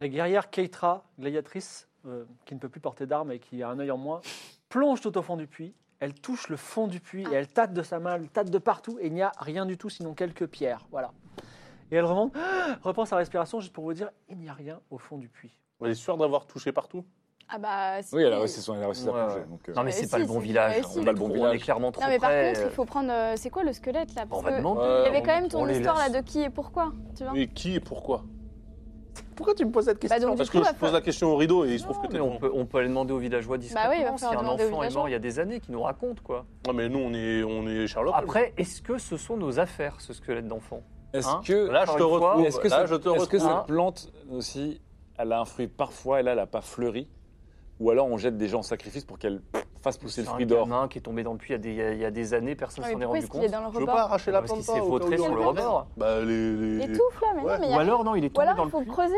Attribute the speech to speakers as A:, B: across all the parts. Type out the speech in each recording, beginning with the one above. A: La guerrière Keitra, gladiatrice, euh, qui ne peut plus porter d'armes et qui a un œil en moins, plonge tout au fond du puits. Elle touche le fond du puits
B: Ah.
A: et elle tâte de sa main, elle tâte de partout et il n'y a rien du tout sinon quelques pierres. Voilà. Et elle remonte, reprend sa respiration juste pour vous dire il n'y a rien au fond du puits.
C: Elle est sûre d'avoir touché partout
D: Ah bah si.
E: Oui, elle a réussi, son, elle a réussi sa
C: Ouais,
E: plongée,
C: ouais.
E: donc, euh,
B: Non, mais
D: Euh,
B: c'est
D: si,
B: pas le
D: c'est-
B: bon village.
D: ouais,
B: on
D: si.
B: est
C: Pas le bon
B: trop- On est
C: village.
B: clairement trop
D: Non mais par
B: près.
D: contre, il faut prendre. euh, C'est quoi le squelette là
B: On
D: Parce
B: va
D: que
B: demander.
C: Ouais,
D: il y avait quand même
B: on- on
D: ton
B: les
D: histoire là
B: laisse.
D: de qui et pourquoi, tu vois.
C: Mais qui et pourquoi Pourquoi tu me poses cette
D: Bah, donc, du
C: Parce
D: coup,
C: que
D: va
C: je pose
D: falloir-
C: la question au rideau et il se trouve que
B: Non,
C: t'es
B: mais on
C: bon.
B: peut, on peut aller demander aux villageois
D: Bah
B: discrètement
D: oui, il va
B: si
D: falloir
B: un
D: demander aux
B: enfant est
D: villageois.
B: mort il y a des années qui nous raconte quoi.
C: Non, mais nous, on est, on est Sherlock.
B: Après, est-ce que ce sont nos affaires, ce squelette d'enfant
E: Est-ce
B: Hein
E: que,
C: là, je
B: encore
C: te
B: une fois,
C: retrouve.
E: est-ce que,
C: là,
E: cette-
C: je te
E: est-ce que
C: retrouve.
E: cette plante aussi, elle a un fruit parfois et là, elle n'a pas fleuri Ou alors on jette des gens en sacrifice pour qu'elle fasse pousser le
B: un
E: fruit d'or
B: gamin qui est tombé dans le puits il y a des, il y a- il y a des années, personne
D: Ah, mais
B: ne s'en est
D: pourquoi
B: rendu
D: est-ce qu'il
B: compte.
D: est dans le
C: Je veux
D: rebord
C: pas arracher la
B: Parce qu'il
C: plante
B: s'est vautré sur le rebord.
C: Bah, les. les-
D: L'étouffe là, mais
C: Ouais.
D: non, mais il y
B: Ou
D: a-
B: alors, non, il est
D: Ou
B: tombé
D: alors
B: dans
D: il
B: le
D: faut
B: puits.
D: creuser.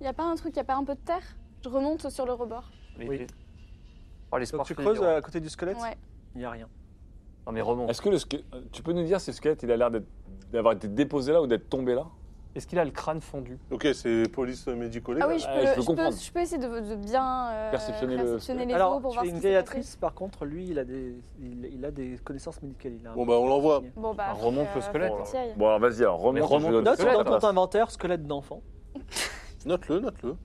D: Il n'y a pas un truc, il n'y a pas un peu de terre Je remonte sur le rebord.
B: Mais-
A: Oui.
B: Oh, l'espoir
A: Donc tu
B: fait
A: creuses euh,
B: vivre.
A: à côté du squelette
D: Ouais.
A: Il n'y a rien.
B: Non, mais remonte.
E: Est-ce que le squelette- tu peux nous dire si le squelette il a l'air d'être- d'avoir été déposé là ou d'être tombé là
B: Est-ce qu'il a le crâne fondu
C: Ok, c'est police médico
D: Ah oui, je peux,
E: ouais,
D: le-
E: je peux
D: je peux-
E: comprendre.
D: je peux essayer de, de bien euh,
E: Perceptionner le-
D: perceptionner les eaux
A: Alors,
D: pour
A: tu
D: voir
A: es
D: ce
A: une
D: qui s'est passé.
A: gladiatrice, par contre, lui, il a des, il, il a des connaissances médicales. Il a un-
C: Bon, bah, on l'envoie.
D: Bon bah
B: Ah, remonte le squelette,
D: faut
B: alors.
D: que t'y ailles.
E: Bon alors vas-y, alors
B: Mais
E: remonte.
B: remonte
E: je vais
A: Note
B: le
E: donner-
A: dans
B: squelette,
A: ton inventaire squelette d'enfant.
C: Note-le, note-le.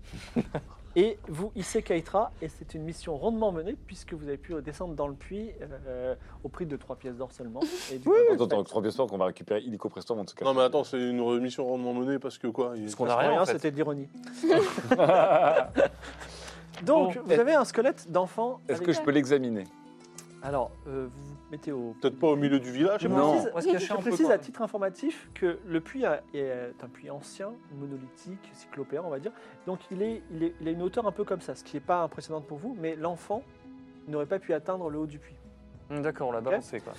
A: Et vous hissez Kaitra, et c'est une mission rondement menée, puisque vous avez pu descendre dans le puits euh, au prix de trois pièces d'or seulement. Et du coup, bah,
E: Attends, attends, trois pièces d'or qu'on va récupérer illico presto avant de se casser.
C: Non, mais attends, c'est une mission rendement menée parce que quoi il-
B: Parce qu'on a
A: rien,
B: rien en fait.
A: c'était de l'ironie. Donc,
B: Bon.
A: vous avez un squelette d'enfant.
E: Est-ce
A: avec-
E: que je peux l'examiner
A: Alors, euh, vous vous mettez au...
C: Peut-être pas au milieu du village,
A: Je
C: mais
E: Non.
A: précise,
B: On va se cacher
A: je
B: un peu,
A: précise
B: quand
A: à
B: même.
A: titre informatif que le puits a- est un puits ancien, monolithique, cyclopéen, on va dire. Donc il, est, il, est- il a une hauteur un peu comme ça, ce qui n'est pas impressionnant pour vous, mais l'enfant n'aurait pas pu atteindre le haut du puits.
B: Hum, D'accord, on l'a balancé quoi.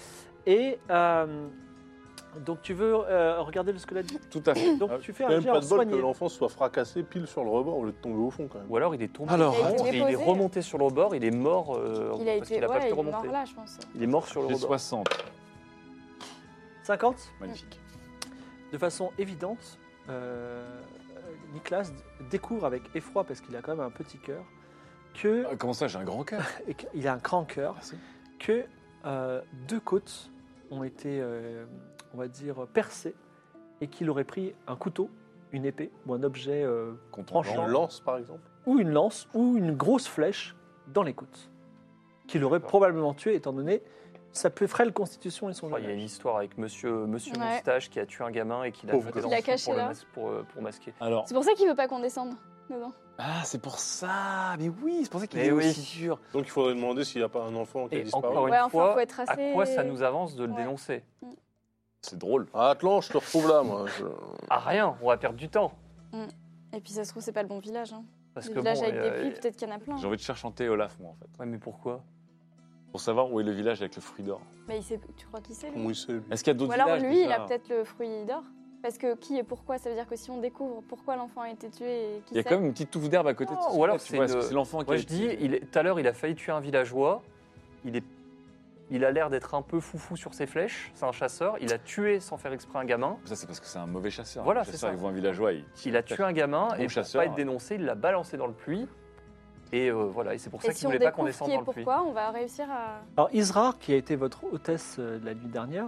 A: Et euh, donc tu veux euh, regarder le squelette.
E: Tout à fait.
A: Donc
E: Ah,
A: tu fais
C: quand
A: un
C: même
A: jet
C: pas
A: en
C: de bol que
A: soigné.
C: l'enfant soit fracassé pile sur le rebord au lieu de tomber au fond quand même.
B: Ou alors il est tombé.
E: Alors,
B: il,
D: Il a été
B: et il est
D: déposé.
B: remonté sur le rebord, il est mort euh,
D: Il a
B: parce qu'il
D: été
B: n'a pas
D: ouais,
B: pu
D: il est mort
B: remonter.
D: là, je pense.
B: Il est mort sur le
E: J'ai
B: rebord.
E: 60.
A: 50
E: Magnifique.
A: De façon évidente, euh, Nicolas découvre avec effroi, parce qu'il a quand même un petit cœur, que,
E: Ah, Comment ça, j'ai un grand cœur
A: et qu'il a un grand cœur,
E: Merci.
A: que euh, deux côtes ont été, euh, on va dire, percées, et qu'il aurait pris un couteau, une épée, ou un objet, euh,
E: Qu'on
A: Franchement.
C: Une lance par exemple.
A: ou une lance, ou une grosse flèche dans les côtes, qu'il aurait probablement tué, étant donné sa plus frêle constitution et son
B: Il y a
A: jeune
B: une
A: âge.
B: histoire avec Monsieur, monsieur
D: Ouais.
B: Moustache qui a tué un gamin et qui l'a
C: Pauvre
B: jeté
C: gosse.
B: dans
D: Il l'a
B: le fond
D: caché
B: pour, le
D: là.
B: mas- pour, euh, pour masquer.
E: Alors,
D: C'est pour ça qu'il veut pas qu'on descende dedans.
E: ah, c'est pour ça Mais oui, c'est pour ça qu'il
B: Mais
E: est
B: oui.
E: aussi dur.
C: Donc il faudrait demander s'il n'y a pas un enfant qui
B: Et
C: a disparu.
B: encore Pour une
D: Ouais, enfin
B: fois,
D: faut être assez.
B: À quoi ça nous avance de le
D: Ouais.
B: dénoncer
E: C'est drôle.
C: Ah, Atlan, je te retrouve là moi. Je-
B: À rien, on va perdre du temps.
D: Et puis ça se trouve c'est pas le bon village. Hein.
B: Parce
D: Le
B: que
D: village
B: bon,
D: avec des
B: euh,
D: plis, peut-être qu'il y en a plein.
E: J'ai envie de cherchanter Olaf, moi, en fait.
B: Ouais, mais pourquoi
E: Pour savoir où est le village avec le fruit d'or.
D: Mais il sait, tu crois qu'il sait lui
C: Comment il sait lui
E: Est-ce qu'il y a d'autres
D: Ou alors
E: villages
D: lui, il
E: déjà
D: a peut-être le fruit d'or. Parce que qui et pourquoi, ça veut dire que si on découvre pourquoi l'enfant a été tué et qui
E: Il y a
D: sait-
E: quand même une petite touffe d'herbe à côté de
B: Oh,
E: ce
B: ou
E: squelette,
B: alors
E: tu
B: c'est
E: vois, est-ce
B: une-
E: que c'est l'enfant qui
B: Moi
E: a
B: je dis,
E: été-
B: il est- tout à l'heure il a failli tuer un villageois, il, est, il a l'air d'être un peu foufou sur ses flèches, c'est un chasseur, il a tué sans faire exprès un gamin,
E: Ça, c'est parce que c'est un mauvais chasseur.
B: Voilà,
E: Le
B: c'est
E: chasseur,
B: ça.
E: Il voit un villageois, il...
B: il a tué un gamin
E: Bon
B: et pour
E: chasseur,
B: pas être
E: ouais.
B: dénoncé il l'a balancé dans le puits. Et euh, voilà, et c'est pour ça
D: Et
B: qu'il
D: si
B: ne
D: on
B: voulait pas qu'on
D: découvre
B: descende
D: qui
B: dans
D: est
B: le puits.
D: pourquoi, on va réussir à.
A: Alors Isra, qui a été votre hôtesse euh, de la nuit dernière,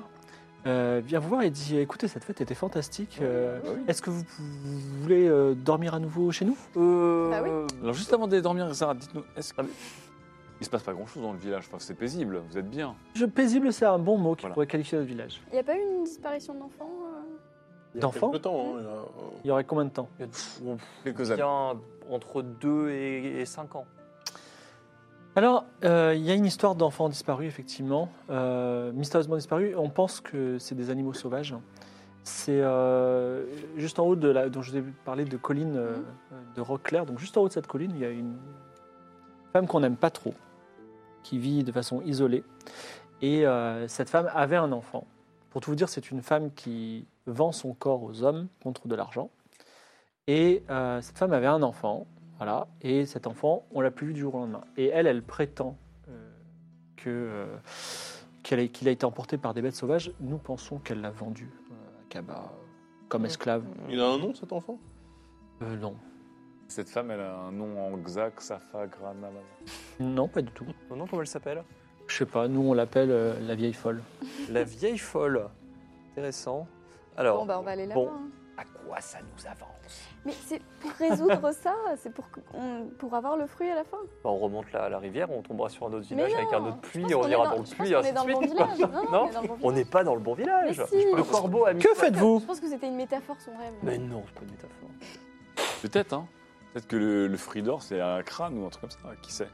A: euh, vient vous voir et dit écoutez cette fête était fantastique. euh, Est-ce que vous, vous voulez euh, dormir à nouveau chez nous
B: Euh,
D: Bah oui.
E: Alors juste avant d'aller dormir, Sarah, dites-nous, est-ce que... Il se passe pas grand-chose dans le village, enfin, c'est paisible, vous êtes bien.
A: Je paisible c'est un bon mot qui
E: Voilà.
A: pourrait qualifier notre village.
D: Il n'y a pas eu une disparition d'enfant euh
A: D'enfant
C: Le temps, hein, il y a,
A: Il y aurait combien de temps
E: Quelques
B: il y a un- entre 2 et 5 ans.
A: Alors euh, il y a une histoire d'enfants disparus effectivement, euh, mystérieusement disparus. On pense que c'est des animaux sauvages. C'est euh, juste en haut de la dont je vous ai parlé de colline euh,
D: Mhm.
A: euh, de roc clair. Donc juste en haut de cette colline, il y a une femme qu'on n'aime pas trop, qui vit de façon isolée. Et euh, cette femme avait un enfant. Pour tout vous dire, c'est une femme qui vend son corps aux hommes contre de l'argent. Et euh, cette femme avait un enfant, voilà. Et cet enfant, on l'a plus vu du jour au lendemain. Et elle, elle prétend euh, que euh, qu'elle est- qu'il a été emporté par des bêtes sauvages. Nous pensons qu'elle l'a vendu euh, à Kaba comme esclave.
C: euh, il a un nom cet enfant
A: Euh, non,
E: Cette femme, elle a un nom en Xac, Safa, Grana.
A: non, pas du tout.
B: Son nom, comment elle s'appelle
A: Je sais pas. Nous, on l'appelle euh, la vieille folle.
B: La vieille folle. Intéressant. Alors,
D: Bon, bah, on va aller là-bas.
B: bon.
D: hein.
B: à quoi ça nous avance
D: Mais c'est pour résoudre ça, c'est pour, qu'on- pour avoir le fruit à la fin.
B: Bah, On remonte là à la rivière, on tombera sur un autre
D: Mais
B: village avec un
D: non,
B: autre
D: je
B: puits,
D: pense
B: on
D: qu'on est
B: ira
D: dans-
B: dans le
D: je
B: puits,
D: pense
B: et
D: qu'on
B: ainsi
D: est
B: de
D: dans le
B: suite.
D: bon
B: quoi.
D: village. Non,
B: Non,
D: on est dans le bon
B: On
D: village.
B: n'est pas dans le bon village.
D: Mais si.
B: Le corbeau a mis.
A: Que faites-vous
D: Je pense que c'était une métaphore, son rêve.
B: Mais non, c'est pas une métaphore.
E: Peut-être, hein. Peut-être que le, le fruit d'or, c'est un crâne ou un truc comme ça, qui sait.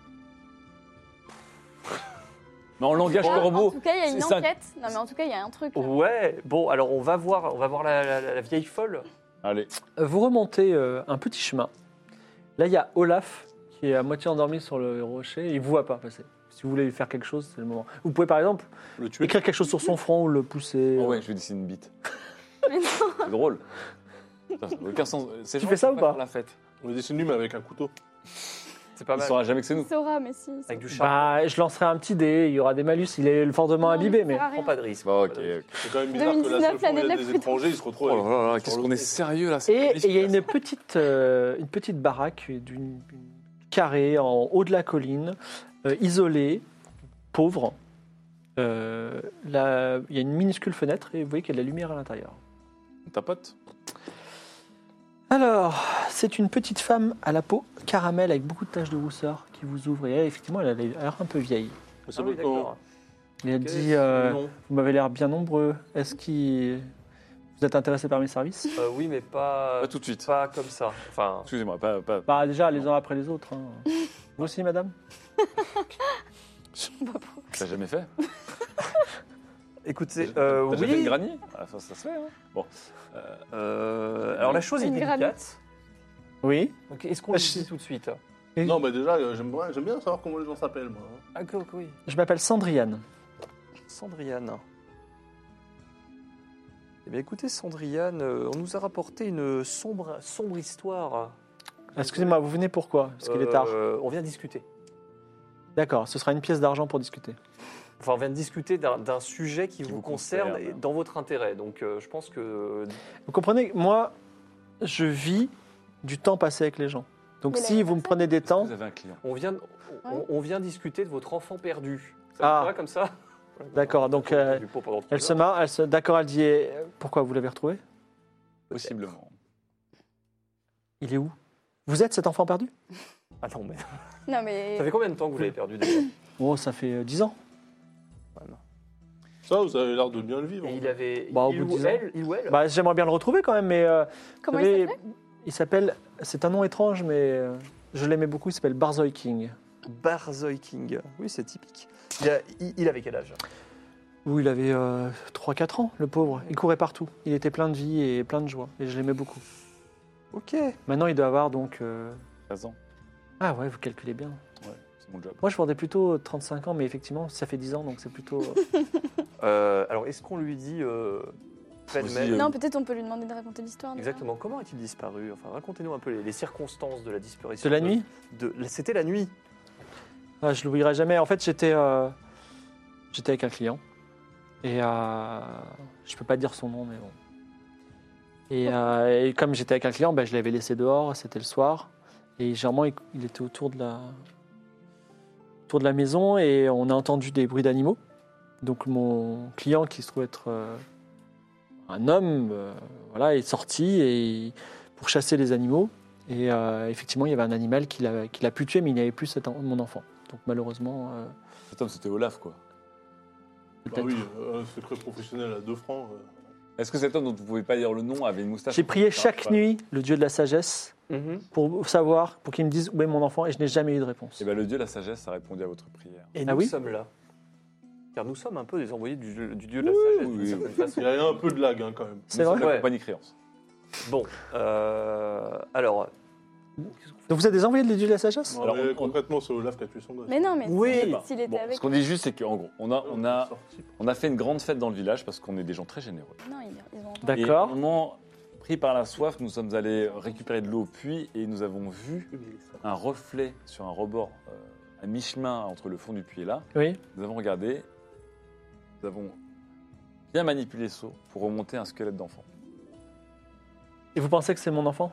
E: Mais en langage
D: Ah, En
E: corbeau,
D: tout cas, il y a une
E: c'est ça.
D: enquête. Non, mais en tout cas, il y a un truc.
B: Oh.
D: là.
B: Ouais, bon, alors on va voir, on va voir la, la- la vieille folle.
E: allez,
A: Vous remontez euh, un petit chemin. Là, il y a Olaf qui est à moitié endormi sur le rocher. Il vous voit pas passer. Si vous voulez lui faire quelque chose, c'est le moment. Vous pouvez, par exemple,
C: Le tuer
A: écrire quelque chose sur son front ou le pousser.
E: Oh
A: euh.
E: ouais, je vais dessiner une bite.
D: Mais non.
E: C'est drôle. Putain, ça n'a aucun sens. Ces
A: Tu
E: gens
A: fais ça
E: font
A: ou pas
E: faire La fête.
C: On le dessine lui, mais avec un couteau.
B: C'est pas
E: Il
B: mal.
E: saura jamais que c'est nous.
D: Sora, mais si.
B: Avec du charme.
A: Bah, je lancerai un petit dé. Il y aura des malus. Il est fortement abîmé, mais.
B: Prends pas de risque.
E: Bon, ok.
B: prends pas de risque.
E: ok.
C: C'est quand même bizarre que
D: 2019,
C: la seule fois où
D: l'année
C: il
D: de
C: y a
D: la
C: des
D: flûte.
C: étrangers, ils se retrouvent
E: Oh
C: avec-
E: là là là,
C: sur
E: qu'est-ce
C: le
E: qu'on est
C: coup.
E: sérieux là. c'est
A: Et
E: pas
A: il y a une
E: efficace.
A: petite, euh, une petite baraque d'une d'une carrée en haut de la colline, euh, isolée, pauvre. Euh, là, il y a une minuscule fenêtre et vous voyez qu'il y a de la lumière à l'intérieur.
E: Ta pote
A: Alors, c'est une petite femme à la peau caramel avec beaucoup de taches de rousseur qui vous ouvre et elle, effectivement, elle a l'air un peu vieille.
C: Mais c'est
B: Ah oui,
C: pas le temps.
B: d'accord.
A: Et elle
B: Ok,
A: dit euh,
B: non.
A: Vous m'avez l'air bien nombreux. Est-ce que vous êtes intéressé par mes services
B: Euh, oui, mais pas,
E: Pas tout de suite.
B: pas comme ça. Enfin,
E: Excusez-moi, pas, pas-
A: Bah, déjà, les uns après les autres. hein. Vous aussi, madame
E: T'as jamais fait
B: écoutez,
E: T'as
B: euh,
E: jamais fait une
B: oui.
E: granny Ah, ça, ça se fait, hein. Bon.
B: euh, alors la chose est
D: Une granite.
B: délicate.
A: Oui.
B: Donc, Est-ce qu'on
A: Ah,
B: le
A: je-
B: dit tout de suite
C: Non, mais déjà, euh, j'aime bien, j'aime bien savoir comment les gens s'appellent, moi. hein.
B: Ah, ok, oui.
A: Je m'appelle Sandriane.
B: Sandriane. Eh bien, écoutez, Sandriane, euh, on nous a rapporté une sombre, sombre histoire.
A: Excusez-moi, vous venez pourquoi Parce qu'il est tard.
B: Euh, on vient discuter.
A: D'accord, ce sera une pièce d'argent pour discuter.
B: Enfin, on vient de discuter d'un d'un sujet qui, vous,
E: vous
B: concerne,
E: concerne,
B: et
E: hein.
B: dans votre intérêt. Donc, euh, je pense que.
A: Vous comprenez, moi, je vis du temps passé avec les gens. Donc
D: Mais la
A: si vous me prenez des temps,
E: Vous avez un client.
B: On vient, on,
D: Ouais.
B: on vient discuter de votre enfant perdu. Ça
A: Ah.
B: vous va comme ça
A: D'accord, donc, euh,
B: Du pot pendant tout
A: elle
B: le
A: se
B: temps.
A: marre, elle se... D'accord, elle dit, euh, pourquoi vous l'avez retrouvé
E: Possiblement.
A: Il est où Vous êtes cet enfant perdu
B: Ah non, mais.
D: Non, mais.
B: Ça fait combien de temps que vous l'avez perdu déjà
A: Oh, ça fait euh, 10 ans.
C: Ça, vous avez l'air de bien le vivre. hein.
B: Et il avait.
A: Bah, au
B: il,
A: bout de
B: ou
A: dix ans.
B: elle, il ou elle
A: Bah, j'aimerais bien le retrouver quand même, mais... euh,
D: Comment
A: vous
D: il
A: savez,
D: s'appelait
A: il s'appelle... C'est un nom étrange, mais euh, je l'aimais beaucoup, il s'appelle Barzoy King.
B: Barzoy King. Oui, c'est typique. Il, a- il- il avait quel âge
A: Où il avait euh, 3-4 ans, le pauvre. Il courait partout. Il était plein de vie et plein de joie. Et je l'aimais beaucoup.
B: Ok.
A: Maintenant, il doit avoir donc... euh,
E: 13 ans.
A: Ah ouais, vous calculez bien.
E: Ouais, c'est mon job.
A: Moi, je vendais plutôt 35 ans, mais effectivement, ça fait 10 ans, donc c'est plutôt...
B: Euh, alors, est-ce qu'on lui dit. Euh, fait de
E: Aussi,
B: même
E: euh,
D: Non, peut-être on peut lui demander de raconter l'histoire. déjà.
B: Exactement. Comment est-il disparu Enfin, racontez-nous un peu les, les circonstances de la disparition.
A: De la nuit
B: de- C'était la nuit.
A: Ah, Je l'oublierai jamais. En fait, j'étais euh, j'étais avec un client. Et euh, je peux pas dire son nom, mais bon. bah, Et, euh, et comme j'étais avec un client, ben, je l'avais laissé dehors, c'était le soir. Et généralement, il- il était autour de la, autour de la maison et on a entendu des bruits d'animaux. Donc mon client, qui se trouve être euh, un homme, euh, voilà, est sorti et, pour chasser les animaux. Et euh, effectivement, il y avait un animal qui l'a qui l'a pu tuer, mais il n'y avait plus cet en- mon enfant. Donc malheureusement, euh,
E: Cet homme, c'était Olaf, quoi. Ah
C: Ah
A: peut-être.
C: oui, euh, un secret professionnel à 2 francs. euh.
E: Est-ce que cet homme dont vous pouvez pas dire le nom avait une moustache
A: J'ai prié chaque
E: Ouais.
A: nuit le dieu de la sagesse pour savoir, pour qu'il me dise où est mon enfant, et je n'ai jamais eu de réponse.
E: Eh ben, bien, le dieu de la sagesse a répondu à votre prière.
B: Et
A: Ah
B: nous
A: oui
B: sommes là. Car nous sommes un peu des envoyés du, du dieu de la sagesse, d'une
E: oui,
B: certaine
E: oui.
B: façon.
C: Il y a un peu de lag hein, quand même.
A: C'est
E: Nous
A: vrai
E: sommes la
B: Ouais.
E: compagnie créance.
B: Bon, euh, alors,
A: Donc vous êtes des envoyés de dieu de la sagesse
C: Non,
E: Alors,
C: mais
E: on-
C: concrètement, c'est Olaf qui a tué son gosse.
D: Mais non, mais
B: Oui.
D: s'il-
B: Je sais pas.
D: s'il était
E: Bon,
D: avec.
E: ce qu'on dit juste, c'est qu'en gros, on a, on, a,
C: Sorti.
E: on a fait une grande fête dans le village parce qu'on est des gens très généreux.
D: Non, ils, ils ont entendu.
E: Et
A: D'accord.
E: au moment pris par la soif, nous sommes allés récupérer de l'eau au puits et nous avons vu un reflet sur un rebord euh, à mi-chemin entre le fond du puits et là.
A: Oui.
E: Nous avons regardé, nous avons bien manipulé ce seau pour remonter un squelette d'enfant.
A: Et vous pensez que c'est mon enfant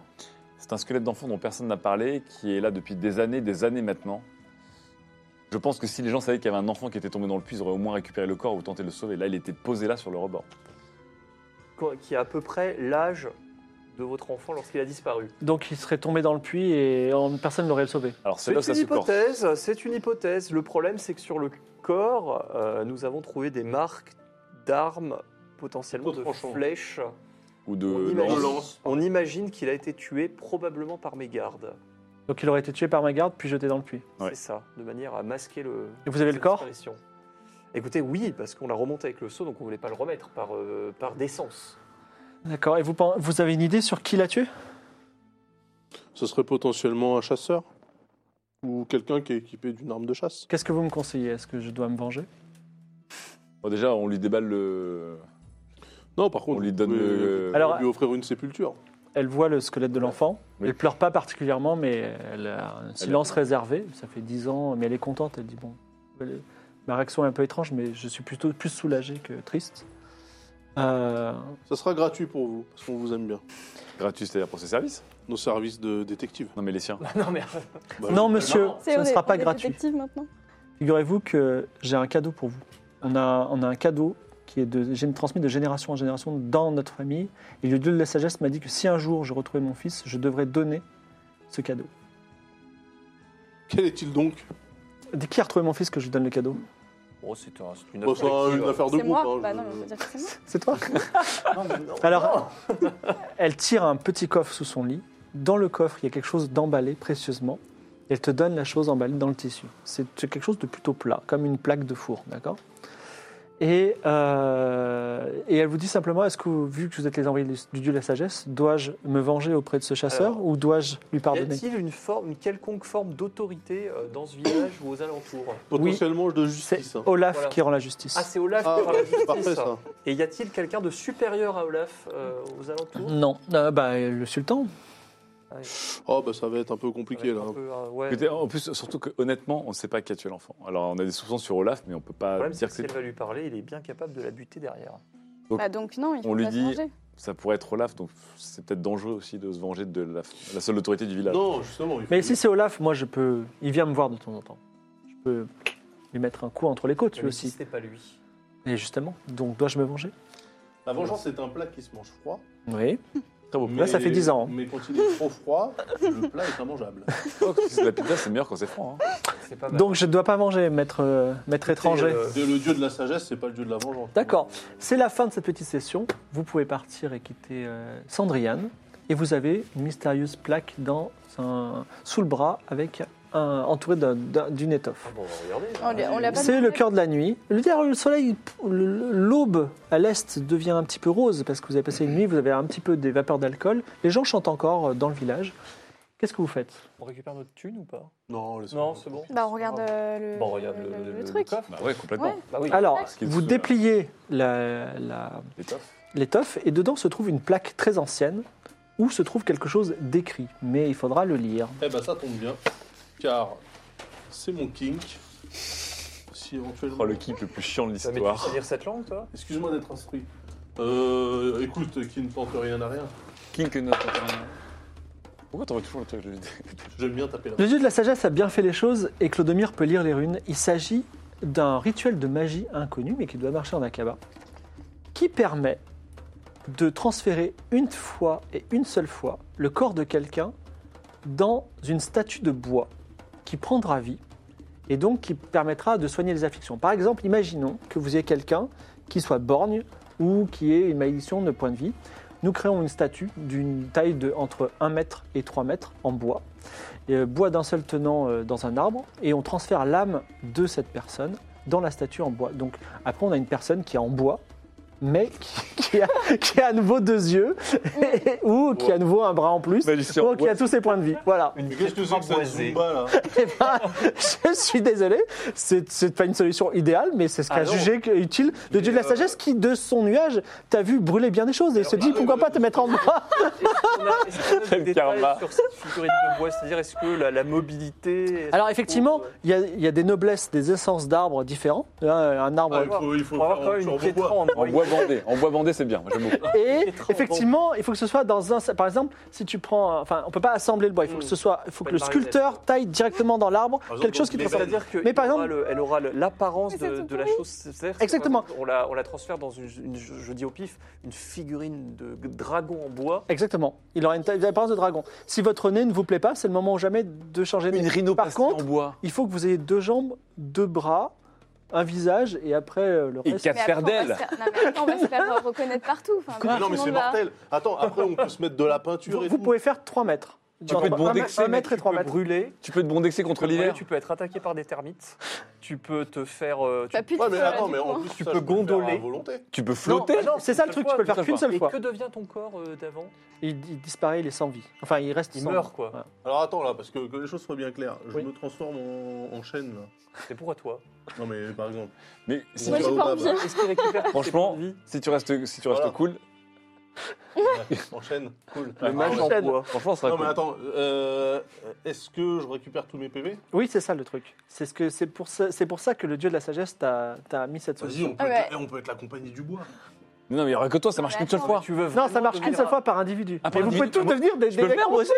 E: C'est un squelette d'enfant dont personne n'a parlé, qui est là depuis des années, des années maintenant. Je pense que si les gens savaient qu'il y avait un enfant qui était tombé dans le puits, ils auraient au moins récupéré le corps ou tenté de le sauver. Là, il était posé là sur le rebord.
B: quoi- qui a à peu près l'âge de votre enfant lorsqu'il a disparu.
A: Donc il serait tombé dans le puits et en- personne ne l'aurait sauvé.
E: Alors c'est
B: C'est
E: là où ça
B: une
E: se corse.
B: hypothèse, c'est une hypothèse. Le problème, c'est que sur le corps, euh, nous avons trouvé des marques d'armes, potentiellement
C: Trop
B: de
C: tranchant.
B: flèches.
E: Ou de
B: on,
E: lance.
B: imagine,
C: lance.
B: on imagine qu'il a été tué probablement par mégarde.
A: Donc il aurait été tué par ma garde puis jeté dans le puits.
E: Ouais.
B: C'est ça, de manière à masquer le.
A: Et vous avez
B: sa
A: le corps
B: disparition. Écoutez, oui, parce qu'on l'a remonté avec le seau, donc on voulait pas le remettre par, euh, par décence.
A: D'accord. Et vous, pen- vous avez une idée sur qui l'a tué
C: Ce serait potentiellement un chasseur ou quelqu'un qui est équipé d'une arme de chasse.
A: Qu'est-ce que vous me conseillez Est-ce que je dois me venger
E: Bon, déjà, on lui déballe le.
C: Non, par contre,
E: On lui
C: vous
E: donne
C: pouvez-
E: le-
C: vous pouvez
A: Alors-
C: lui offrir une sépulture.
A: Elle voit le squelette de l'enfant.
E: Oui.
A: Elle pleure pas particulièrement, mais elle a un silence réservé. Ça fait dix ans, mais elle est contente. Elle dit bon, elle- ma réaction est un peu étrange, mais je suis plutôt plus soulagé que triste. Euh,
C: Ça sera gratuit pour vous parce qu'on vous aime bien.
E: Gratuit, c'est-à-dire pour ses services
C: Nos services de détective.
E: Non, mais les siens.
B: non, mais
C: Bah,
A: non,
C: oui.
A: monsieur,
B: non,
A: ce
D: C'est- on
A: ne
D: est-
A: sera
D: on
A: pas
D: est
A: gratuit.
D: détective maintenant.
A: Figurez-vous que j'ai un cadeau pour vous. On a, on a un cadeau qui est de, j'ai transmis de génération en génération dans notre famille. Et le dieu de la sagesse m'a dit que si un jour je retrouvais mon fils, je devrais donner ce cadeau.
C: Quel est-il donc
A: Dès qui a retrouvé mon fils que je lui donne le cadeau
B: Bon, c'est un- c'est une
C: Bah, C'est
B: collective.
C: une affaire de
D: C'est
C: groupe.
D: moi
C: hein,
D: Bah
C: je-
D: non, mais faut dire que c'est moi.
A: C'est toi Alors, elle tire un petit coffre sous son lit. Dans le coffre, il y a quelque chose d'emballé précieusement. Elle te donne la chose emballée dans le tissu. C'est quelque chose de plutôt plat, comme une plaque de four, d'accord et, euh, et elle vous dit simplement, est-ce que vous- vu que vous êtes les envoyés du dieu de la sagesse, dois-je me venger auprès de ce chasseur
B: Alors,
A: ou dois-je lui
B: Y
A: pardonner
B: a-t-il une, forme, une quelconque forme d'autorité euh, dans ce village ou aux alentours
C: Potentiellement de
A: C'est
C: justice. hein.
A: Olaf
B: Voilà.
A: qui rend la justice.
B: Ah, c'est Olaf
C: Ah,
B: qui parle à la
C: c'est parfait
B: justice.
C: ça.
B: Et y a-t-il quelqu'un de supérieur à Olaf euh, aux alentours
A: non, Euh, bah, le sultan.
C: Oh, bah ça va être un peu compliqué
B: Avec
C: là.
B: un peu, euh, ouais.
E: Écoutez, en plus, surtout que honnêtement, on ne sait pas qui a tué l'enfant. Alors, on a des soupçons sur Olaf, mais on peut
B: Le
E: pas
B: problème, c'est
E: dire
B: que
E: que
B: si
E: c'est.
B: elle va lui parler, il est bien capable de la buter derrière.
D: Bah donc non, il
E: On
D: faut
E: lui
D: pas se
E: dit-
D: manger.
E: Ça pourrait être Olaf, donc c'est peut-être dangereux aussi de se venger de la, la seule autorité du village.
C: Non, justement. il faut-
A: Mais si c'est Olaf, moi je peux. Il vient me voir de temps en temps. Je peux lui mettre un coup entre les côtes, lui
B: Mais si
A: aussi.
B: ce n'est pas lui.
A: Et justement, donc dois-je me venger
C: La vengeance, c'est un plat qui se mange froid.
A: Oui.
E: Très beau.
A: Là, ça fait 10 ans, hein. Euh.
C: Mais quand il est trop froid, le plat est immangeable.
E: Oh, si c'est de la pizza, c'est meilleur quand c'est franc. hein.
B: C'est pas mal.
A: Donc je ne dois pas manger, maître, euh, maître étranger.
B: euh,
C: C'est le dieu de la sagesse, c'est pas le dieu de la vengeance.
A: D'accord. C'est la fin de cette petite session. Vous pouvez partir et quitter euh, Sandriane. Et vous avez une mystérieuse plaque dans un- sous le bras avec un, entourée d'un- d'un- d'une étoffe.
B: Ah bon, on va regarder.
D: On lui- on l'a pas
A: C'est
D: demandé.
A: le cœur de la nuit. Le, d'ailleurs, le soleil, le- l'aube à l'est devient un petit peu rose parce que vous avez passé une nuit, vous avez un petit peu des vapeurs d'alcool. Les gens chantent encore euh, dans le village. Qu'est-ce que vous faites
B: On récupère notre thune ou pas
C: Non, laisse-
B: Non, c'est bon.
D: Bah on regarde euh, le,
B: Bon, on regarde
D: le-
B: le,
D: le
B: le- le
D: truc.
B: coffre.
E: Bah ouais, complètement.
D: Ouais.
B: Bah oui.
A: Alors,
E: Qu'est-ce
A: vous
E: que-
A: dépliez la- la,
E: Les toffes.
A: l'étoffe et dedans se trouve une plaque très ancienne où se trouve quelque chose d'écrit, mais il faudra le lire.
C: Eh ben, ça tombe bien, car c'est mon kink. Si éventuellement.
E: Oh, le kick le plus chiant de
B: Ça met tu
E: l'histoire.
B: sais lire cette langue, toi
C: Excuse-moi d'être instruit. Euh, écoute, qui ne tente rien à rien.
E: Kink, notre. Pourquoi t'envoies toujours le truc de-
C: J'aime bien taper là.
A: Le dieu de la sagesse a bien fait les choses et Clodomir peut lire les runes. Il s'agit d'un rituel de magie inconnu mais qui doit marcher en Akaba qui permet de transférer une fois et une seule fois le corps de quelqu'un dans une statue de bois qui prendra vie et donc qui permettra de soigner les afflictions. Par exemple, imaginons que vous ayez quelqu'un qui soit borgne ou qui ait une malédiction de point de vie. Nous créons une statue d'une taille de entre 1 mètre et 3 mètres en bois et, euh, bois d'un seul tenant euh, dans un arbre et on transfère l'âme de cette personne dans la statue en bois. Donc après on a une personne qui est en bois mais qui, qui a, qui a à nouveau deux yeux ou qui a à nouveau un bras en plus
E: Magicien en
A: ou qui a tous ses points de vie. Voilà.
C: Qu'est-ce que c'est que cette
B: Emboisé.
C: Zumba là
A: Eh ben, je suis désolé, c'est c'est pas une solution idéale, mais c'est ce qu'a
B: Ah non.
A: jugé que- utile le
B: Mais,
A: dieu de la
B: euh,
A: sagesse qui, de son nuage, t'a vu brûler bien des choses et il se dit pourquoi pas te mettre en bois.
B: On a- Est-ce qu'on a
E: Quel
B: des détails
E: karma.
B: sur cette figurine de bois C'est-à-dire, est-ce que la, la mobilité. est-ce
A: Alors
B: qu'on-
A: effectivement, il y, a- il y a des noblesses, des essences d'arbres différents, un, un arbre.
B: Ah,
C: Il faut, il faut
B: On va avoir
C: faire
B: quand même
C: sur
B: une
C: vos bois.
B: quêtera en
E: En bois bandé. En bois bandé, c'est bien. Moi, j'aime beaucoup.
A: Et
B: Pétrant,
A: effectivement, il faut que ce soit dans un. Par exemple, si tu prends, euh, enfin, on peut pas assembler le bois. Il faut
B: Mm.
A: que ce soit, il faut
B: Pas
A: que le
B: de marionnette,
A: sculpteur
B: quoi.
A: taille directement dans l'arbre
C: Par exemple,
A: quelque chose qui te
C: les
A: ressemble.
C: belles.
B: C'est-à-dire qu'elle
A: Mais par exemple-
B: aura le- l'apparence
D: Mais
B: de,
D: c'est tout
B: de la
D: pourri.
B: chose. c'est-à-dire que
A: Exactement.
B: par exemple, On la, on la transfère dans une, une- je je dis au pif, une figurine de dragon en bois.
A: Exactement. Il aura une taille d'apparence de dragon. Si votre nez ne vous plaît pas, c'est le moment ou jamais de changer de nez. Par contre,
E: en bois.
A: il faut que vous ayez deux jambes, deux bras, un visage et après euh, le
E: Et
A: reste.
E: quatre
D: après, on va se
E: ferdelles.
D: faire- non, mais attends, on va se faire reconnaître partout. Enfin, tout
C: Non
D: le
C: mais c'est
D: monde va-
C: mortel. Attends, après on peut se mettre de la peinture
A: Vous,
C: et
A: vous
C: tout.
A: pouvez faire 3 mètres.
E: peux te
A: un, mètre-
E: bondexer,
A: un mètre et 3
B: Tu peux
A: mètres.
B: brûler.
E: Tu peux te bondexer contre l'hiver.
B: Tu peux être attaqué par des termites. Tu peux te faire. euh,
A: Bah,
B: tu-
D: T'as plus de
C: Ouais mais
D: feu, là,
C: attends,
D: du
C: mais
D: coup,
C: en
D: hein.
C: plus
B: Tu
C: ça,
B: peux
C: je le faire à
B: gondoler.
C: volonté.
E: Tu peux flotter.
A: Non, bah non, c'est ça le truc, tu peux le faire qu'une seule
B: Et
A: fois.
B: que devient ton corps euh, d'avant
A: Il, il disparaît, il est sans vie. Enfin, il reste
B: Il
A: sans
B: meurt,
A: vie.
B: quoi.
A: Voilà.
C: Alors attends là parce que, que les choses soient bien claires. Je
A: Oui.
C: me transforme en, en chêne là.
B: C'est pour toi.
C: Non mais par exemple.
E: Mais si
D: Moi,
E: tu-
C: Au
D: j'ai
C: bas,
D: pas envie.
C: bah,
B: Est-ce qu'il récupère tous ses
E: Franchement,
B: points de vie
E: si tu restes, si tu restes
C: Voilà.
E: cool,
C: En chêne, cool.
E: Le
C: Ah,
E: mage
C: ouais.
B: en
A: Enchaîne.
B: bois.
E: franchement, ça sera
C: Non mais
E: cool.
C: attends, euh, est-ce que je récupère tous mes PV
A: Oui, c'est ça le truc. C'est ce que- c'est pour, ça- c'est pour ça que le dieu de la sagesse t'a t'a mis cette
C: Vas-y,
A: solution.
C: on peut,
D: Ah Ouais.
C: être, eh, on peut être la compagnie du bois.
E: Non, mais il y aura que toi, ça marche
D: Mais
E: qu'une seule
D: attends.
E: fois.
B: Tu veux
A: Non,
B: vraiment
A: ça marche qu'une
B: devenir
A: seule fois par individu.
E: Ah, par
A: Mais vous pouvez
E: individu.
A: tous
E: Moi,
A: devenir des,
E: je
A: des
E: peux le
A: mecs
E: faire,
A: aussi.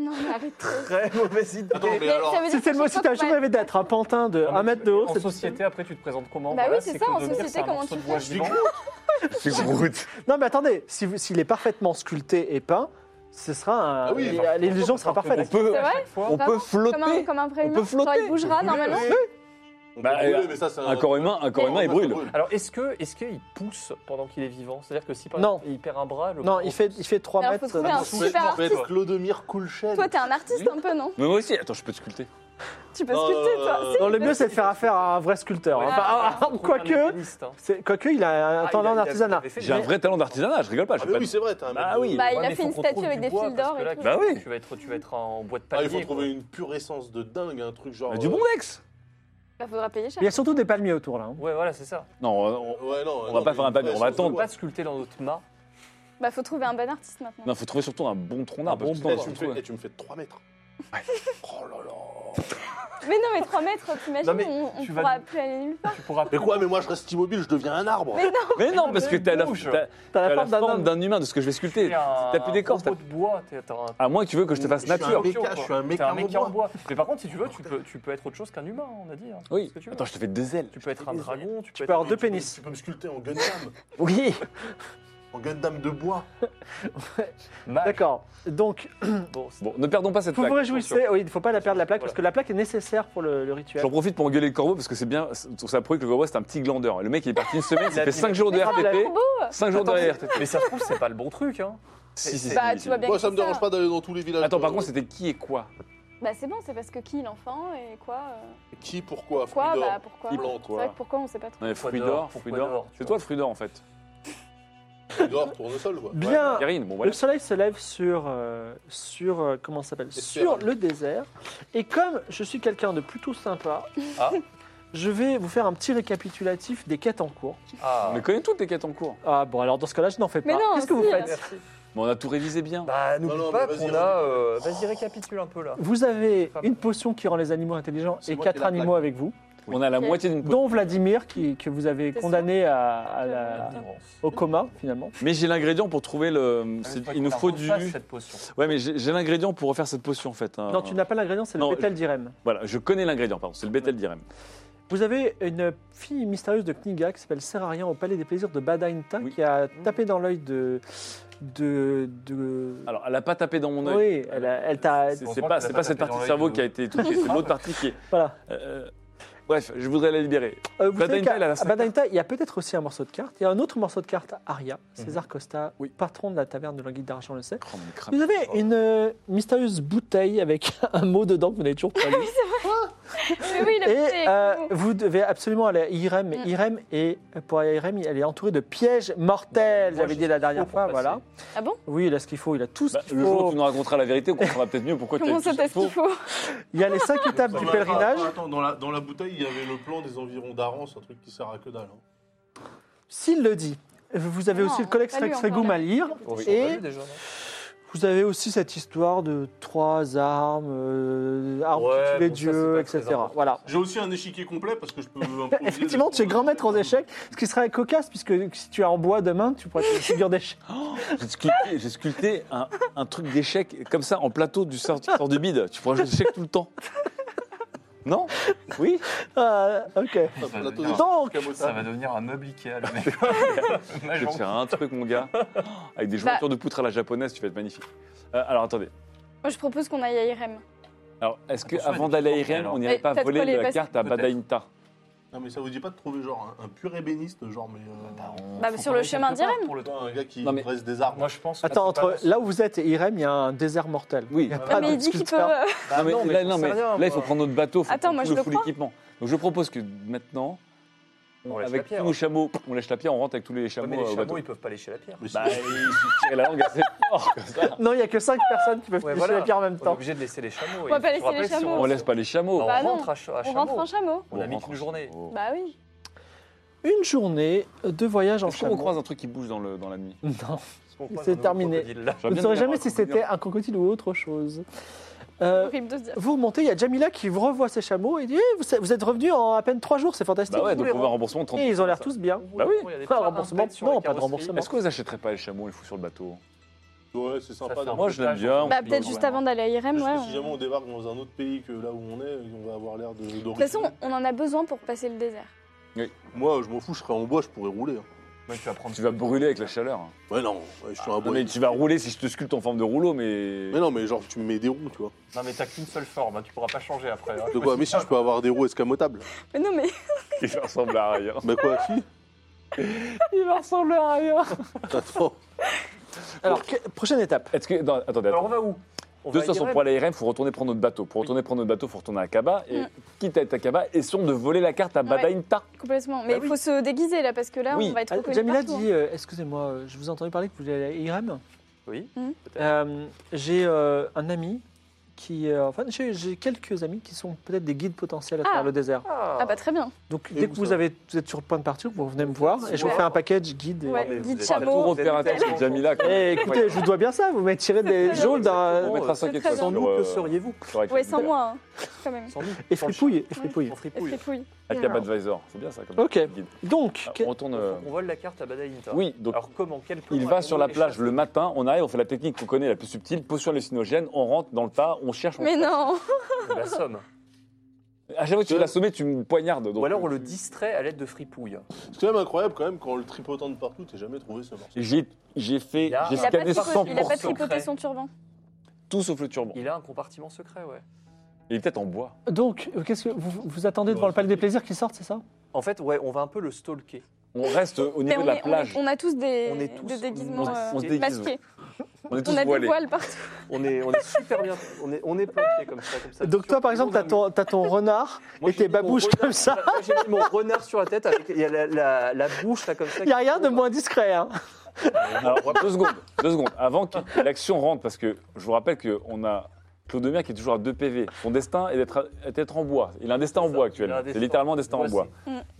D: Non, mais arrête.
B: un- Très mauvaise idée.
C: Attends, mais
D: Mais
C: alors.
D: ça veut dire
A: Si c'est
D: que
A: le mot,
D: chaque
A: si
D: fois
A: t'as
D: qu'on va-
A: jamais rêvé d'être un pantin de
B: Non,
A: 1
B: mais
A: mètre de haut,
B: En
A: c'est
B: société, après, tu te présentes comment
D: Bah
B: Voilà,
D: oui, c'est ça,
B: que
D: en
B: devenir,
D: société,
B: c'est un
D: comment
B: morceau
D: tu
B: de bois
D: fais
B: vivant.
E: C'est Groot.
A: Non, mais attendez, si vous- s'il est parfaitement sculpté et peint, ce sera un-
C: Ah oui,
A: il-
C: enfin,
A: l'illusion sera
E: On
A: parfaite.
E: peut,
D: C'est vrai
B: Chaque fois.
E: on
D: Vraiment,
E: peut
D: comme un,
E: flotter.
D: comme un vrai
E: On
D: humain.
E: peut flotter.
D: Genre, il bougera normalement.
C: On peut
E: Bah,
C: brûler,
E: euh,
C: mais ça, c'est
E: Un corps humain, un corps humain, il
C: Ça, ça
E: brûle.
B: Alors, est-ce que, est-ce qu'il pousse pendant qu'il est vivant C'est-à-dire que si par
A: Non.
B: exemple, il perd un bras, le
A: Non,
B: bras
A: il fait, il fait 3
D: Mais alors,
A: mètres.
D: faut trouver un
C: Je vais-
D: Ah, super
C: je vais être
B: artiste.
C: Clodomir Coolchen.
D: Toi, t'es un artiste un peu, non
E: Mais moi aussi, attends, je peux te sculpter.
D: Tu peux
C: Non,
D: sculpter,
C: non, non,
D: toi.
A: Non, le
D: mais
A: mieux, c'est de faire affaire à un vrai sculpteur. hein. Enfin, ah, ah, Quoique,
B: hein.
A: c'est- quoique, Ah, il
B: Ah,
A: a un talent d'artisanat.
E: J'ai un vrai talent d'artisanat, je rigole pas. je
C: Ah,
E: fais
C: mais
E: pas
C: oui,
E: de-
C: c'est vrai, t'es un mec.
E: Bah
C: de-
E: oui.
D: Bah, il a fait une statue avec des fils d'or et tout.
E: Bah oui.
B: Tu vas être, tu vas être en bois de
C: Ah,
B: palmier.
C: il faut
B: quoi.
C: trouver une pure essence de dingue, un truc genre.
E: Mais du
C: euh,
E: bon ex
D: Bah, faudra payer
A: Il y
D: cher.
A: a surtout des palmiers autour là. hein.
B: Ouais, voilà, c'est ça.
E: Non, on-
C: Ouais, non,
E: On va pas faire un papier, on va attendre.
B: On va pas sculpter dans notre mât.
D: Bah, faut trouver un bon artiste maintenant.
E: non, faut trouver surtout un bon tronc d'arbre.
B: Un
E: parce
B: bon
E: que
C: Eh,
E: sinon,
C: tu, me
E: tu le
C: fais, eh,
E: trouves.
C: tu me fais 3 mètres. Oh là là.
D: Mais non, mais 3 mètres, t'imagines,
B: Non, mais
D: on, on
B: tu vas-
D: pourra plus aller nulle part.
B: Tu pourras
C: Ah, Mais quoi, mais moi je reste immobile, je deviens un arbre.
D: Mais non,
E: Mais non, parce que t'as la,
B: Bouge.
E: t'as-
A: T'as
E: t'as
A: la
E: la
A: forme d'un
E: forme
A: homme.
E: d'un humain de ce que je vais sculpter.
B: T'as
E: T'as plus d'écorce,
B: Un robot de bois, t'es t'as un.
E: À moins que tu veux que je te fasse
C: Je suis un
E: nature.
C: mec- je suis un mec
B: T'es
C: en
B: mec en bois. Mais par contre, si tu veux, tu peux, tu peux être autre chose qu'un humain, on a dit. hein.
E: Oui.
B: Ce que tu veux.
E: Attends, je te fais deux ailes.
B: Tu peux être un dragon, tu peux
A: Tu
B: être.
A: peux avoir deux
C: Tu peux-
A: pénis.
C: Tu peux me sculpter en Gundam.
A: Oui,
C: en Gundam de bois.
B: Mage.
A: d'accord. Donc,
B: Bon, c'est-
E: Bon, ne perdons pas cette
A: vous vous
E: plaque.
A: réjouissez. Oui, il ne faut pas la perdre la plaque parce
B: Voilà.
A: que la plaque est nécessaire pour le, le rituel.
E: J'en profite pour engueuler le corbeau parce que c'est bien, c'est- ça prouve que le corbeau c'est un petit glandeur. Le mec il est parti une semaine, il
B: a
E: fait
B: dit-
E: 5 jours de
D: Mais ça,
A: il a
E: RTP,
D: trop beau.
E: 5 jours de
B: Attends, mais-
E: RTP.
B: Mais ça se trouve, c'est pas le bon truc, hein.
E: Si, si, si,
D: Bah,
E: si,
D: tu
E: si.
D: vois bien.
C: Moi
D: que
C: ça me
D: c'est
C: dérange pas d'aller dans tous les villages.
E: Attends, par
C: euh,
E: contre, c'était qui et quoi
D: Bah, c'est bon, c'est parce que qui l'enfant et quoi. euh,
C: Qui, pourquoi
D: Quoi
C: Fruits d'or.
D: Bah, pourquoi
E: Qui,
D: C'est
E: pourquoi
D: vrai que pourquoi, on sait pas trop.
E: Non, mais
B: Pourquoi
E: fruit
B: d'or,
E: d'or, fruit
B: pourquoi
E: d'or.
B: d'or, tu
E: C'est
B: vois.
E: toi le fruit d'or en fait.
C: Fruits d'or, tournesol, quoi.
A: Bien.
E: Ouais, Karine, bon voilà.
A: Le soleil se lève sur, euh, sur euh, comment ça s'appelle
C: Les
A: Sur
C: sphères.
A: le désert. Et comme je suis quelqu'un de plutôt sympa,
B: Ah.
A: je vais vous faire un petit récapitulatif des quêtes en cours.
B: Ah.
E: On les connaît toutes les quêtes en cours.
A: Ah bon, alors dans ce cas-là, je n'en fais pas.
D: Mais non,
A: Qu'est-ce que vous
D: si.
A: faites
B: Merci.
E: Mais on a tout révisé bien.
B: Bah,
C: Non,
B: n'oublie
C: non,
B: pas
C: mais vas-y,
B: qu'on
C: vas-y.
B: a. euh, Vas-y, récapitule un peu là.
A: Vous avez
B: Femme.
A: une potion qui rend les animaux intelligents
C: C'est
A: et
C: moi qui
A: quatre
C: ai la
A: animaux
C: plaque.
A: avec vous.
E: On a la
D: Ok.
E: moitié d'une potion.
A: Dont Vladimir, qui, que vous avez
D: C'est
A: condamné à, à
E: Ah.
A: la-
B: L'adhérence.
A: au coma, finalement.
E: Mais j'ai l'ingrédient pour trouver le.
B: Ah,
E: c'est- Il nous faut du.
B: Fasse cette potion.
E: Ouais, mais j'ai j'ai l'ingrédient pour refaire cette potion en fait. hein.
A: Non, tu n'as pas l'ingrédient, c'est
E: Non,
A: le pétel d'Irem.
E: Voilà, je connais l'ingrédient, pardon, c'est le bétel d'Irem.
A: Vous avez une fille mystérieuse de Kniga qui s'appelle Serrarien au Palais des Plaisirs de Badainta
E: Oui.
A: qui a tapé dans l'œil de. de. de...
E: Alors, elle a pas tapé dans mon œil.
A: oui, elle, a- elle t'a.
E: C'est
B: On
E: c'est
B: voit
E: pas,
B: qu'elle a
E: c'est
B: pas
E: pas cette
B: tapé dans
E: partie de
B: l'œil
E: cerveau
B: de-
E: qui a été truquée, c'est l'autre partie qui est.
A: Voilà.
E: Euh, bref, je voudrais la libérer.
A: Euh, vous savez
E: Badainta,
A: qu'à-
E: elle a la
A: à Badainta, il y a peut-être aussi un morceau de carte. Il y a un autre morceau de carte, Aria, César Costa,
E: Mhm. Oui.
A: patron de la taverne de l'Anguille d'Argent, le sait.
E: Oh, mon crap.
A: Vous avez une euh, mystérieuse bouteille avec un mot dedans que vous n'avez toujours pas lu.
D: Mais oui, Ah la bouteille
A: Et
D: est
A: euh,
D: avec nous.
A: vous devez absolument aller à Irem.
D: Mm.
A: Irem est, pour aller à Irem, elle est entourée de pièges mortels.
B: Moi,
A: J'avais
B: je
A: dit la dernière
B: pour
A: fois,
B: passer.
A: voilà.
D: Ah bon
A: Oui, il a ce qu'il faut, il a tout ce
E: Bah,
A: qu'il
E: le jour où
A: faut.
E: tu nous raconteras la vérité, on comprendra peut-être mieux pourquoi tu as
D: Comment
E: eu
D: ça
E: tout
D: t'as ce qu'il faut
A: Il y a les cinq étapes
C: Ça
A: du
C: va,
A: pèlerinage.
C: attends, Ah, attends, dans, la, dans la bouteille, il y avait le plan des environs d'Arance, un truc qui sert à que dalle. hein.
A: S'il le dit, vous avez
D: Non,
A: aussi le
D: pas lu
A: Codex Regum
D: encore.
A: à lire.
E: Oh,
B: Oui, on l'a
A: Et
B: vu déjà, non
A: vous avez aussi cette histoire de trois armes, euh, armes
B: Ouais,
A: qui tuent les
B: bon, ça,
A: dieux,
B: c'est pas très
A: etc.
B: important.
A: Voilà.
C: J'ai aussi un échiquier complet parce que je peux. improviser
A: Effectivement,
C: des-
A: tu es grand maître aux échecs, ce qui serait cocasse, puisque si tu es en bois demain, tu pourrais être une figure d'échec.
E: J'ai sculpté, j'ai sculpté un, un truc d'échec comme ça en plateau du sort, du sort du bide. Tu pourras jouer aux échecs tout le temps. Non Oui
A: Ah, ok.
C: Hop, là, tout-
A: Donc,
B: Ça va devenir un meuble Ikea, le mec.
E: Je vais te faire un truc, mon gars. Avec des
D: Bah-
E: jointures de poutre à la japonaise, tu vas être magnifique. Euh, alors attendez.
D: Moi, je propose qu'on aille à Irem.
E: Alors, est-ce
B: Attention,
E: qu'avant
B: il y a des
E: d'aller à
B: petits
E: Irem,
B: problèmes,
E: on
B: alors.
E: n'irait
D: Mais
E: pas
D: peut-être
E: voler
D: qu'on les
E: la
D: passe-
E: carte à
B: Peut-être.
E: Badainta
C: Non, mais ça vous dit pas de trouver genre un, un pur ébéniste, genre, mais. euh,
D: Bah, sur le chemin d'Irem.
B: Pour le temps.
C: toi, un gars qui
E: Non, mais-
C: dresse des arbres.
B: Moi, je pense.
A: attends,
B: Ah, c'est pas
A: entre là où vous êtes et Irem, il y a un désert mortel.
E: Oui.
A: y a
E: Ah,
A: pas
D: mais
A: de
D: il dit qu'il peut.
A: sculpteur.
D: euh,
B: Bah
E: non, mais,
B: non, mais
E: là,
B: j'en
E: non,
B: sais
E: mais
B: rien,
E: là, il
B: moi.
E: faut prendre notre bateau, faut
D: Attends,
E: prendre
D: moi,
E: tout
D: je
E: le
D: le
E: full
D: crois.
E: équipement. Donc je propose que maintenant,
B: On lâche la
E: avec
B: pierre.
E: tous nos chameaux, on lâche la pierre, on rentre avec tous les
B: Ouais,
E: chameaux
B: mais les
E: au
B: chameaux,
E: bateau.
B: ils peuvent pas lécher la pierre.
C: Mais si-
E: Bah, il faut tirer la langue assez fort comme ça.
A: Non, il n'y a que cinq personnes qui peuvent
B: Ouais,
A: toucher
B: voilà.
A: la pierre en même
B: On est
A: temps.
B: obligé de laisser les chameaux.
D: va
B: Et
D: pas
B: tu te
D: laisser les
B: rappelles si
D: chameaux.
E: On laisse pas les chameaux.
B: On
D: Bah non.
B: rentre à, cha- à
D: On
B: chameau.
D: rentre en chameau.
B: On a mis
E: rentre
B: qu'une
E: en-
B: journée.
E: Oh.
D: Bah oui.
A: Une journée de voyage en
E: Est-ce qu'on
A: chameau.
E: croise un truc qui bouge dans, le, dans la nuit
A: Non,
B: Parce qu'on croise
A: C'est
B: un nouveau
A: terminé.
B: crocodile, là.
E: J'aurais
A: vous
E: bien
A: ne saurez
E: aimé
A: jamais
E: avoir un
A: si
E: crocodile.
A: c'était un crocodile ou autre chose. Euh,
D: Horrible de se dire.
A: vous remontez, il y a Jamila qui revoit ses chameaux et dit Eh, vous- Vous êtes revenu en à peine trois jours, c'est fantastique.
E: Bah ouais,
A: Vous
E: donc
A: les
E: on va un remboursement de 30
A: Et ils ont l'air tous bien.
E: Bah oui.
B: Il y a des
A: Pas de
B: pleins
A: remboursement.
B: d'impacts sur
A: Non,
B: les
A: pas de
B: carrosseries.
A: remboursement.
E: Est-ce que vous achèterez pas les chameaux et le fous sur le bateau hein
C: Ouais, c'est
B: Ça
C: sympa.
B: fait un
C: d'un-
E: Moi,
B: peu
E: je l'aime
B: tâche.
E: bien.
D: Bah, peut-être juste avant d'aller à Irem,
C: Parce
D: ouais.
C: que
D: on-
C: si jamais on débarque dans un autre pays que là où on est, on va avoir l'air de. De
D: De toute façon, on en a besoin pour passer le désert.
C: moi, je m'en fous, je serais en bois, je pourrais rouler. hein.
B: Ouais, tu vas prendre.
E: Tu vas brûler avec la chaleur.
A: Ah,
C: Ouais, non, ouais,
B: Ah,
C: je suis un
E: Non,
C: bois.
E: mais tu vas rouler si je te sculpte en forme de rouleau, mais.
C: Mais non, mais genre, tu me mets des roues, tu vois.
B: Non, mais t'as qu'une seule forme. hein, Tu pourras pas changer après. hein.
C: De quoi Mais si, je peux avoir des roues escamotables.
D: Mais non, mais
E: Il ressemble à rien.
C: Bah quoi, si
A: Il ressemble à rien.
C: Attends.
A: Alors, que- prochaine étape.
E: Est-ce que. Non, attendez,
B: Alors,
E: attendez.
B: on va où On
E: De
B: va à
E: toute façon,
B: Irem.
E: pour aller à Irem, il faut retourner prendre notre bateau. Pour retourner prendre notre bateau, il faut retourner à Kaba. Et
D: Mm.
E: quitte à être à Kaba, essayons de voler la carte à
D: Ouais.
E: Badainta.
D: complètement. Mais
E: Bah
D: il
E: oui.
D: faut se déguiser là parce que là,
E: Oui.
D: on va être
A: Ah,
D: reconnus
A: Jamila
D: partout.
A: dit euh, Excusez-moi, euh, je vous ai entendu parler que vous allez à Irem
B: Oui.
A: Euh, j'ai euh, un ami qui. euh, enfin, j'ai j'ai quelques amis qui sont peut-être des guides potentiels à
D: Ah.
A: travers le désert.
D: Ah bah très bien.
A: Donc,
C: Et
A: dès que
C: où
A: vous,
C: ça
A: avez, vous êtes sur le point de partir, vous venez me voir et je vous
B: Ouais.
A: fais un package guide. et-
D: Ouais,
B: mais vous
D: guide
B: êtes
E: Tour
A: Oh,
D: chameau.
E: opérateur
B: vous êtes-
E: de Jamila. quoi.
A: Eh, écoutez, je vous dois bien ça, vous m'avez tiré des
D: C'est
A: geôles
E: On
A: d'un.
E: mettra
D: c'est
E: 5
D: très
E: étoiles
D: bien.
E: sur,
A: Sans nous, que
E: euh,
A: seriez-vous
E: sur iTunes.
D: Ouais, sans moi, hein, quand même.
B: Sans nous.
A: Et
B: Sans le
A: fripouille, et
D: Ouais.
A: fripouille.
B: On
D: Et
B: fripouille.
D: fripouille.
E: Avec TripAdvisor. C'est bien ça comme
A: Ok.
E: guide.
A: Donc,
E: Ah,
A: que-
E: On retourne.
B: Faut
E: euh,
B: qu'on vole la carte à Badaïnta.
E: Oui, donc
B: Alors comment quel plan
E: Il va
B: allons-nous
E: sur la
B: les
E: plage
B: chasser
E: le matin, on arrive, on fait la technique qu'on connaît la plus subtile, potion hallucinogène, on rentre dans le tas, on cherche. On
D: Mais non
B: La somme.
E: À chaque fois que tu veux l'assommer, tu me poignardes. donc-
B: Ou alors on le distrait à l'aide de fripouille.
C: C'est quand même incroyable, quand même, quand on le tripotant de partout, t'as jamais trouvé ce morceau.
E: J'ai j'ai fait,
B: Il a-
E: j'ai
D: Il a pas
E: scanné
D: tripoté, il a pas
E: 100%
D: tripoté son turban.
E: tout sauf le turban.
B: Il a un compartiment secret, ouais.
E: Il est peut-être en bois.
A: donc euh, qu'est-ce que vous, vous attendez devant
C: Ouais.
A: le palais des plaisirs qui sortent, c'est ça
B: En fait, ouais, on va un peu le stalker.
E: On reste au
D: Mais
E: niveau de
D: on,
E: la
D: est, on, est-
E: plage.
D: on a tous des,
B: On est tous-
D: des déguisements
E: on-
D: euh,
E: on se déguise.
D: masqués.
E: On est
D: On a
E: tous
D: des
E: voilés.
D: voiles partout.
B: On est, on est super bien. On est, on est planqué comme ça, comme ça.
A: Donc,
B: Sur-
A: toi, par exemple,
B: sur-
A: t'as ton, t'as ton renard
B: Moi,
A: et
B: j'ai
A: tes
B: mis mon
A: babouches
B: renard
A: comme
B: sur
A: ça.
B: la- moi, J'ai mis mon renard sur la tête avec il y a la, la, la bouche là comme ça.
A: Il n'y a rien de moins discret. hein.
E: Alors, deux secondes, deux secondes. Avant que l'action rentre, parce que je vous rappelle qu'on a Claude Demir qui est toujours à 2 PV. Son destin est d'être d'être en bois. Il a un destin en
B: ça,
E: bois
B: il a
E: actuellement.
B: un
E: C'est
B: destin.
E: littéralement un destin en
B: Voici.
E: bois.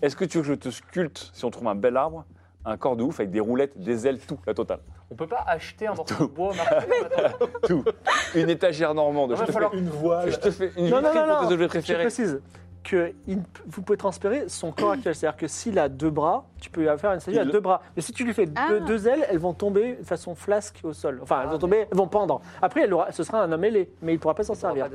E: Est-ce que tu veux que je te sculpte, si on trouve un bel arbre, un corps de ouf avec des roulettes, des ailes, tout, la totale
B: On peut pas acheter un morceau de bois. Martin, attends.
E: Tout. Une étagère normande.
B: Il
E: Je
B: va
E: te,
B: falloir
E: fais, je te fais une
A: Non, non,
E: vitrine
A: non,
E: pour
A: non.
E: tes objets
A: Je
E: préférés.
A: précise, que il ne p- vous pouvez transpirer son corps actuel. C'est-à-dire que s'il a deux bras, tu peux lui faire une statue à
E: Il-
A: deux bras. Mais si tu lui fais
D: Ah.
A: deux, deux ailes, elles vont tomber de façon flasque au sol. Enfin, elles
B: Ah,
A: vont
B: mais-
A: tomber, elles vont pendre. Après, elle aura- ce sera un homme ailé, mais il ne pourra pas s'en
B: Ça
A: servir.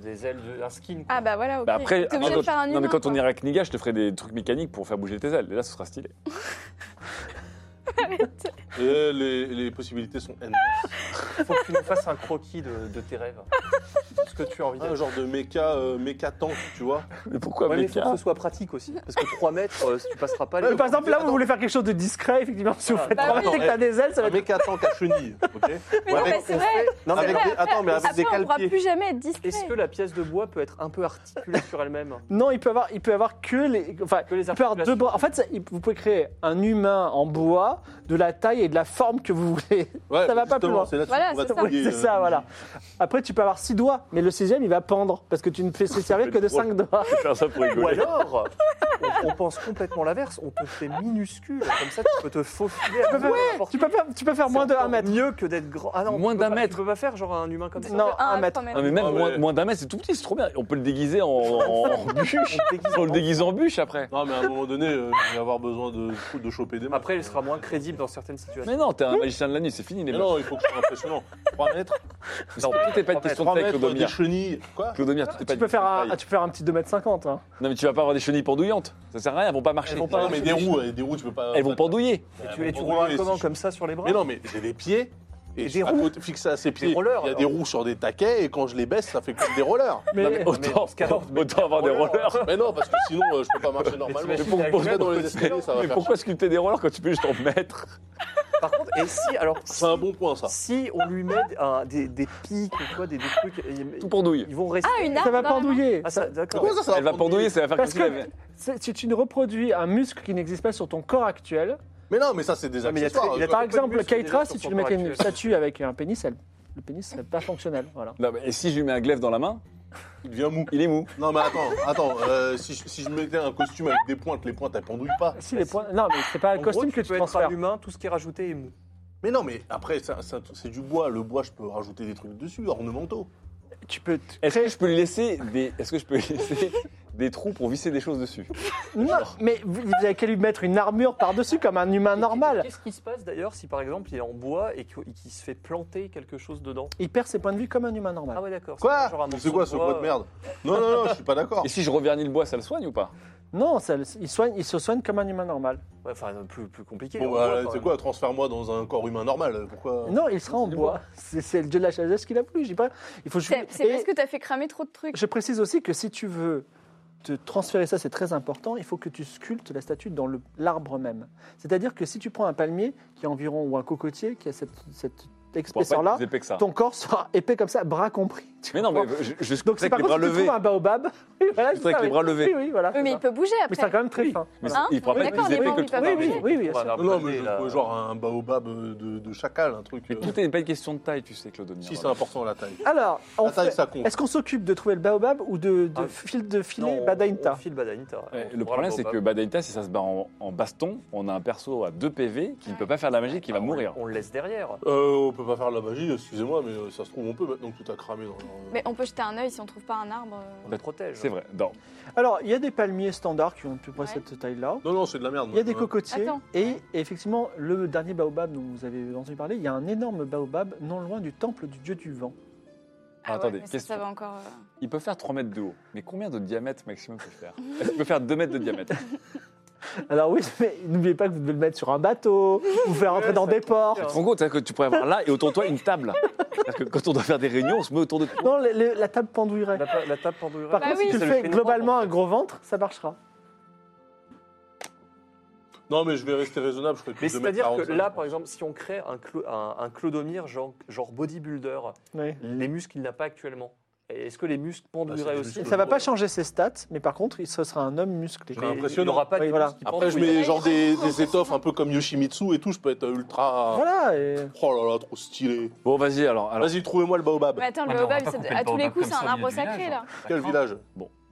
B: des ailes, de- un skin. quoi.
D: Ah bah voilà, ok.
E: Bah après,
D: T'es
E: après,
D: obligé de
E: quand-
D: faire un
E: non, mais
D: humain,
E: quand on
D: quoi.
E: ira à Kniga, je te ferai des trucs mécaniques pour faire bouger tes ailes. Et là, ce sera stylé.
C: Et les, les possibilités sont N.
B: Faut que tu nous fasses un croquis de, de tes rêves. Ce que tu as envie
C: Un
B: de
C: genre de méca, euh, méca tank, tu vois.
E: Mais pourquoi
B: Ouais, mais faut
E: méca
B: que ce soit pratique aussi. Parce que 3 mètres, euh, si tu passeras pas
A: Euh,
B: les.
A: par exemple, là, vous voulez faire quelque chose de discret, effectivement. Si vous
B: Voilà.
A: faites
D: Bah
A: trois
D: oui.
A: que t'as des ailes, ça va
C: Un
A: être
C: méca tank à chenille, ok
D: Mais non,
C: Ouais,
D: mais c'est vrai.
C: Non, mais
D: c'est
C: avec
D: vrai,
C: des- attends, mais avec
D: Après,
C: des
D: on pourra
C: calpiers.
D: plus jamais être
B: Est-ce
D: discret.
B: que la pièce de bois peut être un peu articulée sur elle-même
A: Non, il peut avoir, il peut avoir que les, enfin,
B: Que les
A: il peut avoir deux
B: articulations.
A: bras. En fait, ça- il- vous pouvez créer un humain en bois de la taille et de la forme que vous voulez. Ça va
C: Ouais,
A: pas
C: justement,
A: plus loin.
C: C'est là que
D: Voilà,
C: on va
D: c'est ça.
C: trouver,
A: c'est
C: euh,
A: ça, voilà. Après, tu peux avoir six doigts, mais le sixième, il va pendre parce que tu ne fais se servir que de
E: drôle.
A: cinq doigts.
E: faire ça pour
B: Ou
E: rigoler
B: alors, on, on pense complètement l'inverse, on te fait minuscule, comme ça tu peux te faufiler à
A: Tu peux faire,
B: n'importe
A: tu peux faire, tu peux faire
B: C'est
A: moins de
B: encore
A: 1 mètre.
B: Mieux que d'être grand. Ah non,
E: Moins
B: tu peux
E: d'un
B: pas-
E: mètre.
B: Tu peux pas faire genre un humain comme ça.
A: Non,
D: Un à
A: un mètre.
D: trois
E: Non, mais même
C: Ah ouais.
E: moins, moins d'un mètre, c'est tout petit, c'est trop bien. On peut le déguiser en, en bûche.
B: On te déguise
E: On
B: en-
E: le déguise en bûche après.
C: Non, mais à un moment donné, euh, je vais avoir besoin de, de choper des meufs.
B: Après, il sera moins crédible dans certaines situations.
E: Mais non, t'es un magicien de la nuit, c'est fini les
C: Mais
E: meufs.
C: non, il faut que je sois impressionnant. 3 mètres,
E: Non, tout n'est pas une
B: trois
E: question de
C: 3
E: taille,
C: mètres, euh, des
E: Clodomir.
C: chenilles. Quoi
E: Clodomir, tout est pas
A: Tu
E: une
A: peux faire
E: question de
A: un, ah,
E: taille.
A: tu peux faire un petit 2 mètres 50. Hein.
E: Non, mais tu vas pas avoir des chenilles pendouillantes. Ça sert à rien, elles vont pas marcher.
B: Elles vont pas
C: Non, mais des roues, euh, des roues, tu peux pas.
E: Elles vont pendouiller.
B: Et
C: Elles
B: tu,
C: vont
B: et tu
C: pas
B: roules
C: rouler,
B: comment
C: si-
B: Comme ça sur les bras
C: Mais non, mais j'ai des pieds. Et
B: Et des
C: à
B: roues.
C: côté, fixé à ses pieds,
B: rollers,
C: il y a des
B: alors.
C: roues sur des taquets et quand je les baisse, ça fait comme des rollers.
A: Mais,
E: Non, mais autant, autant avoir des rollers.
C: Mais non, parce que sinon, euh, je peux pas marcher normalement.
B: t'imagines,
C: pour
B: t'as
C: pour
B: une
C: ça, dans les
B: mètre
C: escaliers, ça va
E: Mais
C: faire
E: pourquoi sculpter des rollers quand tu peux juste en mettre
B: Par contre, et si, alors,
C: chier. C'est un bon point, ça.
B: si on lui met un- des, des pics ou quoi, des, des trucs, ils,
E: Tout pendouille.
B: ils vont rester.
D: Ah, une arme
A: ça va
D: dans la main.
A: pendouiller.
B: Ah, ça, d'accord.
C: Comment ça, ça
E: Elle va pendouiller, ça va faire comme
A: Parce
E: si elle avait-
A: que c'est- si tu ne reproduis un muscle qui n'existe pas sur ton corps actuel,
C: Mais non, mais ça, c'est des
B: Non, mais il y a
C: accessoires.
B: très- il y a
C: euh,
B: très-
A: par
B: peu de
A: exemple,
B: muscles
A: Keitra,
B: déjà
A: si
B: sur
A: tu
B: son
A: lui mettais
B: corps
A: une
B: actuel.
A: statue avec un pénis, elle- le pénis serait pas fonctionnel. Voilà.
E: Non, mais et si je lui mets un glaive dans la main,
C: Il devient mou.
E: il est mou.
C: Non, mais attends, attends. euh, si, je- si je mettais un costume avec des pointes, les pointes, elles pendouillent pas.
A: Si les points. Non, mais c'est pas
B: Bah, En
A: le costume
B: gros,
A: que tu
B: peux être
A: transfères.
B: un humain, tout ce qui est rajouté est mou.
C: Mais non, mais après, ça- ça- c'est du bois. Le bois, je peux rajouter des trucs dessus, ornementaux.
A: Tu peux. t-
E: Est-ce que je peux lui laisser des, est-ce que je peux lui laisser des trous pour visser des choses dessus
A: Non, mais vous vous avez qu'à lui mettre une armure par-dessus comme un humain
B: Et
A: normal.
B: Qu'est-ce qui se passe d'ailleurs si par exemple il est en bois et qu'il qu'il se fait planter quelque chose dedans
A: Il perd ses points de vue comme un humain normal.
B: Ah ouais d'accord.
C: Quoi
B: genre un
C: C'est
B: morceau
C: quoi ce bois de
B: euh,
C: merde Non, non, non, je suis pas d'accord.
E: Et si je revernis le bois, ça le soigne ou pas
A: Non, ça- il, soigne, il se soigne comme un humain normal.
B: ouais, Enfin euh, plus, plus compliqué. en
C: Bon,
B: bois,
C: bah,
B: quand
C: c'est
B: même.
C: quoi Transfère-moi dans un corps humain normal. Pourquoi
A: Non, il sera en
C: C'est le
A: bois. C'est c'est le dieu de la chasse qu'il a plu. j'ai Pas... Il faut.
D: C'est c'est
A: Et
D: parce que t'as fait cramer trop de trucs.
A: Je précise aussi que si tu veux te transférer ça, c'est très important. Il faut que tu sculptes la statue dans le- l'arbre même. C'est-à-dire que si tu prends un palmier qui est environ ou un cocotier qui a cette, cette
E: Pour pas
A: épaisseur-là,
E: être plus épais que ça.
A: ton corps sera épais comme ça, bras compris. Tu
E: Mais non, mais
A: comprends
E: je, je sculpte
A: Donc c'est
E: avec
A: par
E: les
A: contre,
E: bras
A: si tu
E: levés.
A: trouves un baobab, oui, voilà,
E: Juste avec
A: ça,
E: les
A: oui.
D: bras
E: levés.
A: Oui, oui, voilà.
D: Oui, mais il peut bouger
A: Mais c'est
D: après.
A: quand même très fin.
E: Mais
A: voilà.
D: Hein
E: il pourra pas
D: D'accord,
E: être plus
D: les
E: épais
D: membres,
E: que le
D: ils peuvent
E: trou.
A: Oui, oui,
D: Ah, mais-
A: oui, bien
B: Ouais,
A: sûr.
B: non,
C: Non, mais
B: Après,
C: je
B: là-
C: veux genre un baobab de, de chacal, un truc.
A: hein.
E: Mais
C: euh,
E: tout n'est pas une question de taille, tu sais, Clodomir.
C: Si, c'est
E: Voilà.
C: important la taille.
A: Alors, on
C: La taille,
A: fait-
C: ça compte.
A: est-ce qu'on s'occupe de trouver le baobab ou de, de,
B: Ah,
A: fil, de filer
B: Non, on-
A: Badaïnta
B: on file Badaïnta. On
E: Ouais,
B: fera
E: Le problème,
C: bah.
E: c'est que
B: baobab.
E: Badaïta, si ça se bat en, en baston, on a un perso à 2 PV qui ne peut pas faire de la magie, qui va
B: Ah, on-
E: mourir.
B: On le laisse derrière.
C: Euh, on peut pas faire de la magie, excusez-moi, mais euh, ça se trouve, on peut maintenant que tout a cramé dans leur-
D: Mais on peut jeter un œil si on trouve pas un arbre. euh.
B: On le protège.
E: Bah, C'est vrai. Non.
A: Alors, il y a des palmiers standards qui ont à peu près
D: Ouais.
A: cette taille-là.
C: Non, non, c'est de la merde.
A: Il y a des
C: Ouais.
A: cocotiers.
D: Attends.
A: Et effectivement, le dernier baobab dont vous avez entendu parler, il y a un énorme baobab non loin du temple du dieu du vent.
D: Ah ouais,
E: attendez,
D: mais ça,
E: question.
D: ça va encore. euh.
E: Il peut faire 3 mètres de haut. Mais combien de diamètre maximum peut faire Est-ce qu'il peut faire 2 mètres de diamètre
A: Alors oui, mais n'oubliez pas que vous devez le mettre sur un bateau, vous faire entrer
B: Ouais,
A: dans
B: ça
A: des
B: coûte
A: ports.
B: cher.
E: En gros, hein, que tu pourrais avoir là et autour de toi une table. Parce que quand on doit faire des réunions, on se met autour de toi.
A: Non, le- le- la table pendouillerait.
B: La, pa- la table pendouillerait.
A: Par
D: Bah
A: contre,
D: oui.
A: si tu
B: C'est le
A: fais
B: phénomène,
A: globalement
B: en
A: un
B: fait.
A: gros ventre, ça marchera.
C: Non, mais je vais rester raisonnable, je ferai que
B: Mais
C: deux
B: c'est-à-dire
C: mètres
B: que
C: 45.
B: là, par exemple, si on crée un, clo- un, un Clodomir genre, genre bodybuilder,
A: Oui.
B: les muscles qu'il n'a pas actuellement, est-ce que les muscles
C: Bah,
B: pendouilleraient
C: c'est
B: aussi
C: juste-
A: Ça va pas changer ses stats, mais par contre, il- ce sera un homme musclé.
C: Mais-
B: Il
C: Impressionnant.
B: n'aura pas
A: Oui,
B: de
A: voilà.
B: muscles qui
C: Après, je
B: pendouillent.
C: mets genre des, des étoffes un peu comme Yoshimitsu et tout, je peux être ultra.
A: Voilà. et-
C: Oh là là, trop stylé.
E: Bon, vas-y alors. alors
C: Vas-y, trouvez-moi le baobab.
D: Mais attends, le
B: Ouais, mais on va
D: baobab,
B: pas
D: c'est-
B: couper le
D: à tous les
B: baobab
D: coups,
B: comme
D: c'est
B: ça au
D: un arbre
B: milieu du
D: sacré
B: village,
D: là.
C: Quel village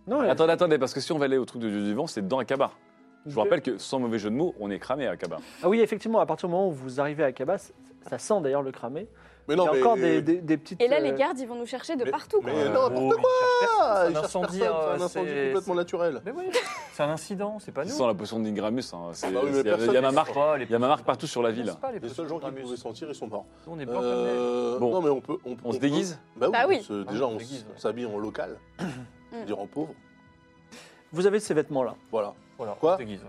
A: Non,
E: Attendez, attendez, parce que si on va aller au truc de Dieu du vent, c'est dans Akaba. Je vous rappelle que sans mauvais jeu de mots, on est cramé à Kaba.
A: Ah oui, effectivement, à partir du moment où vous arrivez à Cabas, ça sent d'ailleurs le cramé.
C: Mais
A: Il y
C: non,
A: a
C: mais.
A: encore des, des- des petites.
D: Et là,
A: euh,
D: les gardes, ils vont nous chercher de
C: mais-
D: partout. quoi.
C: mais euh,
B: Oh,
C: n'importe
B: quoi
C: Ah,
B: C'est un
C: ils cherchent
B: incendie,
C: personne,
B: euh,
C: c'est un incendie
B: c'est-
C: complètement naturel.
B: Mais oui, c'est un incident, c'est pas
E: Ils
B: nous.
E: sentent la potion d'Ingramus. hein, c'est-
C: Bah oui, mais
E: c'est- Il
C: personne
E: y
C: ne
E: a ma
C: sait.
E: marque.
B: Oh, les
E: Il y a ma marque partout sur la ville.
B: C'est pas
C: Les seuls gens qui
B: potions
C: pouvaient
B: d'Ingramus.
C: sentir, ils sont morts.
B: Nous, on est blancs comme neige.
C: Euh,
E: Bon.
C: Non, mais on peut. On,
E: On se
C: peut-
E: déguise
C: Bah oui.
D: Bah oui.
C: on se- déjà,
B: Ah, on
C: on
B: se déguise,
C: s-
B: ouais.
C: s'habille en local,
D: Mm.
C: dire en pauvre.
A: Vous avez ces vêtements-là.
C: Voilà.
B: Voilà,
C: Quoi
B: on se déguise.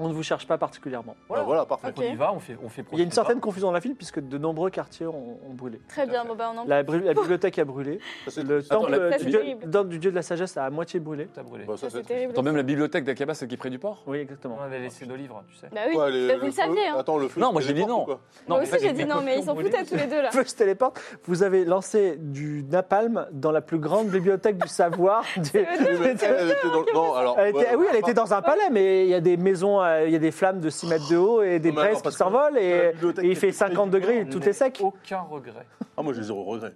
A: On ne vous cherche pas particulièrement.
C: Voilà,
B: Voilà.
C: voilà parfait.
B: Donc on y va, on fait, on fait
A: Il y a une
B: profiter
A: certaine
B: pas.
A: confusion dans la ville puisque de nombreux quartiers ont, ont brûlé.
D: Très bien, bon, bah, on en
A: La, bru- la bibliothèque a brûlé.
C: Ça, c'est-
A: Le temple
E: la-
A: du,
E: Ça, c'est
A: dieu,
D: terrible.
A: dans- du dieu de la sagesse a à moitié brûlé.
B: T'as brûlé.
C: Bah,
D: Ça,
C: ça,
D: c'est
C: c'est-
D: terrible.
E: Attends, même la bibliothèque d'Akaba, celle qui est près du port
A: Oui,
B: On
A: exactement.
B: avait laissé nos livres, tu sais.
D: Bah oui.
C: Quoi, les-
D: Bah,
C: le
D: vous le
C: feu-
D: saviez, hein.
C: Attends, le feu.
E: Non, moi,
C: c'est
E: j'ai
C: les
E: dit
C: portes
E: non.
C: ou quoi
D: Moi
E: mais
D: aussi, j'ai dit non, mais ils s'en
B: brûlés.
D: foutent à tous les deux là.
A: Feu, je téléporte. Vous avez lancé du napalm dans la plus grande bibliothèque du savoir. du-
C: Oui, mais elle était dans- non, alors,
A: Elle était-
C: ouais,
A: oui, elle était dans un palais, mais il y a des maisons, euh, il y a des flammes de 6 mètres de haut et des
C: Non, Oh, mais alors,
A: braises qui
C: parce que
A: s'envolent
C: la
A: et,
C: bibliothèque
A: et il
C: était
A: fait
C: près
A: 50
C: du
A: degrés,
B: On
A: tout
B: n'a
A: est sec.
B: Aucun regret.
C: Ah, moi, j'ai zéro regret.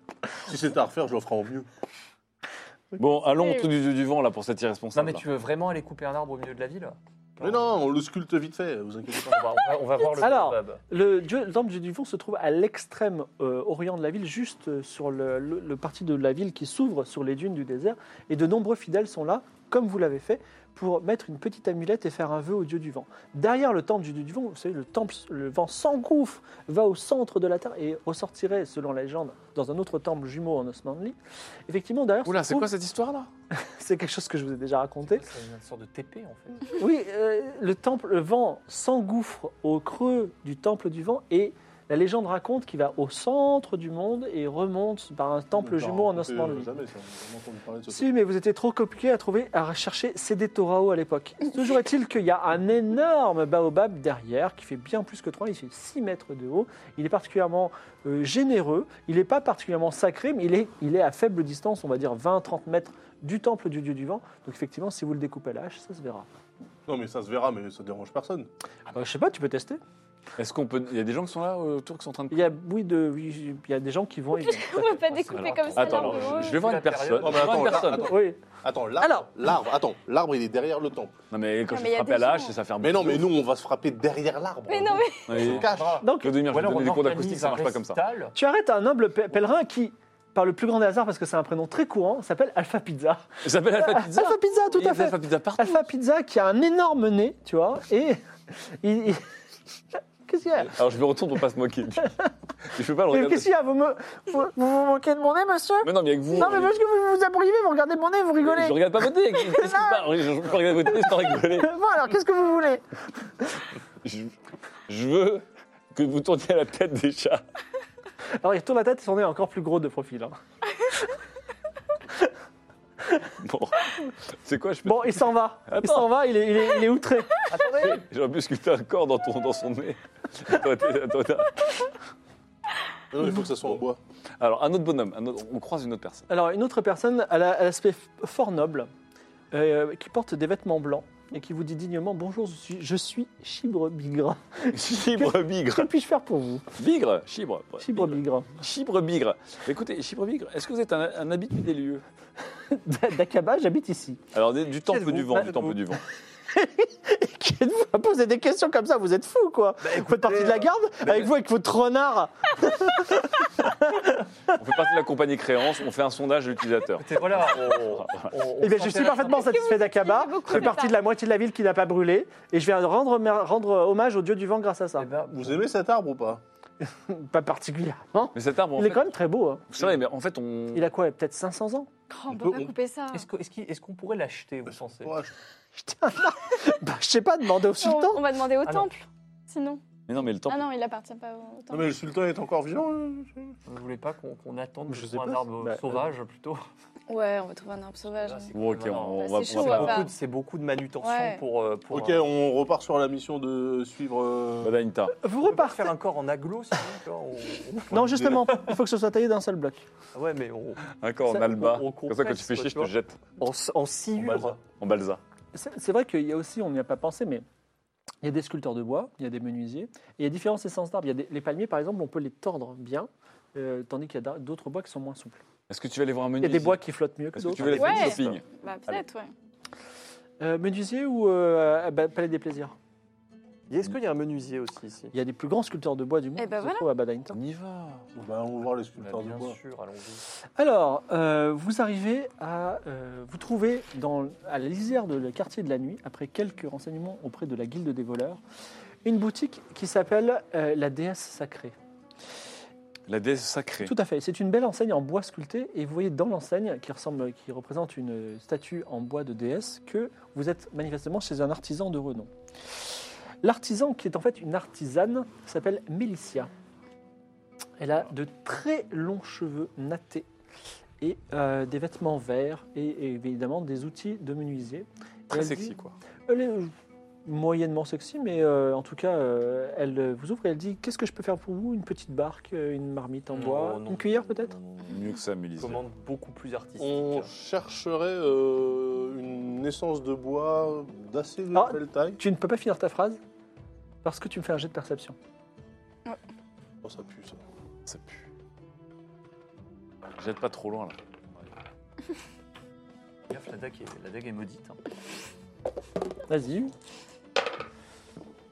C: Si c'était à refaire, je le ferais en mieux.
E: Bon, allons au truc du dieu du vent là pour cette
B: Non,
E: irresponsable.
B: mais tu veux vraiment aller couper un arbre au milieu de la ville
C: Mais non, on le sculpte vite fait, vous inquiétez
B: On
C: pas.
B: va, on va- on va voir le
A: Alors,
B: kebab.
A: Le, dieu, le temple du Dieu du Vent se trouve à l'extrême euh, orient de la ville, juste euh, sur le, le- le parti de la ville qui s'ouvre sur les dunes du désert. Et de nombreux fidèles sont là, comme vous l'avez fait, pour mettre une petite amulette et faire un vœu au Dieu du Vent. Derrière le temple du Dieu du Vent, vous savez, le, temple, le vent s'engouffre, va au centre de la terre et ressortirait, selon la légende, dans un autre temple jumeau en Osmanli. Effectivement, derrière.
E: Oula,
A: se
E: c'est
A: trouve-
E: quoi cette histoire là
A: C'est quelque chose que je vous ai déjà raconté.
B: C'est une sorte de TP en fait.
A: Oui, euh, le temple le vent s'engouffre au creux du temple du vent et la légende raconte qu'il va au centre du monde et remonte par un temple jumeau en Osmanli.
C: euh, Jamais, ça, on n'a entendu parler de ce truc.
A: Si, mais vous étiez trop compliqué à trouver, à rechercher CD Torao à l'époque. Toujours est-il qu'il y a un énorme baobab derrière qui fait bien plus que 3, il fait 6 mètres de haut. Il est particulièrement euh, généreux, il n'est pas particulièrement sacré, mais il est, il est à faible distance, on va dire 20-30 mètres du temple du dieu du vent. Donc effectivement, si vous le découpez à l'âge, ça se verra.
C: Non, mais ça se verra, mais ça dérange personne.
A: Euh, je sais pas, tu peux tester.
E: Est-ce qu'on peut. Il y a des gens qui sont là euh, autour qui sont en train de.
A: Il y a, oui, de, oui, il y a des gens qui vont. et-
D: On va pas découper
B: Alors,
D: comme ça
E: Attends,
D: l'arbre.
E: alors, je, je
D: ouais.
E: vais voir
B: C'est
E: une
B: la
E: personne.
B: période.
E: Je vais voir une
C: Attends,
E: personne.
C: attends.
A: Oui,
C: Attends,
A: Alors-
C: l'arbre, l'arbre, attends, l'arbre, il est derrière le temple.
E: Non, mais quand
D: Non,
E: je
D: mais il y
E: vais
D: a
E: frapper à
D: des
E: l'âge,
D: gens.
E: ça fait un
C: Mais non, mais nous, on va se frapper derrière l'arbre.
D: Mais non, mais
E: Mais
C: On se
A: Ah,
C: cache.
A: donc
E: Claude-Demir,
B: Ou
E: je vais
B: alors,
E: donner des
B: on
E: cours
B: organise
E: d'acoustique, ça
B: un
E: marche pas comme ça.
B: récital.
A: tu arrêtes un noble pe- pèlerin qui, par le plus grand hasard, parce que c'est un prénom très courant, s'appelle Alpha Pizza.
E: Il s'appelle Alpha Pizza.
A: Alpha Pizza, Ah, tout
E: Il y a
A: à
E: des
A: fait.
E: Alpha Pizza partout.
A: Alpha Pizza qui a un énorme nez, tu vois, et il. il- Qu'est-ce qu'il y a
E: Alors je me retourne pour pas se moquer. je peux pas le
A: Mais
E: regarder.
A: Qu'est-ce qu'il y a vous, me, vous, vous vous moquez de mon nez, monsieur
E: Mais non, mais avec vous.
A: Non, mais parce que vous vous abrivez, vous regardez mon nez, vous rigolez.
E: Je regarde pas votre nez. Qu'est-ce qui se passe Je peux pas regarder votre nez sans rigoler.
A: Bon, alors, qu'est-ce que vous voulez
E: Je, je veux que vous tourniez la tête des chats.
A: Alors, il retourne la tête et son nez est encore plus gros de profil. hein.
E: Bon. C'est quoi je peux...
A: Bon, il s'en va. Il
E: Attends.
A: s'en va, il est, il est- il est outré.
E: J'aurais pu sculpter un corps dans, ton, dans son nez. Toi, t'es- toi, t'as-
C: Mais non, il faut que ça soit en bois.
E: Alors, un autre bonhomme, un autre- on croise une autre personne.
A: Alors, une autre personne à la- à l'aspect f- fort noble, euh, qui porte des vêtements blancs et qui vous dit dignement Bonjour, je suis, je suis Chibre Bigre.
E: Chibre
A: Que
E: bigre.
A: puis-je faire pour vous
E: Bigre Chibre.
A: Chibre Bigre.
E: Chibre bigre. Écoutez, Chibre bigre, est-ce que vous êtes un, un habitué des lieux
A: D'Akaba, j'habite ici.
E: Alors, des- du temple
A: Êtes-vous
E: du vent, du
A: Êtes-vous
E: temple du vent.
A: Qui êtes-vous à poser des questions comme ça Vous êtes fou, quoi Vous faites Bah, partie de la garde Avec vous, avec votre renard
E: On fait partie de la compagnie créance, on fait un sondage à l'utilisateur.
B: Écoutez, Voilà, on- on- on
A: Eh bien, je suis
B: s'intéresse
A: parfaitement satisfait d'Akaba.
D: beaucoup
A: Je fais
D: de
A: partie
D: ça
A: de la moitié de la ville qui n'a pas brûlé et je vais rendre, rendre hommage au dieu du vent grâce à ça.
B: Eh ben,
C: Vous aimez cet arbre ou pas
A: Pas particulièrement.
E: Mais cet arbre, en
A: Il
E: fait,
A: est quand même très beau. hein.
E: c'est vrai, mais en fait, on.
A: Il a quoi Peut-être 500 ans
D: Oh, on
C: On
D: peut
C: peut-
D: pas couper ça.
B: Est-ce que- est-ce qu'il- est-ce qu'on pourrait l'acheter, vous pensez
C: Ouais, je-
A: Bah, Je sais pas, demander au
D: On,
A: sultan.
D: on va demander au
B: Ah non.
D: temple. Sinon.
E: Mais non, mais le temple.
D: Ah non, il appartient pas au
C: Non,
D: temple.
C: mais le sultan est encore vivant. hein.
B: Vous voulez pas qu'on qu'on attende
A: Je
B: que ce
A: sais
B: soit un
A: pas.
B: arbre
A: Bah,
B: sauvage plutôt
D: Ouais, on va trouver un arbre sauvage.
B: Là,
D: hein.
B: Ah c'est-
E: Bon, Oh, ok, on, on
D: Bah,
E: va,
D: c'est
E: on
D: chaud,
E: va
D: on va
E: faire
D: pas.
B: beaucoup de- C'est beaucoup de manutention
D: Ouais.
B: pour, euh, pour
C: Ok,
B: un-
C: on repart sur la mission de suivre. euh,
E: Badaïnta.
A: Vous
B: On peut pas
A: repartez.
B: faire un corps en aglo, sinon, tu vois, on-
A: Non, justement, il faut que ce soit taillé d'un seul bloc.
B: on- Ouais, mais on,
E: Encore en
A: Ça,
E: alba.
B: on- on
E: Comme ça, quand tu
B: complexe,
E: fais
B: quoi,
E: chier,
B: tu
E: je te
B: vois.
E: jette
B: en, en
E: En
B: sciure.
E: balsa. En balsa.
A: C'est c'est vrai qu'il y a aussi, on n'y a pas pensé, mais il y a des sculpteurs de bois, il y a des menuisiers, et il y a différentes essences d'arbres. Il y a des- les palmiers, par exemple, on peut les tordre bien, euh, tandis qu'il y a d'a- d'autres bois qui sont moins souples.
E: Est-ce que tu vas aller voir un
A: Il y
E: menu
A: a des bois qui flottent mieux que
E: Est-ce que
A: d'autres.
E: tu veux aller faire
D: Ouais.
E: du shopping
D: Bah peut-être, ouais.
A: Euh, menuisier ou euh, bah, Palais des Plaisirs
B: Est-ce qu'il y a un menuisier aussi ici
A: Il y a des plus grands sculpteurs de bois du monde
D: Eh ben
A: qui se
D: voilà.
A: trouvent à Badaïnton.
E: On y va.
C: Bah, on va voir les
B: Bah,
C: sculpteurs de
B: Bien
C: bois.
B: sûr, allons-y.
A: Alors, euh, vous arrivez à euh, vous trouvez dans, à la lisière de le quartier de la nuit, après quelques renseignements auprès de la guilde des voleurs, une boutique qui s'appelle euh, la déesse sacrée.
E: La déesse sacrée.
A: Tout à fait. C'est une belle enseigne en bois sculpté et vous voyez dans l'enseigne qui ressemble, qui représente une statue en bois de déesse que vous êtes manifestement chez un artisan de renom. L'artisan qui est en fait une artisane s'appelle Mélicia. Elle a de très longs cheveux nattés et euh, des vêtements verts et, et évidemment des outils de menuisier. Et
E: Très
A: elle
E: sexy,
A: dit-
E: quoi.
A: elle est euh, moyennement sexy, mais euh, en tout cas, euh, elle euh, vous ouvre et elle dit Qu'est-ce que je peux faire pour vous Une petite barque, euh, une marmite en bois,
B: Oh, non.
A: une cuillère peut-être
B: Non, non, non.
E: Mieux que ça, Mélissa.
B: Commande beaucoup plus artistique.
C: On chercherait euh, une essence de bois d'assez
A: Ah.
C: belle taille.
A: Tu ne peux pas finir ta phrase parce que tu me fais un jet de perception.
C: Oh, ça pue, ça.
E: Ça pue. Jette pas trop loin, là.
B: Gaffe, la dague est, la dague est maudite. hein.
A: Vas-y.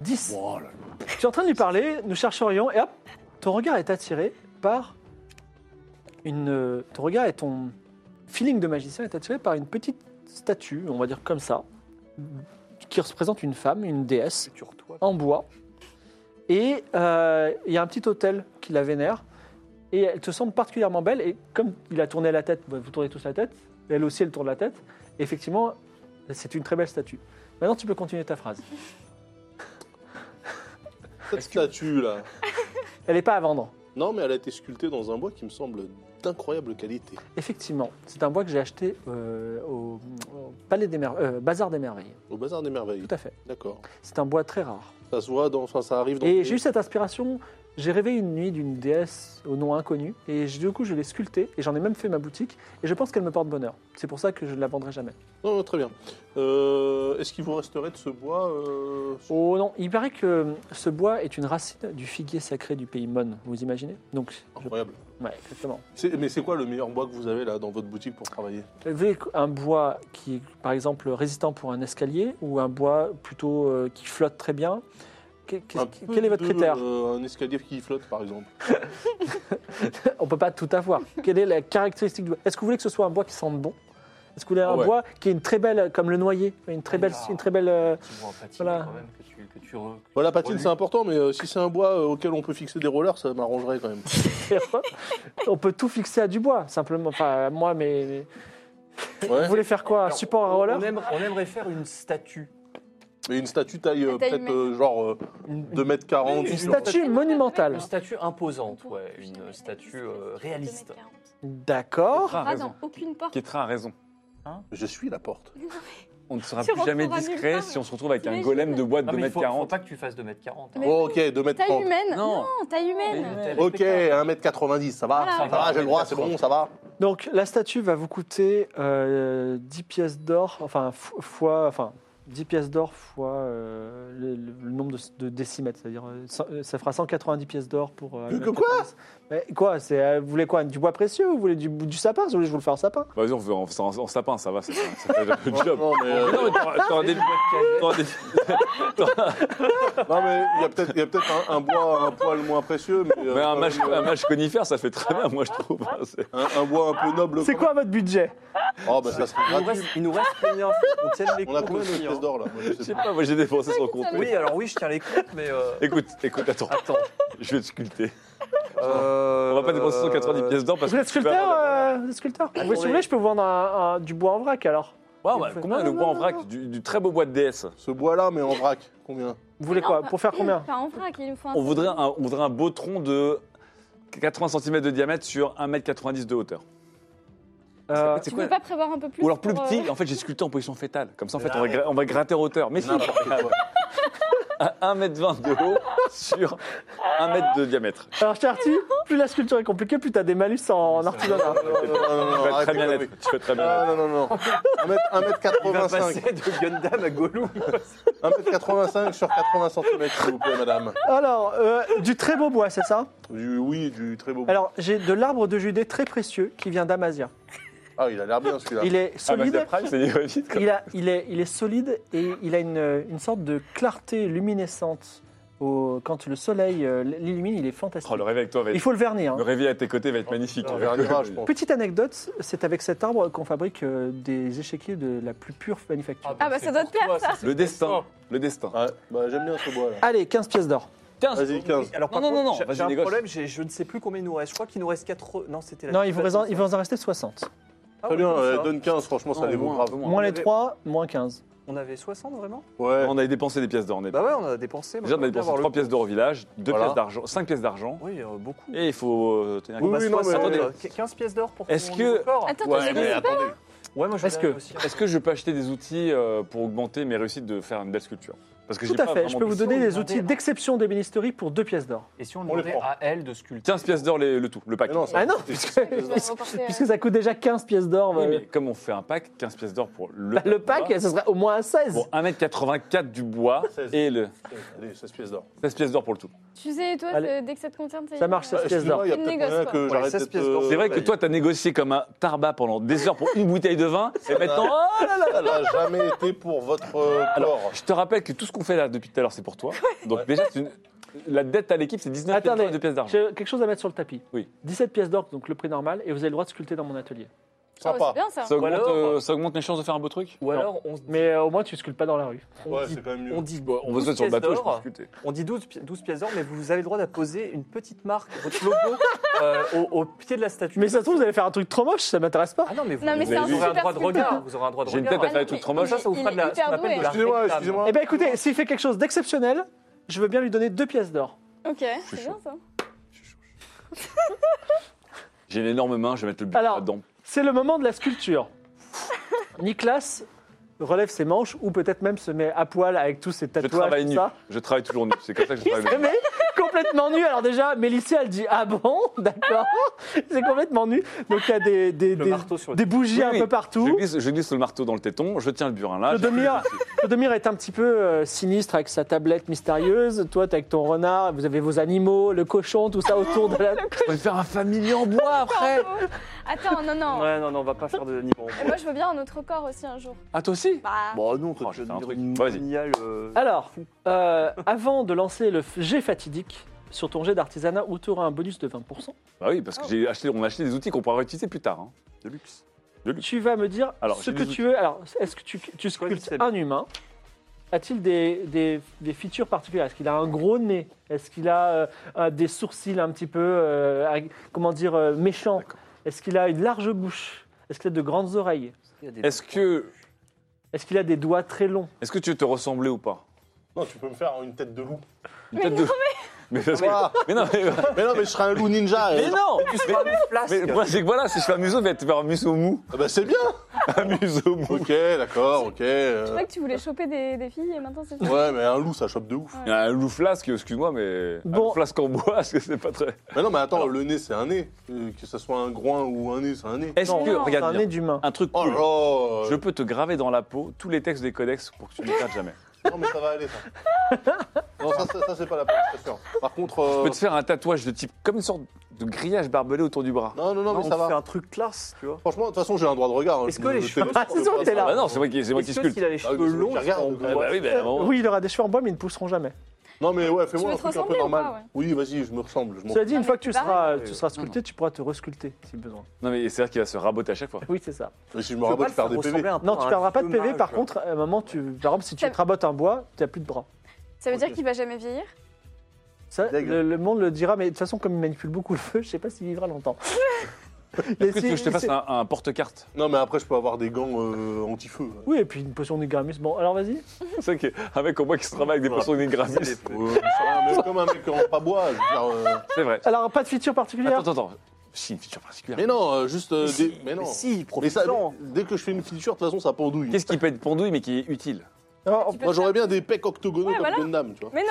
A: 10.
C: Oh là là.
A: Tu es en train de lui parler, nous chercherions, et hop, ton regard est attiré par une. euh, Ton regard et ton feeling de magicien est attiré par une petite statue, on va dire comme ça, qui représente une femme, une déesse.
B: Sur toi.
A: en bois. Et euh, il y a un petit hôtel qui la vénère. Et elle te semble particulièrement belle. Et comme il a tourné la tête, bah, vous tournez tous la tête. Elle aussi, elle tourne la tête. Et effectivement, c'est une très belle statue. Maintenant, tu peux continuer ta phrase.
C: Cette statue, là.
A: Elle n'est pas à vendre.
C: Non, mais elle a été sculptée dans un bois qui me semble d'incroyable qualité.
A: Effectivement, c'est un bois que j'ai acheté euh, au, au Palais des Mer- euh, Bazar des Merveilles.
C: Au bazar des merveilles.
A: Tout à fait.
C: D'accord.
A: C'est un bois très rare.
C: Ça se voit, dans, enfin, ça arrive dans.
A: Et
C: les-
A: j'ai eu cette inspiration. J'ai rêvé une nuit d'une déesse au nom inconnu. Et je- du coup, je l'ai sculptée. Et j'en ai même fait ma boutique. Et je pense qu'elle me porte bonheur. C'est pour ça que je ne la vendrai jamais.
C: Non, non, très bien. Euh, Est-ce qu'il vous resterait de ce bois euh, sur-
A: Oh non, il paraît que ce bois est une racine du figuier sacré du pays Mon, vous imaginez Donc, je-
C: Incroyable.
A: ouais, exactement.
C: C'est- Mais c'est quoi le meilleur bois que vous avez là dans votre boutique pour travailler
A: Vous voyez un bois qui est, par exemple, résistant pour un escalier ou un bois plutôt euh, qui flotte très bien Que- que-
C: Un peu
A: Quel est votre
C: de,
A: critère
C: Ah, euh, Un escalier qui flotte par exemple.
A: On peut pas tout avoir. Quelle est la caractéristique du bois Est-ce que vous voulez que ce soit un bois qui sente bon Est-ce que vous voulez un
E: Ah ouais.
A: bois qui est une très belle, euh, comme le noyer, une très belle, une très belle euh,
B: Tu vois un patine
A: Voilà.
B: quand même que tu, que tu re-
C: Voilà, patine,
B: Relu.
C: c'est important, mais euh, si c'est un bois euh, auquel on peut fixer des rollers, ça m'arrangerait quand même.
A: On peut tout fixer à du bois, simplement. Enfin, moi, mais mais-
C: Ouais.
A: vous voulez faire quoi Un
B: Alors,
A: support à roller
B: on, aimerait, on aimerait faire une statue.
C: Mais une statue taille euh,
D: Taille
C: peut-être
D: humaine.
C: euh, genre euh,
A: Une-
C: 2 mètres 40.
A: Une
B: Une
A: statue monumentale.
B: Une statue imposante,
D: Pour-
B: ouais,
D: je sais pas,
B: une
D: mais
B: statue
D: c'est-
B: euh,
D: c'est
B: réaliste.
D: 2,40 m.
A: D'accord.
E: Ketra a
D: Ah
E: raison.
D: non, aucune porte.
E: Ketra a raison.
C: Je suis la porte.
E: On ne sera
D: Tu
E: plus jamais
D: rentreras nulle
E: discret
D: part.
E: si on se retrouve avec un
D: T'imagines
E: golem de bois de
B: Non, mais il faut,
E: 2m40.
B: faut pas que tu fasses 2m40.
D: Mais
C: Oh, ok, 2 mètres
D: Taille
C: 30.
D: humaine
E: Non.
D: Non, taille humaine
E: Mais-
C: Ok, 1m90, ça va
D: Voilà.
C: Ça
D: Ça
C: va,
B: va,
C: j'ai le droit, c'est bon, ça va
A: Donc la statue va vous coûter euh, 10 pièces d'or, enfin fo- fois, enfin 10 pièces d'or fois euh, le, le- le nombre de, de décimètres, c'est-à-dire euh, cent- euh, ça fera 190 pièces d'or pour. euh,
C: Que- que
A: 90. Mais quoi c'est, euh, Vous voulez quoi Du bois précieux Vous voulez du, du sapin Si vous voulez, je vous le fais en sapin.
E: Vas-y, on fait en, en- en sapin, ça va, ça, fait- ça fait déjà le
C: Non,
E: job.
C: non, mais euh,
E: Non, mais t'auras- t'auras des- t'auras des-
C: non, mais il y a peut-être il y a peut-être un, un bois un poil moins précieux, mais, euh,
E: Mais un
C: quand
E: match,
C: même,
E: un
C: euh,
E: match conifère, ça fait très bien, moi je trouve. C'est-
C: un- un bois un peu noble.
A: C'est
C: quand
A: quoi votre budget
C: même. Oh, bah ça serait
B: Il nous
C: gratuit.
B: reste, il nous reste combien On tient les
C: On a
B: comptes
C: combien de
B: aussi, hein.
C: pièces d'or là Moi, je sais
E: Je sais
C: pas.
E: pas, moi j'ai dépensé sans compter.
B: Oui, alors oui, je tiens les comptes, mais. euh,
E: Écoute, écoute, attends,
B: Attends.
E: je vais te sculpter.
B: euh,
E: On va pas dépenser 190 pièces d'or parce
A: Euh, Vous
E: que.
A: êtes
E: tu vas
A: sculpteur
E: avoir-
A: euh, vous êtes sculpteur Oui, Si vous voulez, je peux vous vendre un- un- du bois en vrac alors.
E: Ouais, ouais, combien
A: Non,
E: le
A: non,
E: bois en
A: Ah, non, non.
E: vrac du, du très beau bois de DS
C: Ce bois là, mais en vrac, combien
A: Vous voulez
D: Non,
A: quoi
D: pas-
A: Pour faire combien
D: Pas en vrac, il nous
A: Ah,
D: faut un.
E: on voudrait, un, on voudrait un beau tronc de 80 cm de diamètre sur 1m90 de hauteur.
A: Euh,
E: C'est
D: Tu
E: quoi
D: peux pas prévoir un peu plus
E: Ou alors plus
D: pour, euh,
E: petit, en fait j'ai sculpté en position fétale. Comme ça en fait
B: Mais
E: on va, gra- on va gratter en hauteur. Mais si,
C: N'importe quoi.
E: à 1m20 de haut sur 1m de diamètre.
A: Alors, cher Artie, plus la sculpture est compliquée, plus t'as des malus en artisanat.
C: Non, non, non, non, non,
E: Tu vas
C: arrêtez
E: très bien
C: de
E: être. Tu vas très bien être.
C: Ah non, non, non. 1m85
B: passer de Gundam à Gollum.
C: 1m85 sur 80 cm, s'il vous plaît, madame.
A: Alors, euh, du très beau bois, c'est ça
C: Du, oui, du très beau bois.
A: Alors, j'ai de l'arbre de Judée très précieux qui vient d'Amazia.
C: Ah, il a l'air bien celui-là.
A: Il est
E: Ah, bah,
A: solide.
E: c'est Prime, c'est vite, quoi.
A: Il, a- il est, il est solide et il a une, une sorte de clarté luminescente. au- quand le soleil euh, l'illumine, il est fantastique.
E: Oh, le réveil avec toi va être...
A: Il faut le vernir. hein.
E: Le réveil à tes côtés va être magnifique.
C: Oh, On verra, je pense.
A: Petite anecdote, c'est avec cet arbre qu'on fabrique euh, des échiquiers de la plus pure manufacture.
D: Ah bah, ça doit te plaire,
B: ça.
E: Le destin, le destin.
C: Oh. Ouais, bah, j'aime bien ce bois là.
A: Allez, 15 pièces d'or.
B: 15.
C: Vas-y, 15.
B: Alors, par
E: Non, non,
B: contre,
E: non, non,
B: j'ai-
E: vas-y,
B: j'ai un
E: négocie.
B: problème, j'ai- je ne sais plus combien il nous reste. Je crois qu'il nous reste 4. Non, c'était la.
A: Non, il vous, reste- il vous en rester 60.
B: Ah,
C: Très bien,
B: ouais,
C: euh,
B: ça.
C: donne 15, franchement, ça
E: Non,
C: les vaut
E: moins,
C: grave.
E: moins.
A: Moins
B: on
A: les
B: avait-
A: 3, moins 15.
B: On avait 60 vraiment
C: Ouais.
E: On avait dépensé des pièces d'or. on est-
B: Bah ouais, on a dépensé. moi,
E: Eh Déjà, on a
B: j'aimerais bien
E: dépensé
B: voir le
E: 3
B: coup.
E: pièces d'or au village, 2
B: Voilà.
E: pièces d'argent, 5 pièces d'argent.
B: Oui, euh, beaucoup.
E: Et il faut euh, tenir
C: Oui,
E: compte.
C: oui,
B: Bah,
C: non, mais-
B: 60, euh, 15 pièces d'or pour
E: Est-ce
B: ton
E: que-
B: nouveau corps.
D: Attends,
E: Ouais,
D: t'as
E: mais
D: des super
C: attendez.
B: Ouais, moi je
A: Est-ce
B: vais
A: que-
B: aussi.
E: Est-ce que je peux acheter des outils euh, pour augmenter mes réussites de faire une belle sculpture Parce que
A: Tout
E: j'ai
A: à
E: pas
A: fait,
E: vraiment
A: je peux vous
E: d'outils.
A: donner
B: on
A: des
B: demandait
E: hein.
A: outils
B: un-
A: d'exception d'ébénisterie pour 2 pièces d'or.
B: Et si on
C: On les
B: demandait
C: prend.
B: à elle de sculpter
E: 15 pièces d'or les- le tout, le pack.
C: Mais non,
A: Ah non,
C: c'est-
A: puisque,
C: c'est-
D: Je vais
A: puisque-
D: reporter, euh,
A: puisque ça coûte déjà 15 pièces d'or. euh,
E: Oui, mais comme on fait un pack, 15 pièces d'or pour le,
A: bah, le pack, ce sera au moins à 16.
E: Pour 1m84 du bois
C: 16.
E: et le
C: Allez, 16 pièces d'or.
E: 16 pièces d'or pour le tout.
D: Tu sais, toi,
A: Allez.
D: c'est- dès que ça euh, te concerne, t'es-
A: Ça marche, ça
C: Bah,
A: se pièces d'or.
C: excuse-moi, il y a
D: Il
C: peut-être
D: négoce,
C: moyen
D: quoi.
C: que
B: Ouais,
C: j'arrête
B: 16
C: cette,
B: pièces d'or.
C: euh,
E: C'est vrai que
C: taille.
E: toi, t'as négocié comme un tarbat pendant des heures pour une bouteille de vin, et maintenant, oh là là
C: Ça n'a jamais été pour votre euh, corps.
E: Je te rappelle que tout ce qu'on fait là depuis tout à l'heure, c'est pour toi. Donc déjà, c'est une- la dette à l'équipe, c'est 19 pièces
A: Attendez.
E: d'or et 2 pièces d'argent.
A: J'ai quelque chose à mettre sur le tapis.
E: Oui.
A: 17 pièces d'or, donc le prix normal, et vous avez le droit de sculpter dans mon atelier.
D: Oh,
C: Sympa.
D: C'est bien ça.
E: Ça augmente,
B: alors-
E: euh, ça augmente mes chances de faire un beau truc
B: Ou alors on se dit.
A: Mais euh, au moins, tu sculptes pas dans la rue.
B: on
C: Ouais,
B: dit-
C: c'est quand même mieux.
B: on dit
E: On va
B: 12
E: se sur le
B: pièces
E: bateau, je
B: d'or.
E: pense discuter.
B: On dit 12, pi- 12 pièces d'or, mais vous avez le droit d'apposer une petite marque, votre logo, euh, au, au pied de la statue.
A: Mais ça se trouve, vous allez faire un truc trop moche, ça m'intéresse pas.
B: Ah non, mais vous,
D: Non, mais
B: vous
E: c'est un
B: aurez un
D: super
B: droit de
D: sculpteur.
B: regard. Vous aurez un droit de
E: J'ai une
B: regard.
E: tête à
D: Ah
E: faire
D: non,
E: tout
D: mais
E: trop
D: il
E: moche.
D: est-
B: Ça, ça vous
D: il
B: fera de la-
D: est
B: ce qu'on
D: hyper
B: appelle de
D: doué. hein.
B: la-
C: Excusez-moi,
B: respectable.
C: excusez-moi.
A: Eh ben écoutez, s'il fait quelque chose d'exceptionnel, je veux bien lui donner 2 pièces d'or.
D: Ok,
E: suis
D: c'est
E: chaud.
D: bien ça.
E: J'ai une énorme main, je vais mettre le but
A: Alors-
E: là-dedans.
A: C'est le moment de la sculpture. Nicolas relève ses manches ou peut-être même se met à poil avec tous ses
E: Je
A: tatouages.
E: travaille
A: tout
E: nu.
A: ça.
E: Je travaille toujours nu. C'est comme ça que je travaille nu.
A: Mais complètement nu. Alors déjà, Mélicia, elle dit ah bon, d'accord. C'est complètement nu. Donc il y a des, des,
B: Le
A: des-
B: marteau sur le-
A: des bougies
E: Oui,
A: un
E: oui.
A: peu
E: Je
A: partout.
E: glisse, je glisse le marteau dans le téton, je tiens le burin là.
A: Le
E: j'ai-
A: demi-heure. Clodomir est un petit peu euh, sinistre avec sa tablette mystérieuse. Toi, t'es avec ton renard, vous avez vos animaux, le cochon, tout ça autour de la.
E: On va faire un familier en bois après.
D: Attends, non, non.
B: Ouais, non, non, on va pas faire de niveau.
D: Et moi, je veux bien un autre corps aussi un jour.
E: Ah toi aussi
D: Bah,
E: Bon non,
B: Oh,
E: je
B: je
E: vais faire un
B: deviendrai
E: truc.
B: une
E: Vas-y.
B: moniale, euh,
A: Alors, euh, avant de lancer le f- jet fatidique sur ton jet d'artisanat où tu auras un bonus de 20%,
E: Bah oui, parce que j'ai acheté, on a acheté des outils qu'on pourra réutiliser plus tard. hein. De luxe.
A: tu vas me dire
E: Alors,
A: ce
E: j'ai
A: que
E: des
A: tu veux. Alors, est-ce que tu, tu sculptes
B: c'est
A: un humain A-t-il des, des- des features particulières Est-ce qu'il a un gros nez Est-ce qu'il a euh, euh, des sourcils un petit peu, euh, ag- comment dire, euh, méchants
E: D'accord.
A: Est-ce qu'il a une large bouche Est-ce qu'il a de grandes oreilles
B: il y a des-
E: Est-ce que,
A: Est-ce qu'il a des doigts très longs
E: est-ce que tu veux te ressembler ou pas
C: Non, tu peux me faire une tête de loup.
E: Une tête de- mais parce que-
C: Ah,
E: mais non, mais,
C: mais non, mais je serai un loup ninja.
E: mais
C: euh.
E: non
B: Tu seras une flasque.
E: Mais le problème, c'est que voilà, si je fais un museau, je vais te faire un museau mou.
C: Ah bah, c'est bien.
E: Un museau mou.
C: Ok, d'accord, ok. euh,
D: je croyais que tu voulais choper des, des filles et maintenant c'est fini.
C: Ouais, mais un loup, ça chope de ouf.
E: Il y a un loup flasque, excuse-moi, mais.
A: Bon.
E: Un loup flasque en bois, parce que c'est pas très.
C: Mais non, mais attends,
E: Alors.
C: le nez, c'est un nez. Euh, Que ce soit un groin ou un nez, c'est un nez.
E: Est-ce
A: Non,
E: que,
D: non,
A: C'est un
E: regarde
A: nez
E: bien,
A: d'humain.
E: un truc
C: Oh
E: cool.
C: là
E: Je peux te graver dans la peau tous les textes des codex pour que tu ne les perdes jamais.
C: Non, mais ça va aller, ça. Non, ça, ça, ça, c'est pas la peine, je t'assure. Par contre...
E: Je
C: euh,
E: peux te faire un tatouage de type comme une sorte de grillage barbelé autour du bras.
C: Non, non, non,
B: Non,
C: mais
B: on
C: ça va.
B: fait un truc classe, tu vois.
C: Franchement, de toute façon, j'ai un droit de regard. hein.
B: Est-ce
C: Je
B: que
C: me-
B: les
C: je
B: cheveux
C: fais-
B: sont-
A: Ah, c'est sûr, t'es là.
E: Bah non, c'est moi qui, c'est moi qui
B: Est-ce que
E: sculpte.
B: s'il a les
C: Ah oui,
B: cheveux
C: mais
B: longs,
C: je regarde,
B: on
C: donc,
B: voit-
C: ouais.
E: Bah oui, bah, à un moment-
A: Oui, il aura des cheveux en bois, mais ils ne pousseront jamais.
C: Non, mais ouais,
D: Tu
C: fais-moi
D: veux
C: un
D: te
C: truc un peu
D: ressembler ou
C: normal.
D: pas, ouais
C: Oui, vas-y, je me ressemble. Je m'en
A: Cela dit, une
D: Non, Ah, mais
A: fois que
D: c'est
A: tu seras,
B: pareil.
A: tu seras sculpté, tu pourras te resculpter si besoin.
E: Non, mais c'est-à-dire qu'il va se raboter à chaque fois.
A: Oui, c'est ça.
C: fous. Mais si je me
B: Parce que
C: rabat de
B: Ralph, ça
C: faire des PV.
B: ressemblait un peu
A: Non,
B: à
A: tu
B: un
E: Ah,
A: perdras pas de
B: vieux
A: PV.
B: mage.
A: Par contre, à un moment, tu, par exemple, si tu
D: Ça-
A: te rabotes un bois, tu n'as plus de bras.
D: Ça veut
C: Ok.
D: dire qu'il va jamais vieillir
A: Ça,
C: Deg.
A: le, le monde le dira, mais de toute façon, comme il manipule beaucoup le feu, je sais pas s'il vivra longtemps. Mais
E: Est-ce que tu veux
A: si-
E: que je te fasse
A: si-
E: un, un porte-carte
C: Non, mais après, je peux avoir des gants euh, anti-feu.
A: Oui, et puis une potion de Gramus. Bon, alors vas-y.
E: C'est vrai qu'un mec au moi qui se travaille avec des
C: Voilà.
E: potions gravis.
C: Euh, je serais un mec comme un mec en pas bois. je veux dire, euh,
E: C'est vrai.
A: Alors, pas de feature particulière.
E: Attends, attends, attends. Si, une feature particulière.
C: Mais non, euh, juste euh,
B: Mais si,
C: des... Mais non.
B: mais si,
C: Mais ça-
B: profite-en.
C: dès que je fais une feature, de toute façon, ça pendouille.
E: Qu'est-ce qui peut être pendouille mais qui est utile
A: Alors,
D: Tu peux
C: Moi,
D: te
C: j'aurais
D: faire-
C: bien des pecs octogonaux
D: Ouais,
C: comme
D: voilà.
C: Gundam, tu vois.
D: Mais non,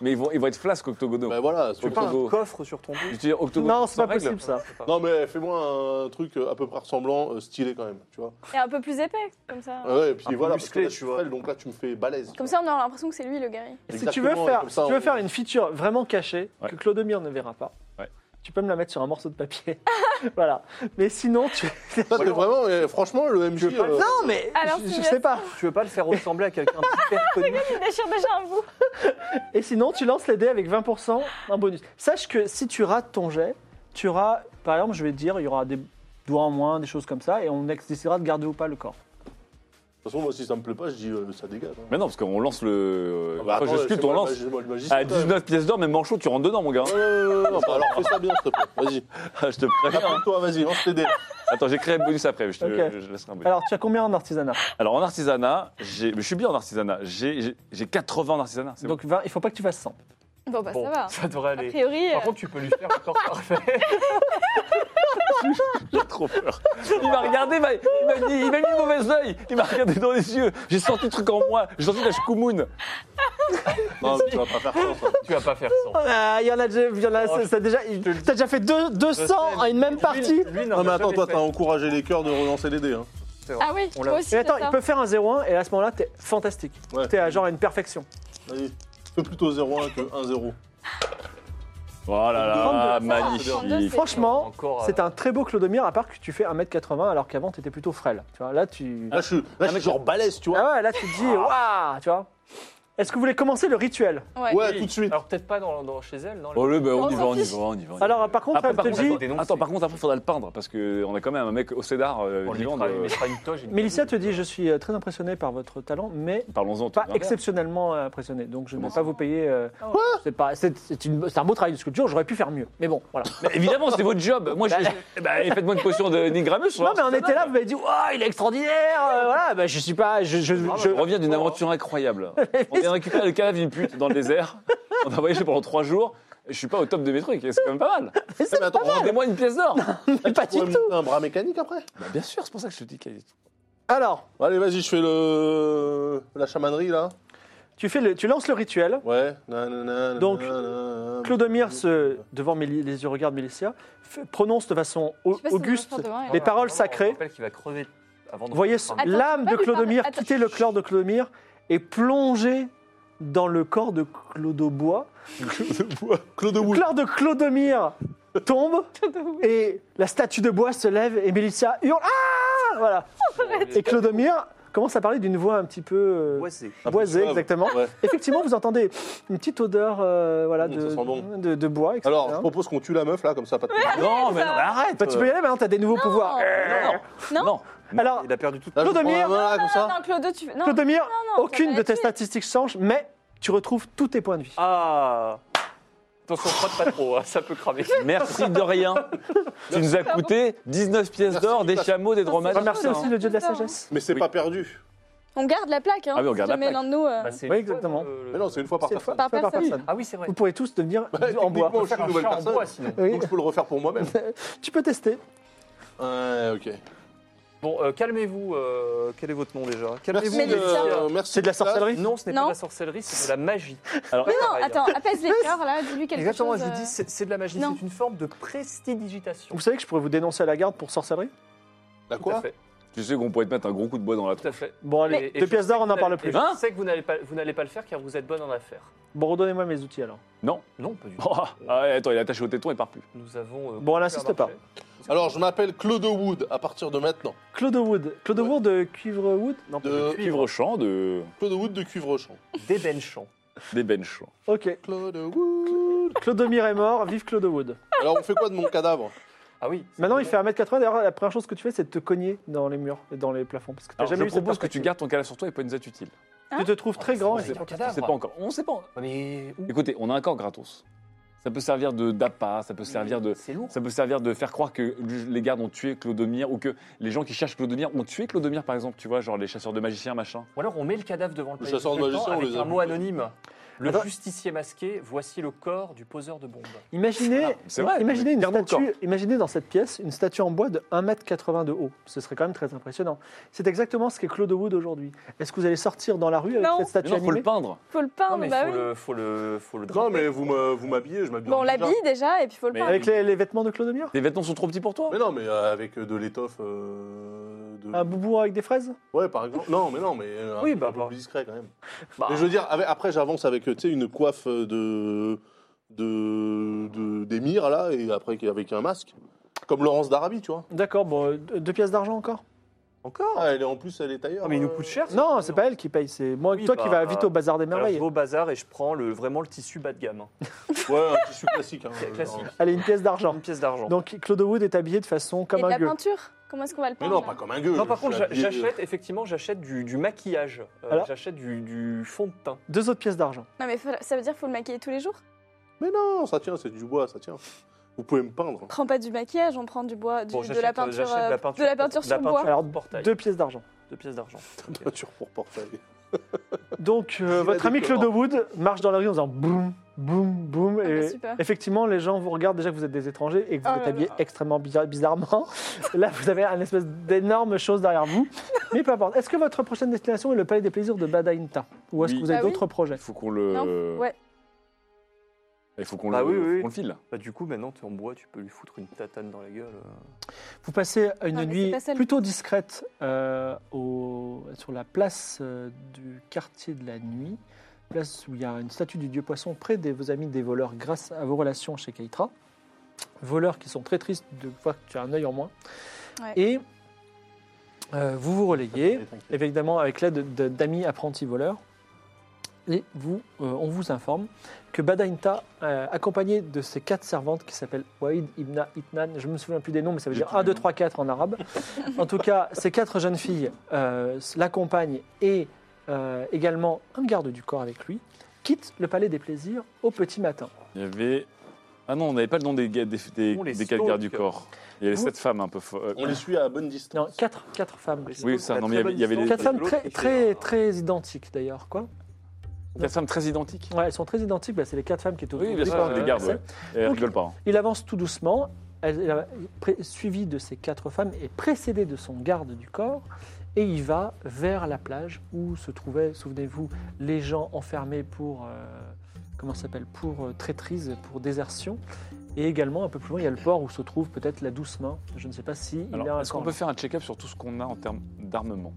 E: Mais ils vont, ils vont être flasques octogonaux.
C: Bah voilà,
B: Tu
C: c'est
B: veux pas
C: pas...
E: Octogo.
B: un coffre sur ton dos
E: Tu dis octogonaux
A: non, c'est
E: sans
A: pas
E: règle
A: possible ça.
C: Non, mais fais-moi un truc euh, à peu près ressemblant, euh, stylé quand même, tu vois.
D: et un peu plus épais, comme ça.
C: Ouais, et puis
B: Un peu
C: voilà,
B: musclé,
C: parce que là, je
B: tu
C: suis
B: vois.
C: frêle, donc là, tu me fais balèze.
D: Comme ça, on aura l'impression que c'est lui le gars.
A: Si tu
C: Exactement,
A: veux
C: et
A: faire,
C: comme ça,
A: si tu veux
C: on-
A: faire une feature vraiment cachée
E: Ouais.
A: que Clodomir ne verra pas,
E: Ouais.
A: Tu peux me la mettre sur un morceau de papier. voilà. Mais sinon, tu.
C: Ça, mais vraiment, eh, franchement, le MJ.
A: veux pas-
C: euh,
A: Non, mais
D: Alors,
A: je, je
D: Sylvia-
A: sais pas.
B: Tu veux pas le faire ressembler à quelqu'un d'hyper connu
D: Il déchire déjà un bout.
A: Et sinon, tu lances les dés avec 20% un bonus. Sache que si tu rates ton jet, tu auras, par exemple, je vais te dire, il y aura des doigts en moins, des choses comme ça, et on décidera de garder ou pas le corps.
C: De toute façon, moi, si ça me plaît pas, je dis euh, ça dégage. hein.
E: Mais non, parce qu'on lance le.
C: Ah bah,
E: Quand je
C: attends,
E: sculpte,
C: c'est
E: on
C: moi le
E: lance.
C: magi- moi, le magicien,
E: À
C: quand même.
E: 19 pièces d'or, même manchot, tu rentres dedans, mon gars.
C: Non, non, non, non, non, bah, alors fais ça bien, s'il te plaît. Vas-y.
E: je te préviens.
C: Toi, vas-y, lance tes dés.
E: Attends, j'ai créé un bonus après, mais je te
A: Ok.
E: je laisserai un bonus.
A: Alors, tu as combien en artisanat
E: Alors en artisanat, j'ai- mais je suis bien en artisanat. J'ai j'ai- j'ai 80 en artisanat. c'est
A: Donc, 20, il faut pas que tu fasses 100.
D: Bon, bah
B: Bon,
D: ça va.
B: ça devrait
D: A
B: aller.
D: priori,
B: Par
D: euh,
B: contre, tu peux lui faire le corps parfait.
E: bon. J'ai trop peur. Il m'a regardé, il m'a- il m'a dit- il m'a mis le mauvais oeil. Il m'a regardé dans les yeux. J'ai senti le truc en moi. J'ai senti la chkoumoun.
C: Non, mais tu vas pas faire ça. ça.
B: tu vas pas faire ça.
A: Oh, euh, Il y en a déjà. il y en a-
B: Oh,
A: ça- ça déjà tu as déjà fait deux- 200 à une même partie
B: Lui,
C: Non, mais
B: l'a
C: attends,
B: jamais
C: toi,
B: fait.
C: t'as encouragé les cœurs de relancer les dés. hein.
D: Ah oui,
B: On l'a-
D: moi aussi.
A: Et attends,
D: c'est
A: il
D: ça.
A: peut faire un 0-1, et à ce moment-là, t'es fantastique.
C: Ouais.
A: T'es à genre à une perfection.
C: Vas-y. Fais plutôt 0-1 que 1-0.
E: Voilà, Oh là,
A: 32.
E: magnifique.
A: Franchement,
B: Encore,
A: c'est
B: euh,
A: un très beau Clodomir, à part que tu fais 1m80, alors qu'avant, t'étais plutôt frêle. Tu vois, là, tu.
B: Ah.
C: Là, je suis, là, je suis genre balèze, tu vois.
A: Ah ouais, là, tu te dis, waouh, tu vois. Est-ce que vous voulez commencer le rituel
D: Ouais.
C: Ouais,
B: oui.
C: tout de suite.
B: Alors peut-être pas dans, dans- chez elle, non
E: Oh, le, bah, on,
D: On
E: y va,
D: s'en
E: on y
D: fiche.
E: va, on y va. on y
A: Alors,
E: va.
A: par contre,
E: Après,
A: elle te
E: contre,
A: dit-
E: attends, dénonce- Attends, par contre, après, faudra le peindre parce qu'on a quand même un mec au cédar euh,
B: on lui
E: vivant.
B: mettra,
E: de-
B: il mettra une toge. une-
A: Mélissa te dit, je suis euh, très impressionné par votre talent, mais
E: Parlons-en.
A: pas
E: tout de même.
A: exceptionnellement impressionné. Donc je ne
E: Comment
A: vais
E: ça
A: pas vous payer. euh,
D: ouais.
A: c'est pas- C'est c'est une- c'est un beau travail de sculpture, j'aurais pu faire mieux. Mais bon, voilà.
E: Mais évidemment, c'est votre job. Moi, je, je- bah, faites-moi une potion de Nigramus.
A: non, mais on était là, vous m'avez dit, oh, il est extraordinaire, euh, voilà, bah, je suis pas. Je, je-
E: Je
A: je-
E: reviens d'une aventure incroyable. On a récupéré le cadavre d'une pute dans le désert. On a voyagé pendant trois jours. Je suis pas au top de mes trucs. et C'est quand même pas mal. Ah,
A: Mais c'est
C: Mais attends, on
E: Rendez-moi une pièce d'or.
A: pas du
C: pourrait
A: tout.
C: monter un bras mécanique après.
E: Bah, bien sûr, c'est pour ça que je te dis qu'il y a-
A: Alors,
C: Allez, vas-y, je fais le la chamanerie là.
A: tu, fais le, tu lances le rituel.
C: Ouais. Nanana,
A: Donc, euh,
C: nanana.
A: Clodomir, se, devant Méli- les yeux, regarde Mélicia, fait- prononce de façon au-
D: Je sais pas si
A: auguste.
D: on va faire demain,
A: les
D: hein.
A: paroles
B: Vraiment,
A: sacrées.
B: On rappelle qu'il va crever avant de.
A: Vous voyez
B: Attends,
A: l'âme de
D: tu peux lui parler-
A: Clodomir
D: attends.
A: quitter le corps de Clodomir et plonger dans le corps de Clodobois.
C: Claude
A: Le
C: Wood.
A: corps de Clodomir tombe et la statue de bois se lève et Mélissa hurle Ah Voilà. Et Clodomir commence à parler d'une voix un petit peu euh,
B: Boisé.
A: boisée,
C: suave.
A: exactement.
C: Ouais.
A: Effectivement, vous entendez une petite odeur euh, voilà,
C: Mmh,
A: de,
C: ça sent bon.
A: de, de bois, etc.
C: Alors, je propose qu'on tue la meuf là, comme ça, pas de problème.
E: Non, mais non, mais arrête.
A: Bah, tu peux y aller maintenant, t'as des nouveaux pouvoirs.
E: Non, non,
D: Non.
E: non.
A: Alors,
B: Il a perdu tout.
C: Là, je
A: Claude
C: prends la
A: Amir.
C: main, là, comme
D: Ah,
C: ça.
D: non, Clodo, tu. Non,
A: Clodomir,
D: non,
A: aucune
D: ça va
A: de
D: être
A: tes
D: tué.
A: statistiques change, mais tu retrouves tous tes points de vie.
B: Ah Attention, frotte pas trop, hein, ça peut cramer.
E: Merci de rien. Tu nous as coûté 19 pièces
C: Merci,
E: d'or, des
C: parce-
E: chameaux, des dromadaires.
A: Remercie aussi le dieu de la sagesse.
C: Mais c'est
E: Oui.
C: pas perdu.
D: On garde la plaque, hein.
E: Ah oui, on garde
D: si
E: la
D: jamais
E: plaque.
D: l'un de nous. euh,
B: Bah, c'est
A: Oui,
B: une fois
A: exactement.
B: dans le-
C: Mais non, c'est une fois par
A: C'est une
C: personne.
A: fois
D: Par
A: c'est
D: personne.
B: Ah oui, c'est vrai.
A: Vous pourrez tous devenir en
C: techniquement,
A: bois.
B: On
C: je
B: peut faire
C: suis
B: un
C: une nouvelle
B: chat en
C: personne.
B: bois, sinon.
A: Oui.
C: Donc, je peux le refaire pour moi-même.
A: Tu peux tester.
C: Ouais, ok.
B: Bon, euh, calmez-vous. euh, quel est votre nom déjà Calmez-vous.
D: Merci,
B: Mélissa.
C: euh, merci.
A: C'est de la sorcellerie
B: Non, ce n'est
D: Non.
B: pas de la sorcellerie, c'est de la magie.
E: Alors,
B: Ouais,
D: Mais non,
B: pareil, hein.
D: attends, apaise les cœurs là, dis-lui quelque
B: Exactement,
D: chose.
B: je vous dis,
D: euh,
B: c'est c'est de la magie,
D: Non.
B: c'est une forme de prestidigitation.
A: Vous savez que je pourrais vous dénoncer à la garde pour sorcellerie
C: La
B: Tout à
C: quoi
B: fait,
E: tu sais qu'on pourrait te mettre un gros coup de bois dans la
B: tout
E: tronche.
B: à fait.
A: Bon, allez,
B: Mais- et
A: deux
B: je
A: pièces d'or, on n'en
B: Vous
A: parle
B: n'allez-
A: plus.
E: Hein
B: Je sais que vous n'allez pas, vous n'allez pas le faire car vous êtes bonne en affaires.
A: Bon, redonnez-moi mes outils alors.
E: Non
B: Non, pas du tout.
E: Oh, ah ouais, Attends, il est attaché au téton, il part plus.
B: Nous avons. euh,
A: Bon, on n'insiste
B: un
A: pas.
B: marché.
C: Alors, je m'appelle Claude Wood à partir de maintenant.
A: Claude Wood. Claude
C: Ouais.
A: Wood de Cuivre Wood Non.
C: De
E: Cuivre au champ de.
C: Claude Wood de Cuivre-Champ.
B: Des benchants.
E: des benches.
A: Ok.
C: Claude Wood.
A: Clodomir est mort, vive Claude Wood.
C: Alors, on fait quoi de mon cadavre
B: Ah oui. c'est
A: Maintenant,
B: bon.
A: il fait 1m80. D'ailleurs, la première chose que tu fais, c'est de te cogner dans les murs et dans les plafonds. Parce que t'as
E: Alors, je
A: jamais eu cette
E: propose que tu Ah,
A: perspective.
E: gardes ton cadavre sur toi et pas une aide utile.
A: Tu te trouves très grand.
E: On
B: Ouais,
E: sait
B: c'est
A: et-
E: pas,
B: un
E: on
B: cadavre.
E: sait pas encore. On sait pas.
B: Mais où
E: Écoutez, on a un corps gratos. Ça peut servir de d'appât, ça peut servir de.
B: C'est lourd.
E: Ça peut servir de faire croire que les gardes ont tué Clodomir ou que les gens qui cherchent Clodomir ont tué Clodomir, par exemple, tu vois, genre les chasseurs de magiciens, machin.
B: Ou alors on met le cadavre devant le
C: Le
B: palais
C: chasseur de
B: tout le
C: magiciens,
B: temps
C: on
B: avec
C: les a
B: un mot
C: butés.
B: anonyme. Le
A: Attends.
B: justicier masqué, voici le corps du poseur de bombes.
A: Imaginez,
E: C'est vrai,
A: imaginez, une
E: garde mon
A: statue, imaginez dans cette pièce une statue en bois de 1m80 de haut. Ce serait quand même très impressionnant. C'est exactement ce qu'est Claude Wood aujourd'hui. Est-ce que vous allez sortir dans la rue avec
D: Non.
A: cette
E: Mais
A: statue
E: non, faut le
A: animée
E: peindre.
D: Faut le
B: Non,
D: peindre,
B: mais
D: bah
B: faut,
D: oui.
B: le, Euh, faut le faut le
C: Non,
B: draper.
C: mais vous me- vous m'habillez, je m'habille.
D: Bon,
C: en
D: on
C: ninja.
D: l'habille déjà et puis faut le
E: Mais-
D: peindre.
A: Avec les, les vêtements de Claude Mire
E: Tes vêtements sont trop petits pour toi.
C: Mais non, mais euh, avec de l'étoffe. euh, de...
A: Un boubou avec des fraises
C: Ouais, par exemple. Non, mais non, mais euh, un
B: Oui,
C: truc
B: bah,
C: un peu
B: bah.
C: plus discret quand même.
B: Bah,
C: Mais je veux dire, avec- après, j'avance avec, euh, tu sais, une coiffe euh, de de, de- d'émir, là, et après avec un masque. Comme Laurence d'Arabie, tu vois.
A: D'accord, bon, euh, deux deux pièces d'argent encore
B: Encore
C: Ah, elle est en plus, elle est tailleur.
B: Ah, mais il nous
C: euh,
B: coûte cher. ça.
A: Non, c'est pas elle qui paye, c'est moi,
B: Oui,
A: toi
B: bah,
A: qui vas vite au bazar des
B: Alors, je
A: merveilles.
B: vais au bazar et je prends le, vraiment le tissu bas de gamme. hein.
C: Ouais, un tissu classique. hein, euh,
B: Classique.
A: Allez, une pièce d'argent.
B: Une pièce d'argent.
A: Donc Claude Wood est habillé de façon
D: Et
A: comme
D: de
A: un
D: la
A: gueux.
D: peinture Comment est-ce qu'on va le
C: Mais
D: peindre
C: non,
D: là
C: pas comme un gueux.
B: Non, par
C: je euh.
B: contre,
C: suis
B: j'a-
C: habillé,
B: j'achète effectivement, j'achète du, du maquillage. Euh,
A: Alors
B: j'achète du, du fond de teint.
A: Deux autres pièces d'argent.
D: Non, mais fa- ça veut dire qu'il faut le maquiller tous les jours
C: euh, Mais non, ça tient, c'est du bois, ça tient. Vous pouvez me peindre. hein,
D: On prend pas du maquillage, on prend du bois, du-
B: Bon,
D: de,
B: j'achète,
D: la
B: euh,
D: peinture,
B: j'achète
D: euh, de la peinture sur bois.
A: Alors,
B: portail.
A: Deux pièces d'argent.
B: Deux pièces d'argent. Ok.
C: Peinture pour portail.
A: Donc euh,
C: Il
A: votre
C: a
A: ami
C: des
A: Claude
C: corps.
A: Wood marche dans la rue en faisant boum, boum, boum.
D: Ah bah,
A: et
D: super.
A: effectivement, les gens vous regardent déjà que vous êtes des étrangers et que vous
D: Oh
A: êtes
D: là
A: habillés extrêmement bizar- bizarrement. là, vous avez un espèce d'énorme chose derrière vous. Mais peu importe. Est-ce que votre prochaine destination est le Palais des Plaisirs de Badainta Ou est-ce
E: Oui.
A: que vous avez
D: Ah oui.
A: d'autres projets
E: Il faut qu'on le.
D: Non, ouais.
E: Il faut qu'on
B: Ah
E: le,
B: oui, oui, oui.
E: qu'on le file.
B: Bah, du coup, maintenant, t'es en bois, tu peux lui foutre une tatane dans la gueule. euh.
A: Vous passez une
D: mais c'est
A: nuit
D: pas celle-
A: plutôt discrète euh, au- sur la place euh, du quartier de la nuit, place où il y a une statue du dieu poisson près de vos amis des voleurs grâce à vos relations chez Keitra. Voleurs qui sont très tristes de voir que tu as un œil en moins.
D: Ouais.
A: Et euh, vous vous relayez
C: T'inquiète.
A: évidemment avec l'aide de- d'amis apprentis voleurs. Et vous, euh, on vous informe que Badainta, euh, accompagné de ses quatre servantes qui s'appellent Waïd, Ibna, Itnan, je me souviens plus des noms, mais ça veut
E: J'ai
A: dire
E: plus
A: 1,
E: les
A: 2,
E: noms.
A: 3, 4 en arabe. en tout cas, ces quatre jeunes filles euh, l'accompagnent et euh, également un garde du corps avec lui, quitte le palais des plaisirs au petit matin.
E: Il y avait. Ah non, on n'avait pas le nom des, ga- des, des,
B: On les
E: des quatre
B: stalk.
E: gardes du corps. Il y avait
A: Vous-
E: cette femme un peu. fo- euh,
C: On les suit à bonne
A: Non,
C: distance.
A: quatre, quatre femmes.
E: Oui, ça, non, mais il y avait- il y avait les-
A: Quatre femmes très, très,
B: très
A: très identiques d'ailleurs, quoi.
E: Quatre femmes très identiques.
A: Ouais, elles sont très identiques, bah, c'est les quatre femmes qui étaient au
E: Oui, bien
A: du
E: sûr,
A: corps
E: c'est des
A: qui
E: gardes.
A: passaient.
E: Ouais. Et elles
A: Donc-
E: rigolent pas. hein.
A: Il avance tout doucement, elle- elle a- pré- suivi de ses quatre femmes et précédé de son garde du corps, et il va vers la plage où se trouvaient, souvenez-vous, les gens enfermés pour euh, comment ça s'appelle, pour euh, traîtrise, pour désertion, et également un peu plus loin il y a le port où se trouve peut-être la douce main. Je ne sais pas si il y a
E: Alors,
A: un
E: est-ce qu'on
A: corps
E: peut
A: là.
E: faire un check-up sur tout ce qu'on a en termes d'armement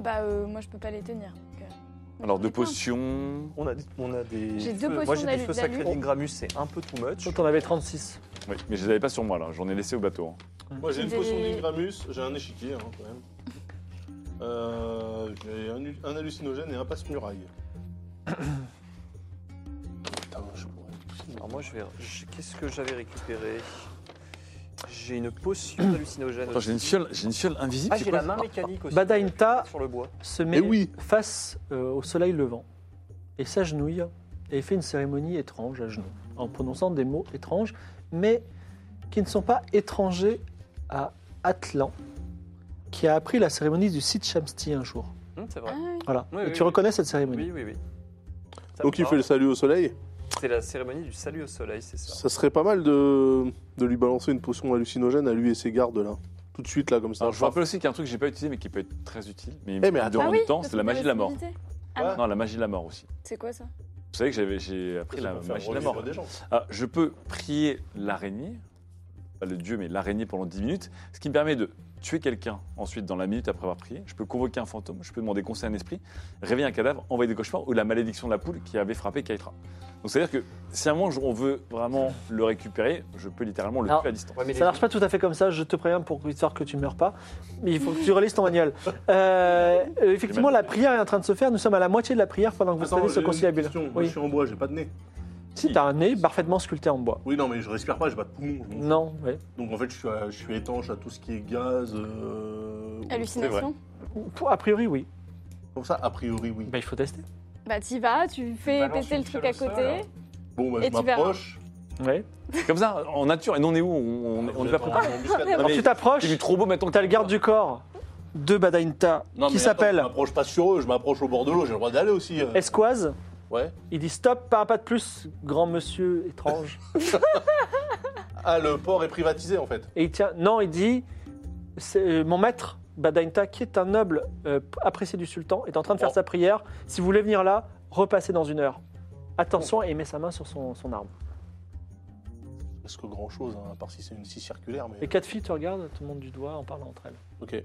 D: Bah, euh, moi, je peux pas les tenir. donc, euh,
E: Alors,
D: j'en ai
E: de
D: plein.
E: potions.
B: On a, des- on a des.
D: J'ai deux
B: feux.
D: potions
B: Moi, j'ai
D: d'alu-
B: des feux
D: d'alu.
B: sacrés d'Ingramus, c'est un peu too much.
A: Toi, t'en avais 36.
E: Oui, mais je les avais pas sur moi là, j'en ai laissé au bateau. hein.
C: Moi, j'ai une
D: J'ai-
C: potion d'Ingramus, j'ai un échiquier, hein, quand même. Euh, j'ai un, un hallucinogène et un passe-muraille. Putain, je pourrais.
B: Alors, moi, je vais. je- Qu'est-ce que j'avais récupéré J'ai une potion hallucinogène.
E: Attends, j'ai une fiole, j'ai une fiole invisible.
B: Ah,
E: c'est
B: j'ai
E: quoi
B: la main mécanique aussi.
A: Badaïnta.
B: Sur le bois.
A: se
C: Eh
A: met
C: oui.
A: face euh, au soleil levant et s'agenouille et fait une cérémonie étrange à genoux en prononçant des mots étranges mais qui ne sont pas étrangers à Atlan qui a appris la cérémonie du Sith Shamsti un jour.
B: Hum, c'est vrai.
D: Ah, oui.
A: Voilà.
B: Oui,
A: Et
B: oui,
A: tu
B: oui.
A: reconnais cette cérémonie
B: Oui, oui, oui. Ça
C: Donc,
B: me
C: il fait
B: parle.
C: le salut au soleil.
B: C'est la cérémonie du salut au soleil, c'est ça.
C: Ça serait pas mal de, de lui balancer une potion hallucinogène à lui et ses gardes, là. Tout de suite, là, comme ça.
E: Alors, je vous rappelle aussi qu'il y a un truc que j'ai pas utilisé mais qui peut être très utile. Eh, Mais,
C: mais
E: il
C: attends.
E: demande
D: Ah
E: du
D: oui,
E: temps,
D: parce
E: c'est la
D: que
E: magie de la mort.
D: possibilité.
C: Ouais.
E: Non, la magie de la mort aussi.
D: C'est quoi ça
E: Vous savez que j'avais- j'ai appris la magie de la mort. Ah, je peux prier l'araignée, pas le dieu, mais l'araignée pendant 10 minutes, ce qui me permet de tuer quelqu'un ensuite dans la minute après avoir prié. Je peux convoquer un fantôme, je peux demander conseil à un esprit, réveiller un cadavre, envoyer des cauchemars ou la malédiction de la poule qui avait frappé Kaitra. Donc c'est-à-dire que si à un moment on veut vraiment le récupérer, je peux littéralement le
A: Alors,
E: tuer à distance.
B: Ouais, mais
A: Ça
B: les-
A: marche pas tout à fait comme ça, je te préviens pour histoire que tu meurs pas. Mais il faut que tu relises ton manuel. Euh, euh, effectivement, la prière est en train de se faire. Nous sommes à la moitié de la prière pendant que vous
C: Attends,
A: savez ce
C: j'ai une
A: conciliabule.
C: question. Moi, je
A: Oui.
C: suis en bois, j'ai pas de nez.
A: Si t'as un nez parfaitement sculpté en bois.
C: Oui, non, mais je respire pas, j'ai pas de poumon. je m'en
E: Mm.
C: fous.
A: Non, oui.
C: Donc, en fait, je suis, à- je suis étanche à tout ce qui est gaz. euh,
D: Hallucination
A: Pour- A priori, oui.
C: Comme ça, a priori, oui.
A: Ben, il faut tester.
D: Bah, t'y vas, tu fais
B: Balance
D: péter
B: une
D: le truc à
B: fiole au
D: côté.
B: sol.
C: Bon, bah,
D: Et
C: je
D: tu verras.
C: m'approche.
A: Ouais.
E: Comme ça, en nature, et non on est où On on- on n'est pas Ah, préparé.
C: préparé.
A: Alors tu t'approches,
E: Il est trop beau maintenant.
A: t'as le garde du corps de Badainta qui
C: Je
A: s'appelle
C: m'approche pas sur eux, je m'approche au bord de l'eau, j'ai le droit d'aller aussi. euh.
A: Esquaz.
C: Ouais.
A: Il dit stop, pas un pas de plus, grand monsieur étrange.
C: Ah, le port est privatisé, en fait.
A: Et il tient, non, il dit c'est, euh, mon maître Badainta, qui est un noble euh, apprécié du sultan, est en train de faire
C: Oh.
A: sa prière. Si vous voulez venir là, repassez dans une heure. Attention, et il met sa main sur son, son arme.
C: Parce que hein, grand chose, à part si c'est une scie circulaire, mais.
A: Les quatre filles te regardent, tout le monde du doigt en parlant entre elles.
C: Ok.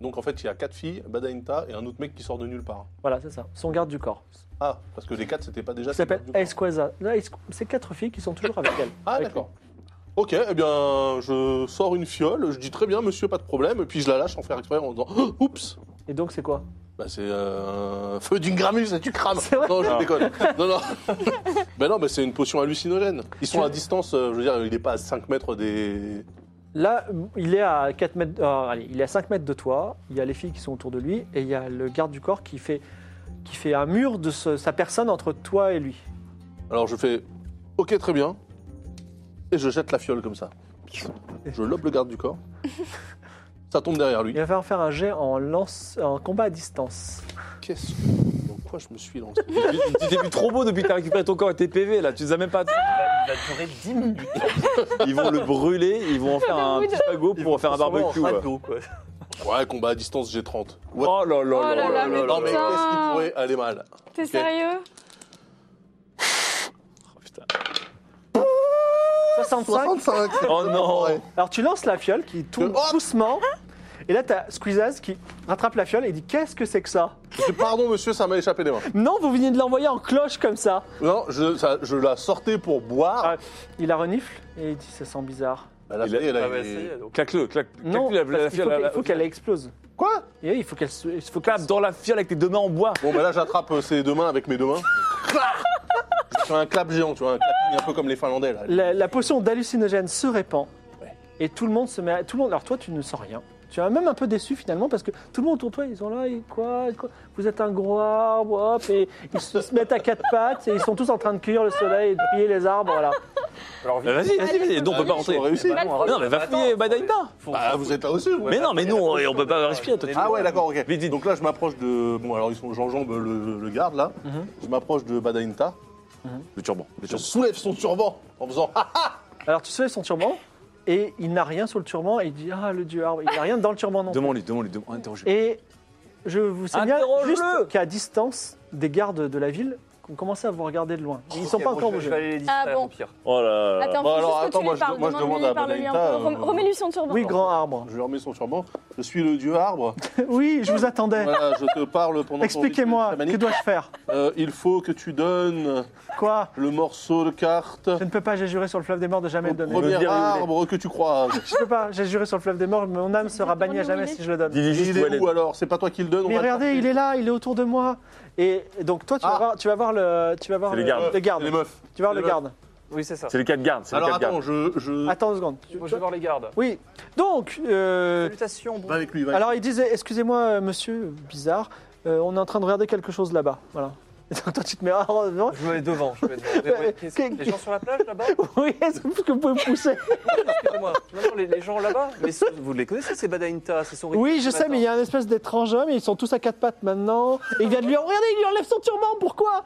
C: Donc en fait, il y a quatre filles, Badainta et un autre mec qui sort de nulle part.
A: Voilà, c'est ça. Son garde du corps.
C: Ah, parce que les quatre, c'était pas déjà.
A: Il s'appelle
C: ces gardes du corps.
A: Esquaza. Là, es- C'est quatre filles qui sont toujours avec elle.
C: Ah,
A: Avec
C: d'accord. Ok, eh bien, je sors une fiole, je dis très bien, monsieur, pas de problème, et puis je la lâche en faire exprès en disant Oh, Oups
A: lui. Et donc, c'est quoi
C: Bah, c'est euh, un feu d'une gramus et tu crames
A: C'est vrai
C: Non, je
E: Ah.
C: déconne. Non, non. ben non, mais c'est une potion hallucinogène. Ils sont
A: Tu-
C: à distance, euh, je veux dire, il n'est pas à 5 mètres des.
A: Là, il est à 4 mètres, euh, allez, il est à 5 mètres de toi, il y a les filles qui sont autour de lui, et il y a le garde du corps qui fait, qui fait un mur de ce- sa personne entre toi et lui.
C: Alors je fais Ok, très bien. Et je jette la fiole comme ça. Je lobe le garde du corps. Ça tombe derrière lui.
A: Il va falloir faire un jet en, lance, en combat à distance.
C: Qu'est-ce que. Dans quoi je me suis lancé
E: Tu t'es vu trop beau depuis que t'as récupéré ton corps et tes PV là, tu les as même pas.
B: Il va durer 10 minutes.
E: Ils vont le brûler, ils vont en faire un petit fagot pour en faire un barbecue. euh. ouais.
C: Ouais, combat à distance, j'ai 30. What
E: Oh là là
D: Oh là
E: là là
D: là,
E: là
D: mais
E: là
C: non, mais
E: là.
C: qu'est-ce qui pourrait aller mal
D: T'es
C: Ok.
D: sérieux
E: Oh, putain.
A: 65
C: 65 c'est
E: Oh non.
C: vrai.
A: Alors tu lances la fiole qui tourne
C: Oh
A: doucement, et là t'as Squeezaz qui rattrape la fiole et dit Qu'est-ce que c'est que ça
C: Je fais, Pardon, monsieur, ça m'a échappé des mains.
A: Non, vous venez de l'envoyer en cloche comme ça
C: Non, je, ça- je la sortais pour boire.
A: Ah. Il la renifle et il dit Ça sent bizarre.
C: Bah, la
E: Il a-
C: fille, elle a-
B: Ah bah, ça y est, donc.
E: Claque-le, claque.
A: Non,
E: claque-lui la- la
A: parce qu'il
E: fiole
A: faut
E: à
A: qu'elle-
E: la-
A: il faut qu'elle explose.
C: Quoi
A: Et il faut qu'elle se. il faut qu'elle
E: Claque dans la fiole avec tes deux mains en bois.
C: Bon, bah là, j'attrape euh, ses deux mains avec mes deux mains. je fais un clap géant, tu vois, un clapping un peu comme les Finlandais, là.
A: La, la potion d'hallucinogène se répand et tout le monde se met. À, tout le monde. Alors toi, tu ne sens rien. Tu es même un peu déçu finalement parce que tout le monde autour de toi, ils sont là, et quoi, et quoi Vous êtes un gros arbre, hop, et ils se se mettent à quatre pattes et ils sont tous en train de cueillir le soleil et de plier les arbres, voilà.
B: Alors, vite.
E: Vas-y, vas-y, vas-y.
D: Allez,
E: Non, on peut pas rentrer.
C: On réussit.
D: Bah,
E: Mais Non, mais va fouiller Badaïda.
B: Faut-
C: Bah,
B: faut-
C: vous êtes là aussi, vous.
B: Ouais,
E: Mais non, mais
B: bah,
E: nous, on
B: attends,
E: on peut pas respirer, toi, tu-
C: Ah ouais, d'accord, ok.
E: Vite, vite.
C: Donc là, je m'approche de... Bon, alors, ils sont j'enjambe le, le garde, là.
A: Mhm.
C: Je m'approche de Badainta.
E: Le turban. Le
C: Je
E: turban.
C: soulève son turban en faisant... Ah,
A: Alors tu soulèves son turban et il n'a rien sur le turban et il dit ah le dieu arbre, il n'a rien dans le turban non. plus.
E: Demande-lui, demande-lui, demande- interroge-lui.
A: Et je vous signale
E: Interroge-le
A: juste qu'à distance des gardes de la ville ont commencé à vous regarder de loin. Ils ne sont
B: Ok,
A: pas
B: bon,
A: encore
B: je vais-
A: bougés.
B: Je vais aller les distraire
D: Ah bon.
B: au pire.
E: Oh là là là.
D: Attends, faut
C: Bon, alors,
D: juste que
C: attends,
D: tu
C: moi,
D: lui
C: je-
D: parles.
C: moi, je
D: Demande-lui,
C: demande à
D: parle-lui un
C: Badaïta,
D: peu. Rem-
C: euh,
D: Remets-lui son turban.
A: Oui grand arbre.
C: Je lui remets son turban. Je suis le dieu arbre.
A: Oui, je vous attendais.
C: Voilà, je te parle pendant ton rituel
A: Expliquez-moi,
C: chamanique.
A: que dois-je faire
C: Euh, il faut que tu donnes
A: Quoi
C: le morceau de carte
A: Je ne peux pas, j'ai juré sur le fleuve des morts de jamais
C: au
A: le donner.
C: premier
E: Le virer,
C: arbre que tu croises.
A: Je ne peux pas, j'ai juré sur le fleuve des morts, mon âme sera bannie à jamais si je le donne.
E: Dis-lui juste
C: Il
E: où
C: est
E: elle
C: où
E: est.
C: alors C'est pas toi qui le donne on
A: Mais
C: va le
A: regardez,
C: chercher.
A: il est là, il est autour de moi. Et donc toi, tu vas
C: Ah.
A: voir, tu vas voir le, tu vas voir
E: C'est les gardes.
A: le garde.
C: Les meufs.
A: Tu vas voir
C: les
A: le garde.
B: Oui, c'est ça.
E: C'est les quatre gardes. C'est les
C: Alors
E: quatre gardes.
C: attends, je, je...
A: Attends une seconde. Tu-
B: Moi, je vais voir les gardes.
A: Oui. Donc, euh,
B: Salutations, bon.
C: va avec lui. Va avec
A: alors il disait, excusez-moi, euh, monsieur, bizarre, euh, on est en train de regarder quelque chose là-bas. Voilà. Et donc, toi, tu te mets. Ah, oh, non.
B: Je me mets devant. Je me mets devant. Je vais voir les- qu'est-ce- Les gens sur la plage là-bas
A: oui, est-ce que vous pouvez me pousser
B: Excusez-moi. Non, non, les, les gens là-bas. Mais ce- vous les connaissez, ces Badainta C'est son
A: Oui,
B: rituel
A: je
B: ce
A: sais, mais il y
B: matin.
A: a un espèce d'étrange homme et ils sont tous à quatre pattes maintenant. Et il vient de lui. Regardez, il lui enlève son turban, pourquoi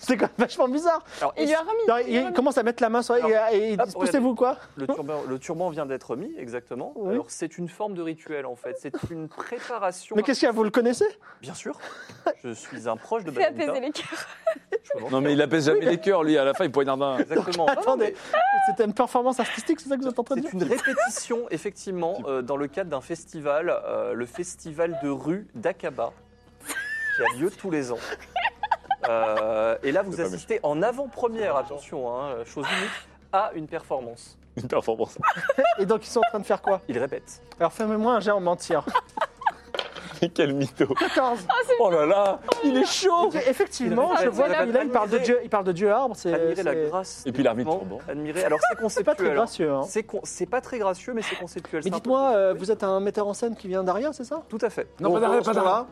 A: C'est quand même vachement bizarre.
B: Alors,
D: Il lui a remis.
A: Non,
D: il lui a
A: il,
D: remis.
A: commence à mettre la main sur elle et- et il
B: Hop,
A: dit Poussez-vous quoi
B: Le turban, le turban vient d'être mis, exactement.
A: Oui.
B: Alors, c'est une forme de rituel, en fait. C'est une préparation.
A: Mais qu'est-ce qu'il y a Vous le connaissez
B: Bien sûr. Je suis un proche de
D: Fais apaiser
B: Badainta.
D: les cœurs.
E: Non, mais il apaise jamais les cœurs, lui. À la fin, il poignarde un.
B: Exactement. Non, non,
A: Attendez.
B: mais
A: C'était une performance artistique, c'est ça que vous êtes en train de dire
B: C'est une répétition, effectivement, euh, dans le cadre d'un festival, euh, le festival de rue d'Akaba, qui a lieu tous les ans. Euh, et là, vous
E: C'est pas
B: assistez en avant-première, attention, hein, chose unique, à une performance.
E: Une performance.
A: Et donc ils sont en train de faire quoi
B: Il répète.
A: Alors fermez-moi un jet en mentir.
E: Mais Quel mytho.
A: 14
E: Oh là là, il est chaud.
A: Effectivement, je
B: Il
A: vois
B: répète,
A: qu'il
B: admirer-
A: il parle de Dieu, il parle de Dieu arbre, c'est
B: Admirez la
A: c'est-
B: grâce.
E: Et
B: des
E: puis l'arbitre.
B: mouvements, Admirez. Alors, c'est
A: c'est pas très
B: conceptuel. hein.
A: gracieux. hein.
B: C'est con- c'est pas très gracieux, mais c'est conceptuel.
A: Mais
B: C'est un
A: dites-moi,
B: peu-
A: euh,
B: Oui,
A: vous êtes un metteur en scène qui vient d'arrière, c'est ça
B: Tout à fait.
E: Non, pas
C: pendant
E: d'arrière,
C: ce
E: pas
C: temps-là,
E: d'arrière.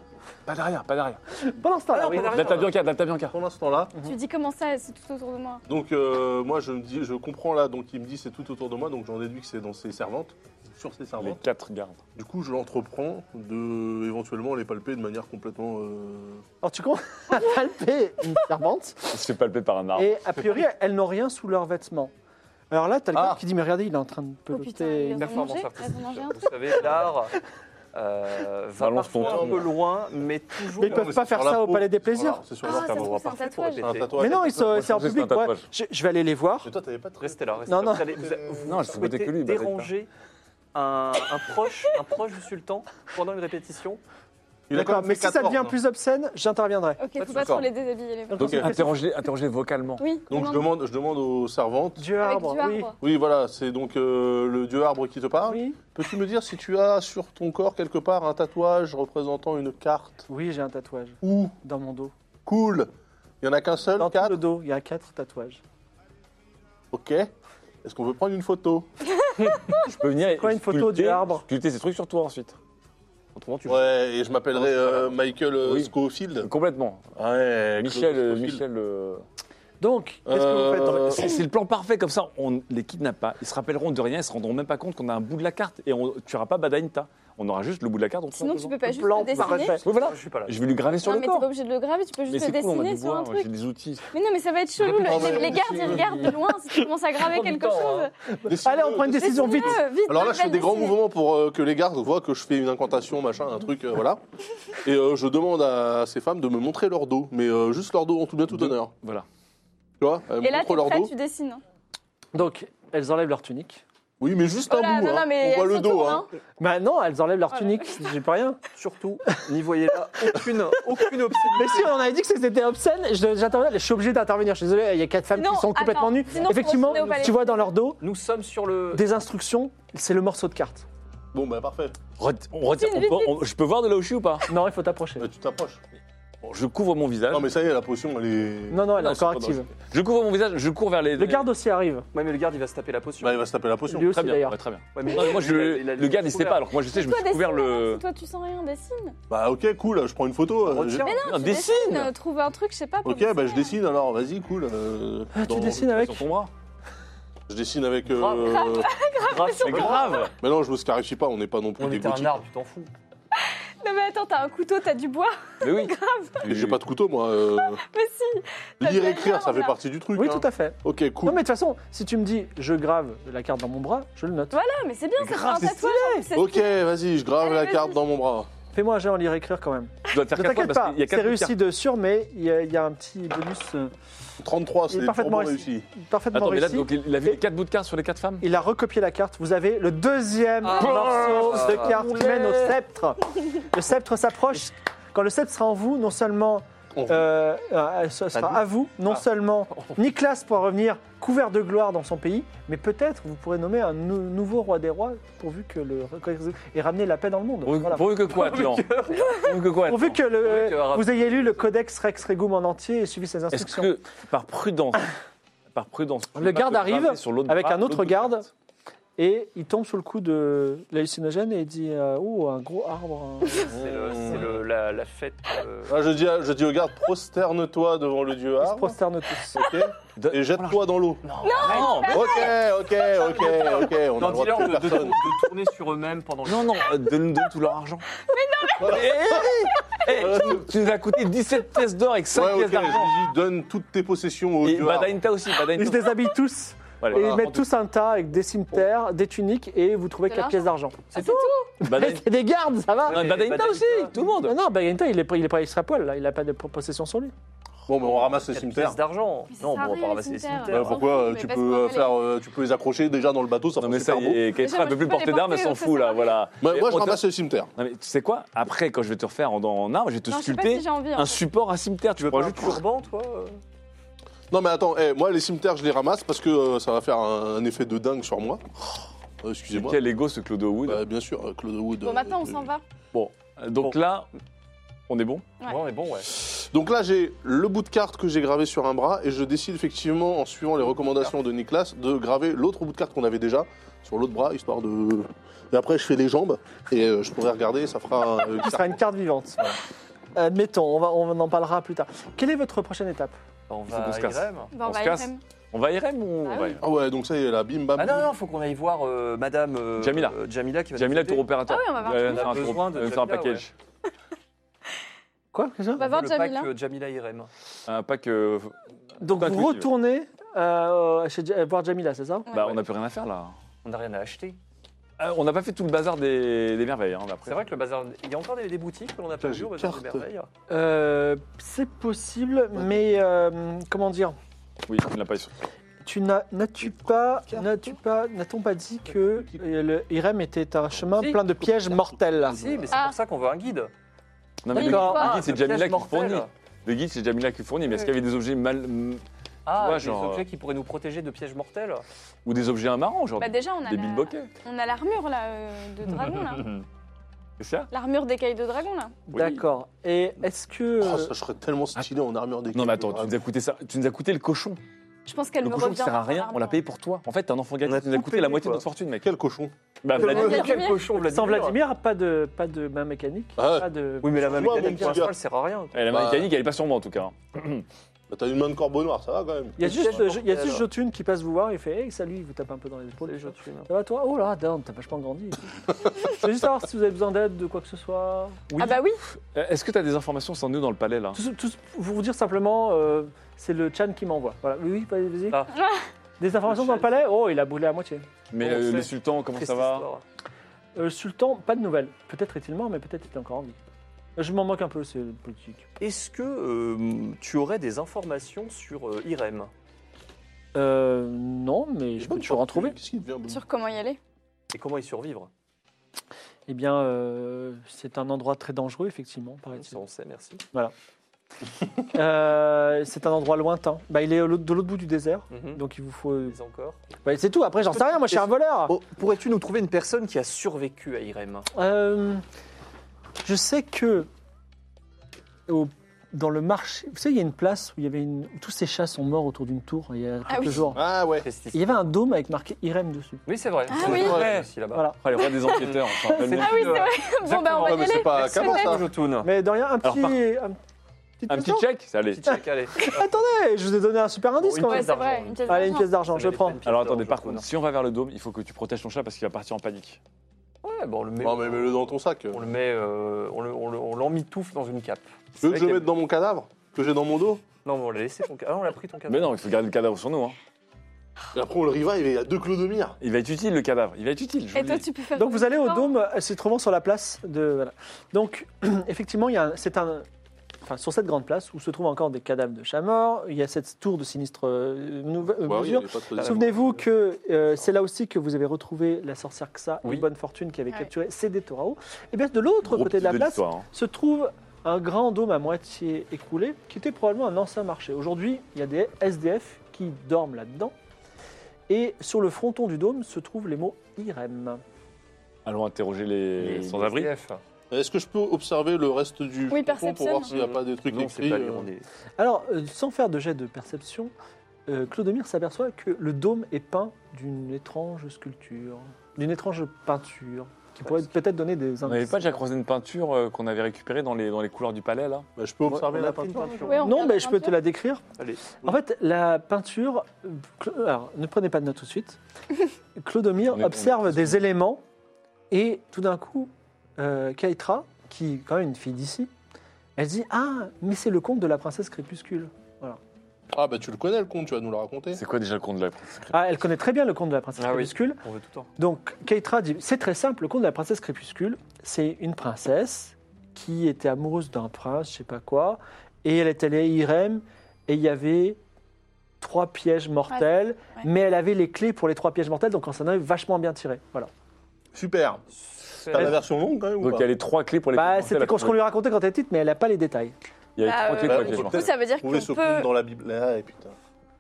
E: Pas d'arrière, pas d'arrière.
A: Pendant ce
B: Ah
A: temps-là,
B: non,
A: oui.
B: pas d'arrière.
E: Data Bianca, Data Bianca.
C: Pendant ce temps-là,
D: Tu dis comment ça C'est tout autour de moi.
C: donc euh, moi je me dis, je comprends là, donc il me dit c'est tout autour de moi, donc j'en déduis que c'est dans ses servantes, sur ses
E: Les
C: servantes.
E: quatre gardes.
C: Du coup, je l'entreprends de éventuellement les palper de manière complètement. euh,
A: Alors tu commences à palper une servante
E: Il se fait palper par un arbre.
A: et a priori elles n'ont rien sous leurs vêtements. Alors là, t'as le
C: Ah.
A: gars qui dit mais regardez, il est en train de
D: Oh putain, il
A: peloter.
D: est- Elles ont mangé
B: artistique.
D: Elles ont mangé un
B: hein, Vous savez, l'art euh, va
E: Balance ton
B: parfois un
E: ton.
B: peu loin, mais toujours.
A: Mais ils peuvent
C: mais
A: pas
C: c'est
A: faire
C: sur la
A: ça au
C: peau,
A: Palais des
C: c'est sur la-
A: Plaisirs.
C: C'est sur
D: Ah,
C: la
D: ça
C: peau.
D: se trouve, c'est un tatouage.
C: C'est un tatouage.
A: mais non, ils sont-
E: tatouage.
A: c'est en
E: Moi, j'ai
A: public.
E: un
A: ouais.
E: tatouage.
A: Je, je vais aller les voir.
C: Mais toi, t'avais pas de.
B: euh, Restez là, restez
A: Non,
B: là.
A: non.
B: Vous allez- vous- vous
E: Non, je
B: souhaitez
E: votais que lui, bah,
B: déranger un, un proche, un proche du sultan pendant une répétition.
C: Il a quand
A: D'accord,
C: même
A: mais
C: fait
A: si ça
C: 14,
A: devient
C: hein.
A: plus obscène, j'interviendrai.
D: Ok,
B: Pas de
D: faut pas
B: soucis.
D: trop les déshabiller les
A: Donc,
D: pauvres.
A: euh,
F: Interrogez, interrogez vocalement.
D: Oui,
C: Donc
D: demande
C: je demande, je demande aux servantes.
A: Dieu
D: avec
A: arbre,
D: du arbre.
A: oui.
C: Oui, voilà, c'est donc euh, le dieu arbre qui te parle.
A: Oui,
C: Peux-tu me dire si tu as sur ton corps quelque part un tatouage représentant une carte
A: oui j'ai un tatouage
C: Où
A: dans mon dos.
C: Cool Il n'y en a qu'un seul,
A: Dans tout
C: quatre
A: le dos, il y a quatre tatouages.
C: Ok. Est-ce qu'on peut prendre une photo
E: Je peux venir et
A: Quoi, une photo
E: sculpter-
A: du arbre
E: Sculpter ces trucs sur toi ensuite. Autrement, tu
C: Ouais, et je m'appellerai euh, Michael euh,
E: Oui.
C: Scofield.
E: Complètement.
C: Ouais,
E: Michel,
C: Claude
E: euh,
C: Scofield.
E: Michel. euh,
A: Donc, qu'est-ce que vous faites dans-
C: Euh,
E: C'est c'est le plan parfait, comme ça on les kidnappe pas, ils se rappelleront de rien, ils se rendront même pas compte qu'on a un bout de la carte et on tuera pas Badainta. On aura juste le bout de la carte. On
D: Sinon, tu peux pas juste
A: plan
D: le dessiner.
A: parfait.
E: Oui, voilà.
B: Je suis pas là.
E: Je vais lui graver sur
D: non,
E: le
D: mais t'es pas
E: corps.
D: obligé de le graver, tu peux juste
E: Mais
D: le
E: c'est cool, on a
D: dessiner
E: du
D: sur un
E: bois, hein, j'ai
D: truc.
E: des outils.
D: Mais non, mais ça va être chelou. le-
C: Ah ouais,
D: les, les
C: mais
D: gardes,
C: si,
D: ils
C: euh,
D: regardent de loin si tu commences à graver
B: Prends du
D: quelque
B: temps,
D: chose.
B: hein.
C: Dessine-le.
A: Allez, on prend une décision vite.
D: Dessine-le, vite.
C: Alors là, je fais
D: Manuel,
C: des grands
D: dessine.
C: mouvements pour euh, que les gardes voient que je fais une incantation, machin, un truc, euh, voilà. Et euh, je demande à ces femmes de me montrer leur dos, mais euh, juste leur dos en tout bien tout honneur.
E: Voilà.
C: Tu vois Elles
D: Et
C: me
D: là,
C: montrent
D: t'es
C: leur
D: prêt,
C: dos.
D: tu dessines.
A: Donc, elles enlèvent leur tunique.
C: Oui, mais juste
D: Oh
C: un
D: là,
C: bout.
D: non,
C: hein.
D: non, mais
C: on voit
D: elles
C: le
D: se
C: dos.
D: tournent,
C: Hein.
A: Bah non, elles enlèvent leur
D: Voilà.
A: tunique, j'ai plus rien.
B: Surtout, n'y voyez là aucune, aucune obscénité.
A: Mais si on avait dit que c'était obscène, je- j'interviens, je suis obligé d'intervenir. Je suis désolé, il y a quatre femmes
D: Sinon,
A: qui sont complètement
D: attends,
A: nues.
D: sinon, faut
A: Effectivement,
D: retourner au palais.
A: tu vois dans leur dos
B: Nous sommes sur le.
A: des instructions, c'est le morceau de carte.
C: Bon, bah parfait.
E: Ret- on retire-
D: Vite,
E: on
D: vite,
E: peut- on- je peux voir de là où je suis ou pas
A: Non, il faut t'approcher.
C: Bah, tu t'approches.
E: Bon, Je couvre mon visage.
C: Non, mais ça y est, la potion, elle est.
A: Non, non, elle est
E: Non, c'est
A: encore
E: pas
A: active.
E: Je couvre mon visage, je cours vers les.
A: Le garde aussi arrive.
B: Ouais, mais le garde, il va se taper la potion.
C: Bah, il va se taper la potion.
A: Lui
E: Très
A: aussi
E: bien,
A: d'ailleurs.
E: ouais, très bien.
B: Ouais, mais
E: Non, mais moi, je-
B: il a- il a-
E: le garde, il sait pas, alors que moi, je sais, je me
D: Toi,
E: suis couvert
D: dessine.
E: le.
D: Si toi, tu sens rien, dessine.
C: Bah, ok, cool, je prends une photo. euh,
B: Retiens.
C: j'ai-
E: Non,
D: Tu
E: dessine
D: dessines, Trouve un truc, je sais pas. pour
C: Ok, bah je
D: dessiner.
C: dessine alors, vas-y, cool. euh,
A: Ah, Tu
C: dans-
A: dessines avec
E: Sur ton bras.
C: Je dessine avec. euh,
D: Oh,
B: Grave.
E: Grave, c'est grave
C: Mais non, je me scarifie pas, on n'est pas non plus
B: On
C: des
B: était un
C: gothiques.
B: arbre, tu t'en fous.
D: Non, mais attends, t'as un couteau, t'as du bois.
E: Mais oui
C: Et J'ai pas de couteau, moi. euh,
D: Mais si. T'as
C: Lire,
D: bien
C: écrire,
D: l'arbre,
C: ça fait
D: là.
C: partie du truc.
A: Oui,
C: hein.
A: tout à fait.
C: Ok,
A: Non,
C: cool.
A: mais de toute façon, si tu me dis je grave la carte dans mon bras, je le note.
D: Ah, mais c'est bien, ça fait un
E: Grave, c'est
D: tatouage. en plus, c'est-
C: Ok, vas-y, je grave
D: Allez,
C: la
D: vas-y.
C: carte dans mon bras.
A: Fais-moi un jet en lire-écrire quand même.
E: Je dois te
A: Ne
E: faire quatre fois
A: t'inquiète
E: parce
A: pas,
E: qu'il y a
A: c'est
E: quatre
A: réussi de sûr, mais il y, a- il y a un petit bonus euh,
C: 33,
A: Il est
C: c'est
A: parfaitement
C: parfaitement
A: réussi.
C: réussi.
A: parfaitement
E: Attends, mais là,
A: réussi.
E: donc, il il a vu les quatre bouts de cartes sur les quatre femmes
A: Il a recopié la carte. Vous avez le deuxième
B: Ah,
A: morceau
B: ah,
A: de carte qui
B: ah,
A: mène au
B: ah.
A: sceptre. Le sceptre s'approche. Quand le sceptre sera en vous, non seulement
C: En vous.
A: euh, euh, ce
B: Pas
A: sera
B: nous.
A: à vous, non
B: Ah.
A: seulement Nicolas pourra revenir couvert de gloire dans son pays, mais peut-être vous pourrez nommer un nou- nouveau roi des rois pourvu que le et ramener la paix dans le monde.
E: Pourvu
A: Voilà.
E: pourvu que quoi, Atlan Pourvu que quoi Atlan
A: Pourvu que le-
B: Pourvu que-
A: vous ayez lu le Codex Rex Regum en entier et suivi ses
E: Est-ce
A: instructions.
E: que, par prudence, par prudence, tu
A: Le
E: peux pas
A: garde
E: te
A: arrive
E: graver sur l'autre
A: avec
E: bras,
A: un autre
E: l'autre
A: garde.
E: carte
A: Et il tombe sous le coup de l'hallucinogène et il dit euh, Oh, un gros arbre. hein.
B: C'est le- c'est le- la, la fête. euh,
C: Ah, je, dis, à- je dis au garde, prosterne-toi devant le dieu
A: Ils se
C: arbre.
A: prosternent tous.
C: Ok.
E: De- Ah,
C: Et jette-toi dans l'eau.
E: Non, non,
C: Ok, ok, ok, ok. On a le droit de
B: dis-leur
C: tuer
B: de, de-
C: personne.
B: de tourner sur eux-mêmes pendant le.
E: non, non, euh, donne-nous tout leur argent. Mais non, mais... tu nous as coûté 17 pièces d'or et 5
C: Ouais, ok,
E: pièces
C: je
E: d'argent.
C: lui dis, donne toutes tes possessions au
E: Et
C: dieu arbre.
E: Badainta aussi, Badainta.
A: Ils se déshabillent tous
E: Voilà.
A: et ils mettent tous un tas avec des cimetières, des tuniques et vous trouvez
D: De
A: 4 pièces d'argent. Oh. C'est tout Mais
E: Badainta-
A: C'est des gardes, ça va
E: Non, mais Badainta aussi, tout le
A: Non,
E: monde.
A: non, Bagainta, il est, il est pas il sera à poil là, il a pas de possession sur lui.
C: Bon, mais on ramasse les
B: Quatre
C: cimetières.
B: pièces d'argent.
D: Mais ça
B: Non,
D: sert à
B: bon, on
D: rien,
B: va ramasser les
D: les cimetières.
B: cimetières.
C: Ouais, pourquoi euh,
D: Mais
C: tu
D: parce
C: peux
D: qu'on
C: euh,
D: va les-
C: faire, euh, tu peux les accrocher déjà dans le bateau, ça
E: Non
C: fait
E: mais ça
C: super
E: y
C: beau.
E: est,
D: Déjà,
E: Keitra ne peut
D: moi,
E: plus
D: je peux
E: porter
D: les
E: d'armes, elle
D: porter,
E: s'en
D: ça
E: fout
D: sert à
E: là,
D: rien.
E: voilà.
C: Bah,
E: Et
C: moi, je
E: on te-
C: ramasse les cimetières.
E: Non, mais tu sais quoi Après, quand je vais te refaire en, en arbre, je vais te
D: Non, je sais pas
E: sculpter
D: si j'ai envie. en
E: un
D: fait.
E: support à cimetière. Tu
B: Tu veux
E: peux
B: pas un
E: rajouter
B: turban, toi euh
C: Non, mais attends, eh, moi, les cimetières, je les ramasse parce que euh, ça va faire un, un effet de dingue sur moi. Euh, Excusez-moi.
E: Oh. Quel ego ce Clodo Wood
C: Bah, bien sûr, euh, Claude Wood.
D: Bon,
C: euh,
D: maintenant, on
C: euh,
D: s'en va.
E: Bon, euh, donc là, on est bon
D: Ouais.
B: Ouais, on est bon, ouais.
C: Donc là, j'ai le bout de carte que j'ai gravé sur un bras et je décide effectivement, en suivant les recommandations de Nicolas, de graver l'autre bout de carte qu'on avait déjà sur l'autre bras, histoire de. Et après, je fais les jambes et euh, je pourrais regarder, ça fera. euh,
A: Ce sera une carte vivante. Euh, Admettons, on, va, on en parlera plus tard. Quelle est votre prochaine étape
B: Bah, on
E: Il faut
B: va
E: qu'on
B: à
E: se casse.
B: IRM.
D: Bah,
E: On
D: on
E: se
D: va
E: casse.
D: IRM.
E: On va IRM ou
D: Ah
E: on va
D: oui.
E: IRM
C: Ah ouais, donc ça y est, là, bim bam.
B: Ah non,
C: boum.
B: non, faut qu'on aille voir euh, madame. euh,
E: Jamila.
B: euh, Jamila qui va
E: Jamila,
B: nous aider.
E: tour opérateur.
D: Ah oui, on va voir
E: Ouais,
D: Jamila.
E: faire un
B: On a
E: tour-
B: besoin de
E: euh, faire un
B: Jamila,
E: package.
A: Quoi qu'est-ce que
D: On Bah, va voir
B: le pack
D: Jamila.
B: euh, Jamila IRM.
E: Un pack. euh, f-
A: c'est Donc
E: Pas
A: vous
E: intuitive.
A: retournez euh, chez, Ja- voir Jamila, c'est ça
E: Bah,
B: Ouais.
E: on n'a plus rien à faire là.
B: On n'a rien à acheter.
E: Ah, on n'a pas fait tout le bazar des, des merveilles. Hein, d'après.
B: C'est vrai que le bazar. Il y a encore des, des boutiques que l'on a
C: Putain,
B: pas
C: j'ai
B: vues au bazar des
C: carte.
B: merveilles.
A: Euh, C'est possible, mais euh, comment dire
E: Oui, on l'a pas eu.
A: tu n'as- n'as-tu pas, n'as-tu pas, n'a-t-on pas dit que euh, le Irem était un chemin
B: Si.
A: plein de pièges mortels
B: Si, mais c'est
D: Ah.
B: pour ça qu'on veut un guide.
E: Non, mais le,
D: D'accord.
E: le guide, c'est
B: Le
E: Jamila
B: piège
E: qui
B: mortel.
E: fournit. Le guide, c'est Jamila qui fournit. Mais est-ce
B: Oui.
E: qu'il y avait des objets mal. m-
B: Ah,
E: vois,
B: des
E: genre,
B: objets
E: euh,
B: qui pourraient nous protéger de pièges mortels.
E: ou des objets marrants, genre
D: Bah déjà, on a
E: des
D: la-
E: bilboquets
D: on a l'armure là euh, de dragon là.
E: C'est ça
D: L'armure d'écailles de dragon là.
E: Oui.
A: D'accord. Et est-ce que euh,
C: Oh, ça serait tellement stylé en armure Ah, des
E: Non, mais attends, tu nous as coûté ça. Tu nous as coûté le cochon.
D: Je pense qu'elle
E: le
D: me
E: cochon
D: revient.
E: qui sert à rien, on l'a payé pour toi. En fait, t'es un enfant gâté,
B: On a
E: tu nous as
B: tout
E: coûté la
B: payé,
E: moitié de
B: quoi.
E: notre fortune, mec.
C: Quel cochon
E: Bah, Vladimir.
D: Vladimir.
B: Quel cochon, Vladimir
A: sans Vladimir, pas de pas de main mécanique,
C: Ah ouais.
A: pas de.
B: Oui, mais la même
C: Toi,
B: mécanique,
C: mon
B: pour
C: petit
B: l'instant,
C: gars.
B: elle sert à rien.
E: Eh, la
C: Bah,
E: mécanique, elle est pas sur moi en tout cas. hein.
C: Bah, T'as une main de corbeau noir, ça va quand même.
A: Il y a
B: Une
A: juste,
B: pièce
A: je- il y a
B: mortelle.
A: juste Jotun qui passe vous voir et fait hey, salut, il vous tape un peu dans les épaules.
B: Salut,
A: tout ça.
B: Jotun.
A: Ça va toi Oh là, damn, t'as vachement grandi. je veux juste savoir si vous avez besoin d'aide de quoi que ce soit.
E: Oui.
D: Ah bah oui,
E: Euh, Est-ce que t'as des informations sans nous dans le palais là
A: Tout, tout- pour vous dire simplement, euh, c'est le Chan qui m'envoie. Voilà. Oui, oui, vas-y, vas-y.
B: Ah.
A: Des informations
B: Le
A: dans le
B: Chan.
A: palais Oh, il a brûlé à moitié.
E: Mais
B: Comment
E: euh,
B: c'est
E: les sultans, comment
B: Triste
E: ça va
B: histoire.
A: Euh, Sultan, pas de nouvelles. Peut-être est-il mort, mais peut-être est-il encore en vie. Euh, Je m'en moque un peu, c'est politique.
B: Est-ce que euh, tu aurais des informations sur euh, Irem
A: Euh, non, mais je peux toujours en trouver.
C: Qu'est-ce qu'il devient Blue
D: sur comment y aller.
B: et comment y survivre
A: Eh bien, euh, c'est un endroit très dangereux, effectivement,
B: Ça,
A: paraît-il.
B: On sait, merci.
A: Euh, c'est un endroit lointain. Bah, il est au- de l'autre bout du désert,
B: Mhm.
A: donc il vous faut.
B: Mais encore.
A: Bah, c'est tout. Après, j'en sais rien. Moi, je suis un voleur.
B: Oh, Pourrais-tu nous trouver une personne qui a survécu à Irem
A: Euh, je sais que au- dans le marché, vous savez, il y a une place où il y avait une, où tous ces chats sont morts autour d'une tour il y a
D: Ah
A: quelques
D: oui.
A: jours.
C: Ah ouais.
B: Triste
A: Il y avait un dôme avec marqué Irem dessus.
B: Oui, c'est vrai.
D: Ah
B: C'est
D: oui.
B: vrai aussi là-bas.
A: Voilà.
E: Ah, les rois des enquêteurs, on s'en rappelle
B: C'est
E: même.
B: plus, euh,
D: Bon bah on va
C: Ouais,
D: y
C: mais
D: aller.
C: c'est pas comment ça
B: Jotun.
A: Mais de rien, un
E: Alors,
A: petit, un
E: par-
A: petit,
E: Un petit check Ça, allez.
B: Petit check, allez.
A: Attendez, je vous ai donné un super indice quand
B: Bon, une
D: Ouais,
A: même.
B: pièce
D: c'est vrai,
B: d'argent.
D: une pièce
A: Allez, une
D: d'argent.
A: pièce d'argent,
B: Ça
A: je
B: met
A: le
B: des
A: prends.
B: peines, pièces
E: Alors
B: d'or,
E: attendez, par
B: Jotun.
E: contre, si on va vers le dôme, il faut que tu protèges ton chat parce qu'il va partir en panique.
B: Ouais, bah, on le met.
C: Non, mais mets-le dans ton sac.
B: On le met, euh, on le- on le- on l'emmitouffe dans une cape.
C: Tu veux que
B: vrai
C: je le
B: qu'elle-
C: mette dans mon cadavre Que j'ai dans mon dos
B: Non, mais on l'a laissé ton cadavre. Ah, on l'a pris ton cadavre.
E: Mais non, il faut garder le cadavre sur nous. hein.
C: Et après, on le revive et il y a deux clodomires.
E: Il va être utile le cadavre, il va être utile. je
D: Et
E: vous
D: toi
E: le dis.
D: tu peux faire.
A: Donc vous allez au
D: Oh.
A: dôme, euh, se trouvant sur la place de. voilà. Donc effectivement, il y a un- c'est un, enfin sur cette grande place où se trouvent encore des cadavres de chats morts. Il y a cette tour de sinistre euh, nouve- euh,
C: Ouais, Bah oui,
A: mesure.
C: il y a pas de-
A: Souvenez-vous que euh, c'est là aussi que vous avez retrouvé la sorcière Xa,
B: Oui.
A: une bonne fortune qui avait
D: Ouais.
A: capturé Cédé Torao. Et bien de l'autre
E: Gros
A: côté de
E: petit
A: la place
E: l'histoire, hein.
A: se trouve un grand dôme à moitié écroulé qui était probablement un ancien marché. Aujourd'hui, il y a des SDF qui dorment là-dedans. Et sur le fronton du dôme se trouvent les mots IREM.
E: Allons interroger les
B: Les-
E: sans-abri.
B: les CF.
C: Est-ce que je peux observer le reste du
D: Oui,
C: fronton pour
D: perception.
C: voir s'il n'y a pas des trucs
B: Non, c'est
C: écrits
B: pas les-
C: euh,
B: on est-
A: Alors, euh, sans faire de jet de perception, euh, Clodomir s'aperçoit que le dôme est peint d'une étrange sculpture, d'une étrange peinture, qui pourrait peut-être donner des
E: On n'avait
A: indices.
E: pas déjà croisé une peinture euh, qu'on avait récupérée dans les, dans les couloirs du palais là
C: bah, Je peux observer
A: on a
C: la
A: pris une
C: peinture.
A: peinture.
D: Ouais, on
A: non,
D: regarde
A: mais
D: la
A: je peux te
D: peinture.
A: la décrire.
B: Allez.
A: En fait, la peinture. euh, Clo- Alors, ne prenez pas de notes tout de suite. Clodomir
E: On est- on est-
A: observe des éléments et tout d'un coup, euh, Kaitra, qui est quand même une fille d'ici, elle dit Ah, mais c'est le conte de la princesse crépuscule.
C: Ah, bah tu le connais le con, tu vas nous le raconter.
E: C'est quoi déjà le compte de la
A: Ah, elle connaît très bien le conte de la princesse
B: Ah oui.
A: crépuscule.
B: On veut tout le temps.
A: Donc, Keitra dit c'est très simple, le conte de la princesse crépuscule, c'est une princesse qui était amoureuse d'un prince, je sais pas quoi, et elle est allée à Irem, et il y avait trois pièges mortels,
D: Ouais.
A: mais elle avait les clés pour les trois pièges mortels, donc on s'en avait vachement bien tiré. Voilà.
C: Super. T'as la version longue quand même ou
E: Donc il y
C: pas
E: a les trois clés pour les
A: Bah,
E: porter,
A: c'était
E: là,
A: qu'on- ce qu'on lui racontait quand elle était petite, mais elle n'a pas les détails.
E: Il y a les
D: Bah,
E: trois clés
D: euh,
E: pour les
C: on
E: pièges
C: peut
E: mortels.
D: Du coup ça veut dire qu'on
C: Trouvez ce conte
D: peut.
C: dans la Bible. Ah, et putain.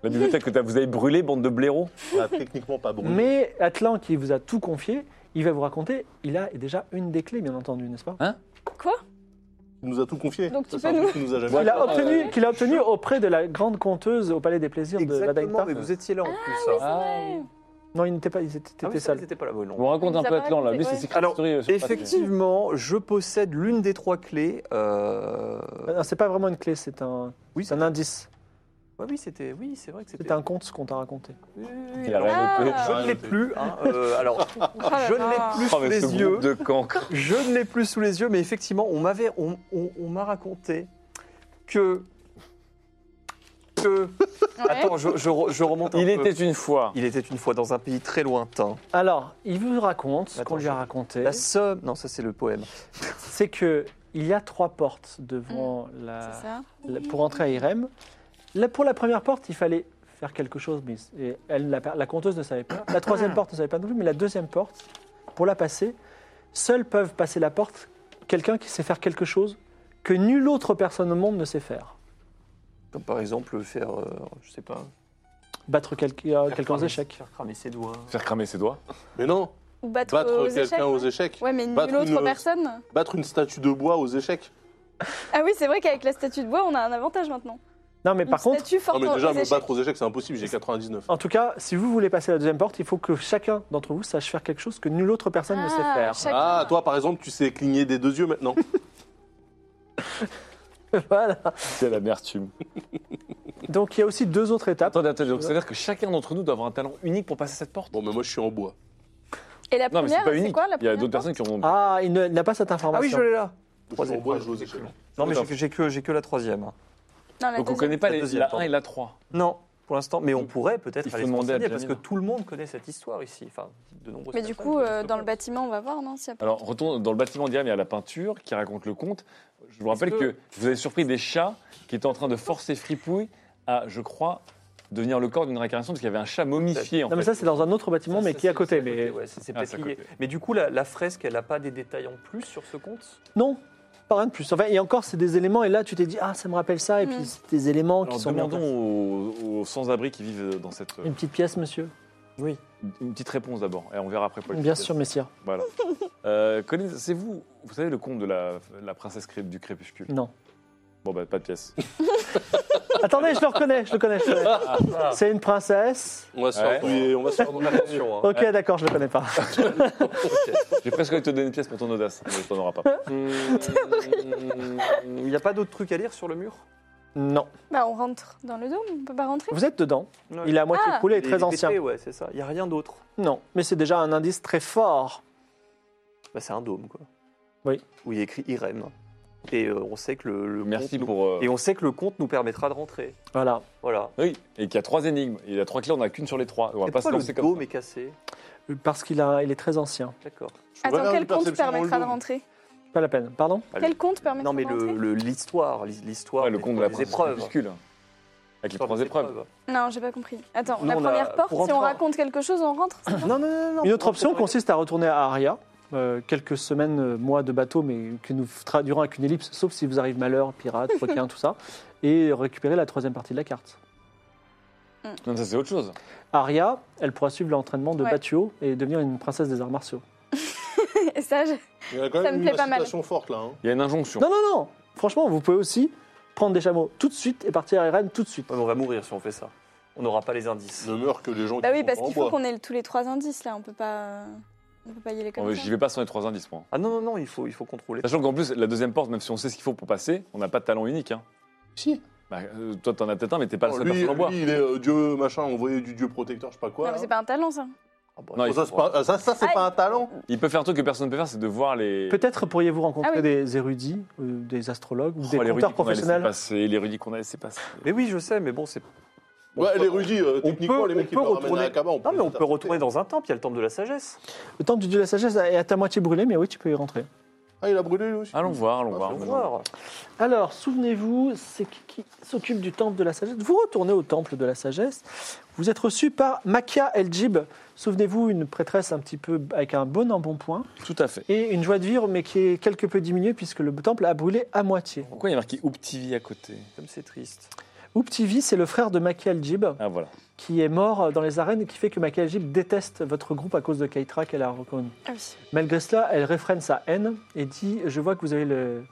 E: La bibliothèque que t'as- vous avez brûlée, bande de blaireaux.
C: Ah, techniquement pas bon.
A: Mais Atlan, qui vous a tout confié, il va vous raconter, il a déjà une des clés, bien entendu, n'est-ce pas
C: Il nous a tout confié.
D: Donc, tu
C: Ça, c'est
D: peux
C: un
D: nous-
C: truc qu'il nous a jamais
A: Qu'il a,
C: raconté.
A: obtenu, qu'il a obtenu auprès de la grande conteuse au Palais des Plaisirs de
B: Exactement,
A: Vadaïta.
B: mais vous étiez là en plus. hein.
A: Non, il n'était pas, ils étaient,
B: Ah oui,
A: étaient
B: ça,
A: seuls.
B: ils étaient pas là, bon, non.
E: Ah. On raconte
D: Il
E: un
D: nous a
E: peu
D: pas
E: Atlan là, lui
D: raconté,
E: c'est
D: ouais.
E: Secret
B: Alors,
E: Story. euh, sur Patreon.
B: Effectivement, je possède l'une des trois clés. euh,
A: Non, C'est pas vraiment une clé, c'est un,
B: Oui,
A: c'est un indice.
B: Ouais, oui, c'était. Oui, c'est vrai que c'était.
A: C'est un conte ce qu'on t'a raconté.
B: Oui, oui, oui,
E: Il a
B: alors,
E: rien
D: Ah.
E: noté.
B: Je ne l'ai plus. hein, euh, alors, je ne l'ai plus
E: Oh,
B: sous
E: mais ce
B: les yeux.
E: groupe de cancres.
B: Je ne l'ai plus sous les yeux, mais effectivement, on m'avait, on, on- on m'a raconté que que. Attends, je, je re- je remonte. un
E: Il
B: peu.
E: était une fois.
B: Il était une fois dans un pays très lointain.
A: Alors, il vous raconte ce
B: Attends,
A: qu'on lui a
B: je-
A: raconté.
B: La somme. Non, ça c'est le poème.
A: C'est que il y a trois portes devant la,
D: Mm. C'est ça.
A: la- pour entrer à Irem. Là, pour la première porte, il fallait faire quelque chose. Mais et elle, la, la conteuse ne savait pas. La troisième porte ne savait pas non plus, mais la deuxième porte, pour la passer, seuls peuvent passer la porte quelqu'un qui sait faire quelque chose que nulle autre personne au monde ne sait faire.
B: Comme par exemple faire, euh, je sais pas,
A: Battre quel- euh,
B: faire
A: quelqu'un aux
B: cramer-
A: échecs.
B: faire cramer ses doigts.
E: Faire cramer ses doigts.
C: Mais non,
D: Ou battre,
C: battre
D: aux échecs. hein.
C: quelqu'un aux
D: ouais.
C: échecs,
D: Ouais, mais
C: Battre
D: nulle autre
C: une-
D: personne.
C: battre une statue de bois aux échecs.
D: Ah oui, c'est vrai qu'avec la statue de bois, on a un avantage maintenant.
A: Non, mais
D: Une
A: par contre,
D: statue
C: Non,
D: forte
C: mais
D: aux
C: déjà, me
D: échecs.
C: battre aux échecs, c'est impossible, j'ai 99.
A: en tout cas, si vous voulez passer la deuxième porte, il faut que chacun d'entre vous sache faire quelque chose que nulle autre personne ne sait
D: Ah,
A: faire.
D: chacun.
C: Ah, toi, par exemple, tu sais cligner des deux yeux maintenant.
A: Voilà.
E: Quelle amertume.
A: Donc il y a aussi deux autres étapes.
E: Attendez, attendez, donc c'est-à-dire que chacun d'entre nous doit avoir un talent unique pour passer cette porte
C: bon, mais moi, je suis en bois.
D: Et la
E: Non, mais c'est
D: première,
E: pas
D: c'est
E: unique.
D: quoi la
E: Il y a
D: première
E: d'autres personnes qui ont.
A: Ah, il ne- il n'a pas cette information.
B: Ah l'ai là.
C: Je suis en
B: Troisième
C: bois et
B: fois.
C: je joue aux échecs.
B: Non, mais
E: Attends.
B: j'ai que, j'ai que, j'ai que la troisième.
D: Non, Ah, la
E: Donc on
D: deuxième.
E: connaît pas
B: La
E: les,
B: deuxième,
E: la 1
B: pardon.
E: et la 3.
B: Non, pour l'instant. Mais on pourrait peut-être
E: Il faut
B: aller se
E: demander à
B: renseigner, parce que
E: Janine.
B: tout le monde connaît cette histoire ici. Enfin, de nombreuses
D: Mais du
B: personnes
D: coup,
B: connaissent
D: euh,
B: ce
D: dans le
B: conte.
D: bâtiment, on va voir, non s'il y a pas-
E: Alors, retourne dans le bâtiment d'hier, il y a la peinture qui raconte le conte. Je vous rappelle que...
B: que-
E: vous avez surpris des chats qui étaient en train de forcer Fripouille à, je crois, devenir le corps d'une réincarnation, parce qu'il y avait un chat momifié, en
A: Non, mais
E: fait.
A: ça, c'est dans un autre bâtiment,
B: Ça,
A: mais
B: ça,
A: qui est à
B: c'est-
A: côté.
B: c'est
A: Mais...
B: ouais, c'est c'est
E: Ah,
B: peut-être
E: c'est à
B: lié.
E: côté.
B: Mais du coup, la, la fresque, elle n'a pas des détails en plus sur ce conte
A: Non, pas rien de plus. Enfin, et encore, c'est des éléments, et là, tu t'es dit, ah, ça me rappelle ça, et
D: Mm.
A: puis c'est des éléments qui
E: Alors,
A: sont mis en
E: demandons
A: place.
E: aux, aux sans-abri qui vivent dans cette...
A: Une petite pièce, monsieur
B: Oui.
E: Une petite réponse d'abord, et on verra après. pour les
A: Bien
E: petites
A: sûr, messire.
E: pièces. Voilà. Euh, Connaissez-vous, vous savez le conte de la, la princesse cré- du crépuscule
A: Non.
E: Bon, bah, pas de pièce.
A: Attendez, je le reconnais, je le connais. je le connais.
B: Ah,
A: C'est une princesse.
C: On va se faire
E: Ouais.
C: douiller, on va se faire douiller.
B: attention. hein.
A: Ok, d'accord, je le connais pas.
E: J'ai presque envie de te donner une pièce pour ton audace, mais t'en auras pas.
B: Mmh, Il n'y a pas d'autres trucs à lire sur le mur
A: Non.
D: Bah, on rentre dans le dôme, on peut pas rentrer.
A: Vous êtes dedans.
B: Non,
A: Il est à moitié
D: Ah.
A: coulé et
B: il est- il
A: très
B: est
A: ancien.
B: pété, ouais, c'est ça. Il n'y a rien d'autre.
A: Non, mais c'est déjà un indice très fort.
B: Bah, c'est un dôme, quoi.
A: Oui.
B: Où il est écrit Irem. Et euh, on sait que le, le
E: Merci
B: conte
E: pour... euh,
B: nous- Et on sait que le compte nous permettra de rentrer.
A: Voilà.
B: Voilà.
E: Oui, et qu'il y a trois énigmes. Il y a trois clés, on en a qu'une sur les trois. On va
B: Et
E: pas se
B: pourquoi
E: lancer
B: le
E: comme
B: dôme
E: ça.
B: est cassé
A: Parce qu'il a, il est très ancien.
B: D'accord.
C: Je vais
D: Attends,
C: faire
D: quel
C: une
D: compte
C: perception
D: permettra de
C: dans le dos.
D: rentrer
A: Pas la peine. Pardon
B: Allez.
D: Quel compte permettra
B: Non, mais
D: de rentrer
B: le- le- l'histoire, l'hi- l'histoire.
E: Ouais, le
B: des-
E: conte de la
B: des
E: princesse
B: épreuves.
E: crépuscule. Avec les
B: L'histoire
E: trois
B: des
E: épreuves.
D: Non, j'ai pas compris. Attends,
B: Nous,
D: la
B: on a-
D: première porte,
B: pour
D: si on
B: rentrer en-
D: raconte quelque chose, on rentre c'est ça
B: Non, non, non, non.
A: Une autre
B: on
A: option
B: peut pas-
A: consiste à retourner à Aria. euh, quelques semaines, euh, mois de bateau, mais que nous traduirons avec une ellipse, sauf si vous arrive malheur, pirate, requin, tout ça, et récupérer la troisième partie de la carte.
E: Non, ça c'est autre chose.
A: Aria, elle pourra suivre l'entraînement de
D: Ouais.
A: Batuo et devenir une princesse des arts martiaux.
D: Et ça, je-
C: Il y a quand
D: Ça
C: même
D: me
C: une
D: plaît pas mal.
C: incitation forte là. hein.
E: Il y a une injonction.
A: Non, non, non Franchement, vous pouvez aussi prendre des chameaux tout de suite et partir à Irène tout de suite.
B: Ouais, mais on va mourir si on fait ça. On n'aura pas les indices.
C: Ne meurt que les gens
D: Bah
C: qui
D: oui,
C: sont
D: parce
C: pas en
D: qu'il faut
C: bois.
D: qu'on ait tous les trois indices là, on peut pas, on peut pas y aller
E: Oh,
D: comme ça.
E: J'y vais pas sans les trois indices, moi.
B: Ah non, non, non, il faut, il faut contrôler.
E: Sachant qu'en plus, la deuxième porte, même si on sait ce qu'il faut pour passer, on n'a pas de talent unique. Hein.
C: Si.
E: Bah, euh, toi, t'en as peut-être un, mais t'es pas
C: Non,
E: le seul
C: Oh, lui,
E: personne en bois.
C: lui, il est euh, dieu machin, envoyé du dieu protecteur, je sais pas quoi. hein
D: Non, mais
C: là.
D: c'est pas un talent ça.
B: Ah bah,
E: Non,
C: Oh,
E: il
C: ça, c'est pas, ça, ça, c'est
D: Ah,
C: pas un talent.
E: Il peut faire un truc que personne ne peut faire, c'est de voir les.
A: Peut-être pourriez-vous rencontrer
D: Ah oui.
A: des érudits, euh, des astrologues ou
E: Oh,
A: des
E: les
A: conteurs
E: rudis qu'on a laissé
A: professionnels.
E: passer, les rudis qu'on a laissé passer.
B: Mais oui, je sais, mais bon, c'est. Bon,
C: ouais,
B: on
C: les
B: peut-
C: rudis, euh, techniquement,
B: peut-
C: les
B: on
C: mecs qui
B: peut
C: peuvent ramener
B: retourner-
C: à Akaba, on peut
B: Non, mais
C: les
B: on peut
C: intercepter.
B: retourner dans un temple, il y a le temple de la sagesse.
A: Le temple du dieu de la sagesse est à ta moitié brûlé, mais oui, tu peux y rentrer.
C: Ah, il a brûlé lui aussi.
E: Allons voir, allons
C: Ah,
E: voir.
C: c'est
B: On va
E: allons voir.
B: voir.
A: Alors, souvenez-vous, c'est qui, qui s'occupe du temple de la sagesse. Vous retournez au temple de la sagesse. Vous êtes reçu par Makia El-Jib. Souvenez-vous, une prêtresse un petit peu avec un bon embonpoint
E: Tout à fait.
A: et une joie de vivre, mais qui est quelque peu diminuée puisque le temple a brûlé à moitié.
E: Pourquoi il y a marqué Ouptivi à côté
B: Comme c'est triste.
A: Ouptivi, c'est le frère de Makia El-Jib
E: Ah, voilà.
A: qui est mort dans les arènes et qui fait que Makia El-Jib déteste votre groupe à cause de Keitra qu'elle a reconnu.
D: Ah oui.
A: Malgré cela, elle réfrène sa haine et dit Je vois que vous avez le-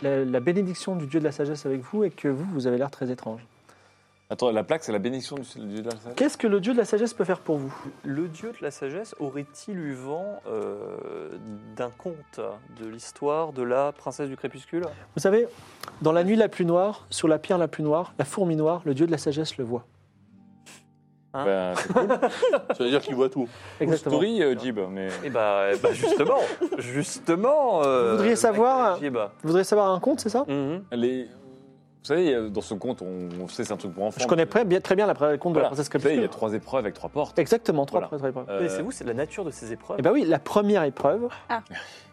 A: la- la bénédiction du dieu de la sagesse avec vous et que vous, vous avez l'air très étrange.
E: Attends, la plaque, c'est la bénédiction du du- de la sagesse
A: Qu'est-ce que le dieu de la sagesse peut faire pour vous
B: Le dieu de la sagesse aurait-il eu vent euh, d'un conte de l'histoire de la princesse du crépuscule
A: Vous savez, dans la nuit la plus noire, sur la pierre la plus noire, la fourmi noire, le dieu de la sagesse le voit.
B: Hein
E: Bah, c'est
C: Ça veut dire qu'il voit tout.
E: une story, euh, Jib, mais.
B: Eh bah, eh bah, justement, justement. euh,
A: Vous voudriez savoir-
B: Macky Najib.
A: Vous voudriez savoir un conte, c'est ça
E: Mmh.
B: Mhm.
E: Les... Vous savez, euh, dans ce conte, on, on sait c'est un truc pour enfants.
A: Je connais très bien, très bien la pré- le conte
E: Voilà.
A: de la princesse
E: Vous savez, il y a
A: crépuscule.
E: trois épreuves avec trois portes.
A: Exactement, trois
E: Voilà.
A: pré- trois épreuves.
E: Euh,
B: Mais c'est vous, c'est la nature de ces épreuves.
A: Eh bien oui, la première épreuve,
D: Ah.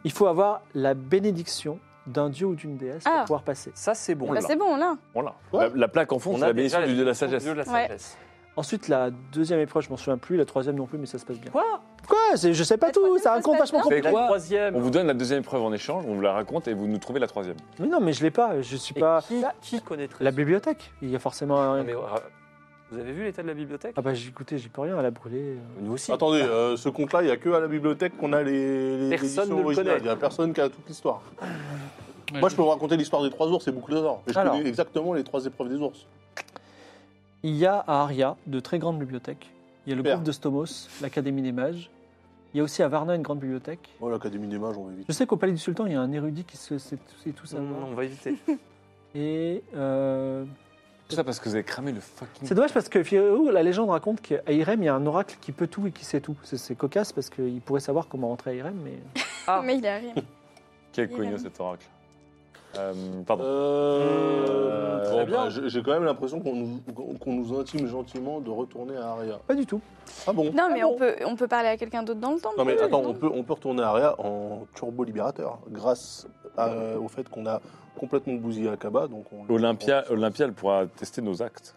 A: il faut avoir la bénédiction d'un dieu ou d'une déesse
D: Ah.
A: pour pouvoir passer.
B: Ça, c'est bon.
C: Oh
D: Bah, c'est bon là.
E: Voilà.
C: Quoi
E: La, la plaque en fond,
B: On
E: c'est
B: a
E: la bénédiction
B: déjà
E: du dieu de la sagesse.
B: dieu de la
D: Ouais.
B: sagesse.
A: Ensuite, la deuxième épreuve, je m'en souviens plus, la troisième non plus, mais ça se passe bien.
B: Quoi
A: Quoi C'est- Je sais pas
D: La
A: tout,
D: troisième,
A: ça
D: ça se
A: raconte
D: passe
A: vachement trop.
D: bien
E: Mais
B: La
E: quoi On
B: troisième.
E: vous donne la deuxième épreuve en échange, on vous la raconte et vous nous trouvez la troisième.
A: Mais non, mais je l'ai pas, je suis
B: Et
A: pas.
B: qui, qui connaîtrait
A: La
B: ça
A: bibliothèque, il y a forcément un.
E: Ah,
B: Non, mais, euh, bah, Vous avez vu l'état de la bibliothèque
A: Ah bah j'ai- écoutez, j'y peux rien, elle a brûlé.
B: Nous aussi. Ah,
C: Attendez, euh, ce compte-là, il n'y a que à la bibliothèque qu'on a les, les
B: Personne
C: éditions
B: ne le
C: originales.
B: connaît.
C: Il n'y a personne qui a toute l'histoire. Moi, je peux vous raconter l'histoire des trois ours et boucles d'or. Mais je
A: Alors.
C: connais exactement les trois épreuves des ours.
A: Il y a à Aria de très grandes bibliothèques. Il y a le
C: Super.
A: groupe de Stomos, l'Académie des Mages. Il y a aussi à Varna une grande bibliothèque.
C: Oh, l'Académie des mages, on va vite.
A: Je sais qu'au Palais du Sultan, il y a un érudit qui se sait tout, sait tout
B: Non,
A: savoir.
B: non, on va éviter.
A: Et euh,
E: Tout ça parce que vous avez cramé le fucking.
A: c'est dommage parce que Fio- la légende raconte qu'à Irem, il y a un oracle qui peut tout et qui sait tout. C'est, c'est cocasse parce qu'il pourrait savoir comment rentrer à Irem, mais
B: Ah.
D: Mais il a rien.
E: Quel cognos cet oracle Euh, Pardon.
C: Euh,
E: Très
C: bon,
B: bien.
C: bah, j'ai j'ai quand même l'impression qu'on nous, qu'on nous intime gentiment de retourner à Aria.
A: pas du tout.
C: Ah bon
D: Non, mais on, peut, on peut parler à quelqu'un d'autre dans le temps.
C: Non mais
D: peut-être,
C: attends, on peut, on peut retourner à Aria en turbo libérateur grâce à- euh, au fait qu'on a complètement bousillé Akaba. Donc on,
E: Olympia, Olympia, elle pourra tester nos actes.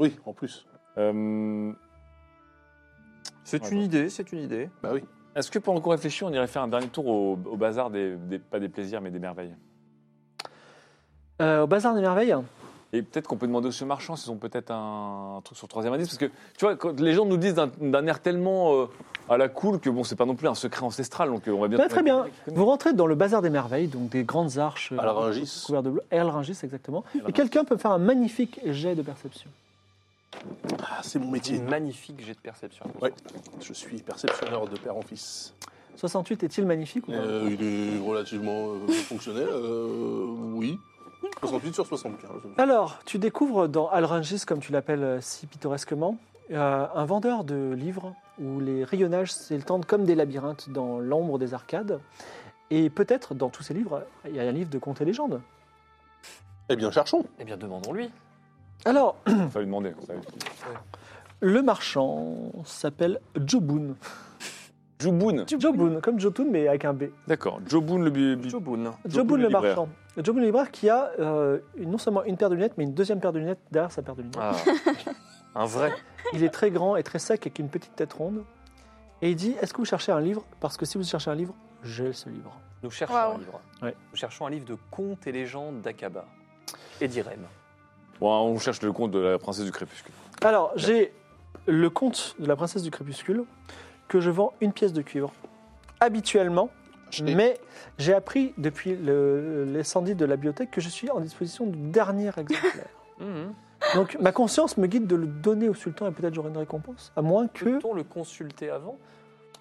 C: Oui, en plus.
E: Euh,
B: C'est une idée, c'est une idée.
C: Bah oui.
E: Est-ce que pendant qu'on réfléchit, on irait faire un dernier tour au, au bazar des, des- pas des plaisirs mais des merveilles
A: Euh, au Bazar des Merveilles,
E: Et peut-être qu'on peut demander aux ce marchands s'ils ont peut-être un, un truc sur le troisième indice, parce que tu vois, quand les gens nous disent d'un- d'un air tellement euh, à la cool que bon, c'est pas non plus un secret ancestral, donc euh, on va bien.
A: Bah, très bien. vous rentrez dans le Bazar des Merveilles, donc des grandes arches euh,
C: À la Rungis.
A: couvertes de bleu. À la Rungis, exactement. Et
E: Rungis.
A: quelqu'un peut me faire un magnifique jet de perception.
C: Ah, c'est mon métier.
B: Magnifique jet de perception.
C: Ouais. Je suis perceptionneur de père en fils.
A: 68 est-il magnifique ou pas
C: Euh, il est relativement euh, fonctionnel. euh, oui. 68 sur 75.
A: Alors, tu découvres dans Alrangis, comme tu l'appelles euh, si pittoresquement, euh, un vendeur de livres où les rayonnages s'étendent comme des labyrinthes dans l'ombre des arcades. Et peut-être dans tous ces livres, il y a un livre de contes et légendes.
C: Eh bien, cherchons.
B: Eh bien, demandons-lui.
A: Alors,
E: Il fallait demander. ça va être-
A: le marchand s'appelle Jobun.
E: Joboun,
A: Jobun, comme Jotun, mais avec un B.
E: d'accord. Joboun le bu- bu-
B: Joboun.
A: Jobun le
E: libraire.
A: marchand. Jobun le libraire qui a euh, non seulement une paire de lunettes, mais une deuxième paire de lunettes derrière sa paire de lunettes.
B: Ah, un vrai.
A: Il est très grand et très sec avec une petite tête ronde. Et il dit Est-ce que vous cherchez un livre Parce que si vous cherchez un livre, j'ai ce livre.
B: Nous cherchons
D: Waouh.
B: un livre.
A: Ouais.
B: Nous cherchons un livre de contes et légendes d'Akaba et d'Irem.
E: Bon, on cherche le compte de la princesse du crépuscule.
A: Alors, j'ai le conte de la princesse du crépuscule que je vends une pièce de cuivre. Habituellement,
C: Achetez.
A: mais j'ai appris depuis le- l'incendie de la bibliothèque que je suis en disposition du dernier exemplaire.
B: Mhm.
A: Donc, ma conscience me guide de le donner au sultan et peut-être j'aurai une récompense. À moins que.
B: Peut-on le consulter avant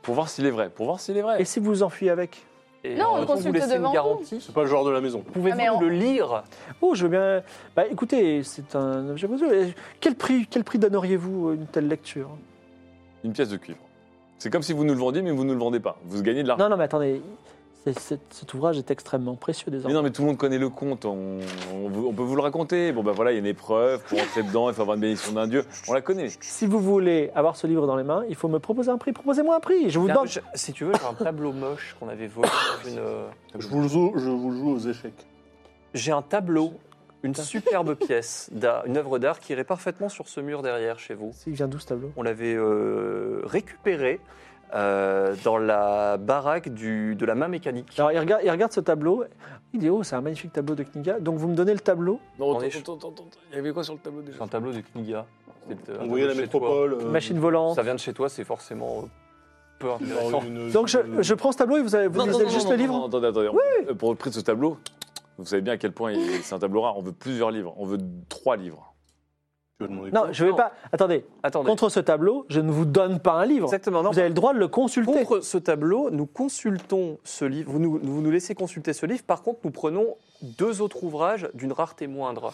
E: Pour voir s'il est vrai. Pour voir s'il est
A: Et
E: vrai.
A: si vous vous enfuyez avec
B: Et
D: Non, on le
B: peut-on vous
D: consulte
B: laisser
D: devant
B: une
D: vous.
B: garantie
C: C'est pas le genre de la maison.
D: Ah, mais
B: Pouvez-vous
D: on-
B: le lire
A: Oh, je veux bien. Bah, écoutez, c'est un objet précieux. Quel prix, quel prix donneriez-vous à une telle lecture
E: Une pièce de cuivre. C'est comme si vous nous le vendiez, mais vous ne le vendez pas. Vous gagnez de l'argent.
A: Non, non, mais attendez. C'est- c'est- cet ouvrage est extrêmement précieux
E: Mais
A: désormais.
E: non, mais tout le monde connaît le conte. On, on veut- on peut vous le raconter. Bon, ben voilà, il y a une épreuve. Pour entrer dedans, il faut avoir une bénédiction d'un dieu. On la connaît.
A: Si vous voulez avoir ce livre dans les mains, il faut me proposer un prix. Proposez-moi un prix. Je vous
B: Là,
A: donne.
B: je- Si tu veux, j'ai un tableau moche qu'on avait volé. dans une, euh,
C: Je vous, le joue, je vous le joue aux échecs.
B: J'ai un tableau, une superbe pièce, d'art- une œuvre d'art qui irait parfaitement sur ce mur derrière chez vous.
A: Il vient d'où ce tableau
B: On l'avait euh, récupéré euh, dans la baraque du- de la main mécanique.
A: Alors, il regarde, il regarde ce tableau. Il dit Oh, c'est un magnifique tableau de Kniga. Donc, vous me donnez le tableau.
E: Non,
B: On est
E: attends, attends, attends, attends. Il y avait quoi sur le tableau déjà
B: C'est un tableau de Kniga. C'est, euh,
C: On voyait la
B: chez
C: métropole. euh,
A: Machine
B: toi.
A: volante.
B: Ça vient de chez toi, c'est forcément euh, peu intéressant.
C: genre une-
A: Donc, je, je prends ce tableau et vous, avez, vous lisez juste le livre
E: non, attendez, attendez. Euh, Pour le prix de ce tableau, vous savez bien à quel point il- c'est un tableau rare. On veut plusieurs livres. On veut trois livres.
C: Tu vas demander
A: Non, je vais
B: Non.
A: pas. Attendez.
B: Attendez.
A: Contre ce tableau, je ne vous donne pas un livre.
B: Exactement. non.
A: Vous avez le droit de le consulter.
B: Contre ce tableau, nous consultons ce livre. Vous nous, vous nous laissez consulter ce livre. Par contre, nous prenons deux autres ouvrages d'une rareté moindre.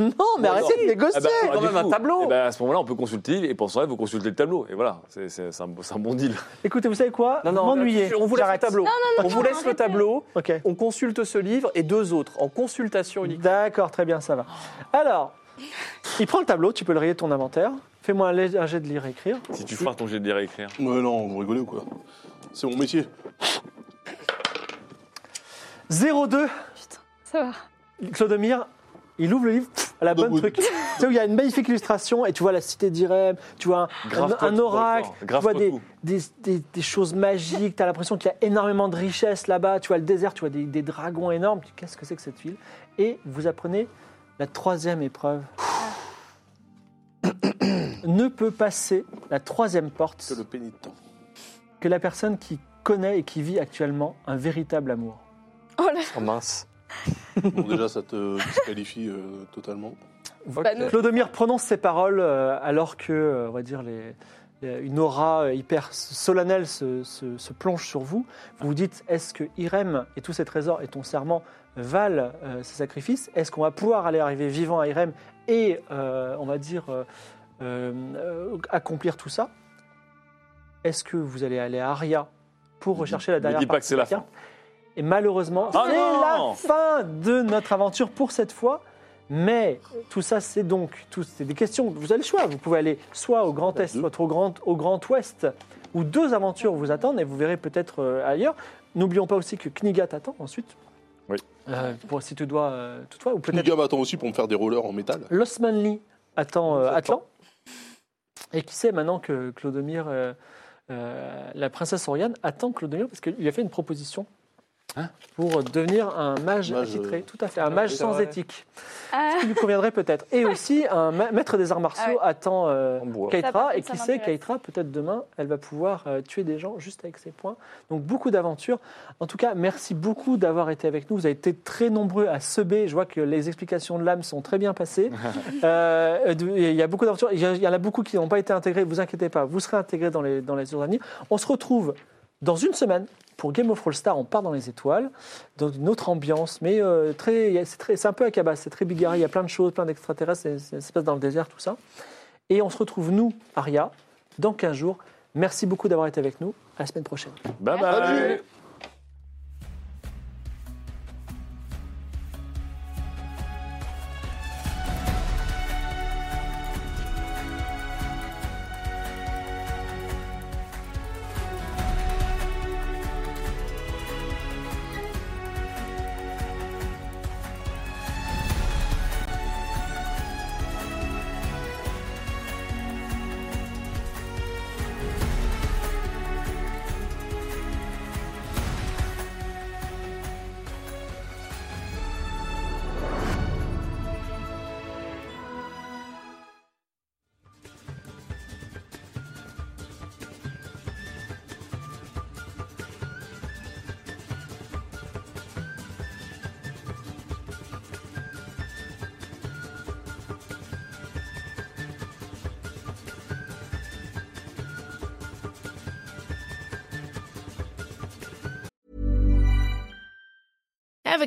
A: Non, mais
B: Bon,
A: arrêtez de négocier.
E: alors,
B: quand
E: Ah du
B: même un tableau.
E: eh ben, à ce moment-là, on peut consulter et pour ça, vous consultez le tableau. Et voilà, c'est c'est- c'est un, c'est un bon deal.
A: Écoutez, vous savez quoi
B: Non, non,
A: Vous m'ennuyez.
B: On vous laisse le
A: J'arrête.
B: tableau. on vous laisse le
D: arrêtez.
B: tableau.
A: Ok.
B: On consulte ce livre et deux autres en consultation unique.
A: D'accord, très bien, ça va. Alors, il prend le tableau, tu peux le rayer de ton inventaire. Fais-moi un, lé- un jet de lire-écrire.
E: Si tu foires ton jet de lire et écrire.
C: Mais non, vous rigolez ou quoi C'est mon métier.
A: 02,
D: Ça va.
A: Clodomir, il ouvre le livre, pff, à la
C: De
A: bonne
C: Wood.
A: truc. tu sais, où il y a une magnifique illustration et tu vois la cité d'Irem, tu vois un,
E: Grave
A: un-
E: toi
A: un
E: tout,
A: oracle,
E: d'accord.
A: tu
E: Grave
A: vois
E: toi
A: des,
E: tout.
A: des, des- des choses magiques, tu as l'impression qu'il y a énormément de richesses là-bas, tu vois le désert, tu vois des, des dragons énormes, tu dis, qu'est-ce que c'est que cette ville Et vous apprenez la troisième épreuve. ne peut passer la troisième porte
C: Que le pénitent.
A: que la personne qui connaît et qui vit actuellement un véritable amour.
D: Oh là,
B: Oh mince.
C: Bon, déjà, ça te disqualifie euh, totalement.
D: bah, nous-
A: Clodomir prononce ces paroles euh, alors que, euh, on va dire, les, les- une aura euh, hyper solennelle se, se- se plonge sur vous. Vous vous dites, est-ce que Irem et tous ses trésors et ton serment valent euh, ces sacrifices Est-ce qu'on va pouvoir aller arriver vivant à Irem et, euh, on va dire, euh, euh, euh, accomplir tout ça Est-ce que vous allez aller à Aria pour
E: Mais
A: rechercher
E: dis-
A: la
E: mais
A: dernière
E: dis pas
A: partie
E: que c'est
A: de
E: la fin.
A: carte Et malheureusement,
E: Ah non
A: c'est la fin de notre aventure pour cette fois. Mais tout ça, c'est donc tout- c'est des questions. Vous avez le choix. Vous pouvez aller soit au Grand Est, soit au Grand, au grand Ouest, où deux aventures vous attendent et vous verrez peut-être euh, ailleurs. N'oublions pas aussi que Kniga t'attend ensuite.
E: Oui.
A: Euh, pour, si tu dois, euh, toutefois, ou peut-être
C: Niga m'attend aussi pour me faire des rollers en métal.
A: L'Osmanli attend euh,
B: Nous
A: Atlan. Et qui sait maintenant que Clodomir, euh, euh, la princesse Oriane, attend Clodomir parce qu'il lui a fait une proposition pour devenir un mage,
C: Mage,
A: attitré.
C: euh,
A: Tout à fait, un
B: oui,
A: mage
B: Hein c'est
A: sans
B: vrai.
A: éthique.
D: Ah,
A: Il lui conviendrait peut-être. Et aussi, un ma- maître des arts martiaux attend euh,
B: En bois.
D: Ça,
A: Keitra.
D: par contre,
A: Et
D: ça
A: qui sait,
D: m'intéresse.
A: Keitra, peut-être demain, elle va pouvoir euh, tuer des gens juste avec ses points. Donc beaucoup d'aventures. En tout cas, merci beaucoup d'avoir été avec nous. Vous avez été très nombreux à seber. Je vois que les explications de l'âme sont très bien passées. Euh, de- Il y a beaucoup d'aventures. Il y a- il y en a beaucoup qui n'ont pas été intégrés. Vous inquiétez pas, vous serez intégrés dans les, dans les jours à venir. On se retrouve dans une semaine pour Game of All Star. On part dans les étoiles, dans une autre ambiance, mais euh, très, c'est très- c'est un peu à cabas, c'est très bigarré. Il y a plein de choses, plein d'extraterrestres. c'est- c'est- Ça se passe dans le désert, tout ça. Et on se retrouve, nous, Aria, dans 15 jours. Merci beaucoup d'avoir été avec nous. À la semaine prochaine.
E: Bye bye.
G: Ever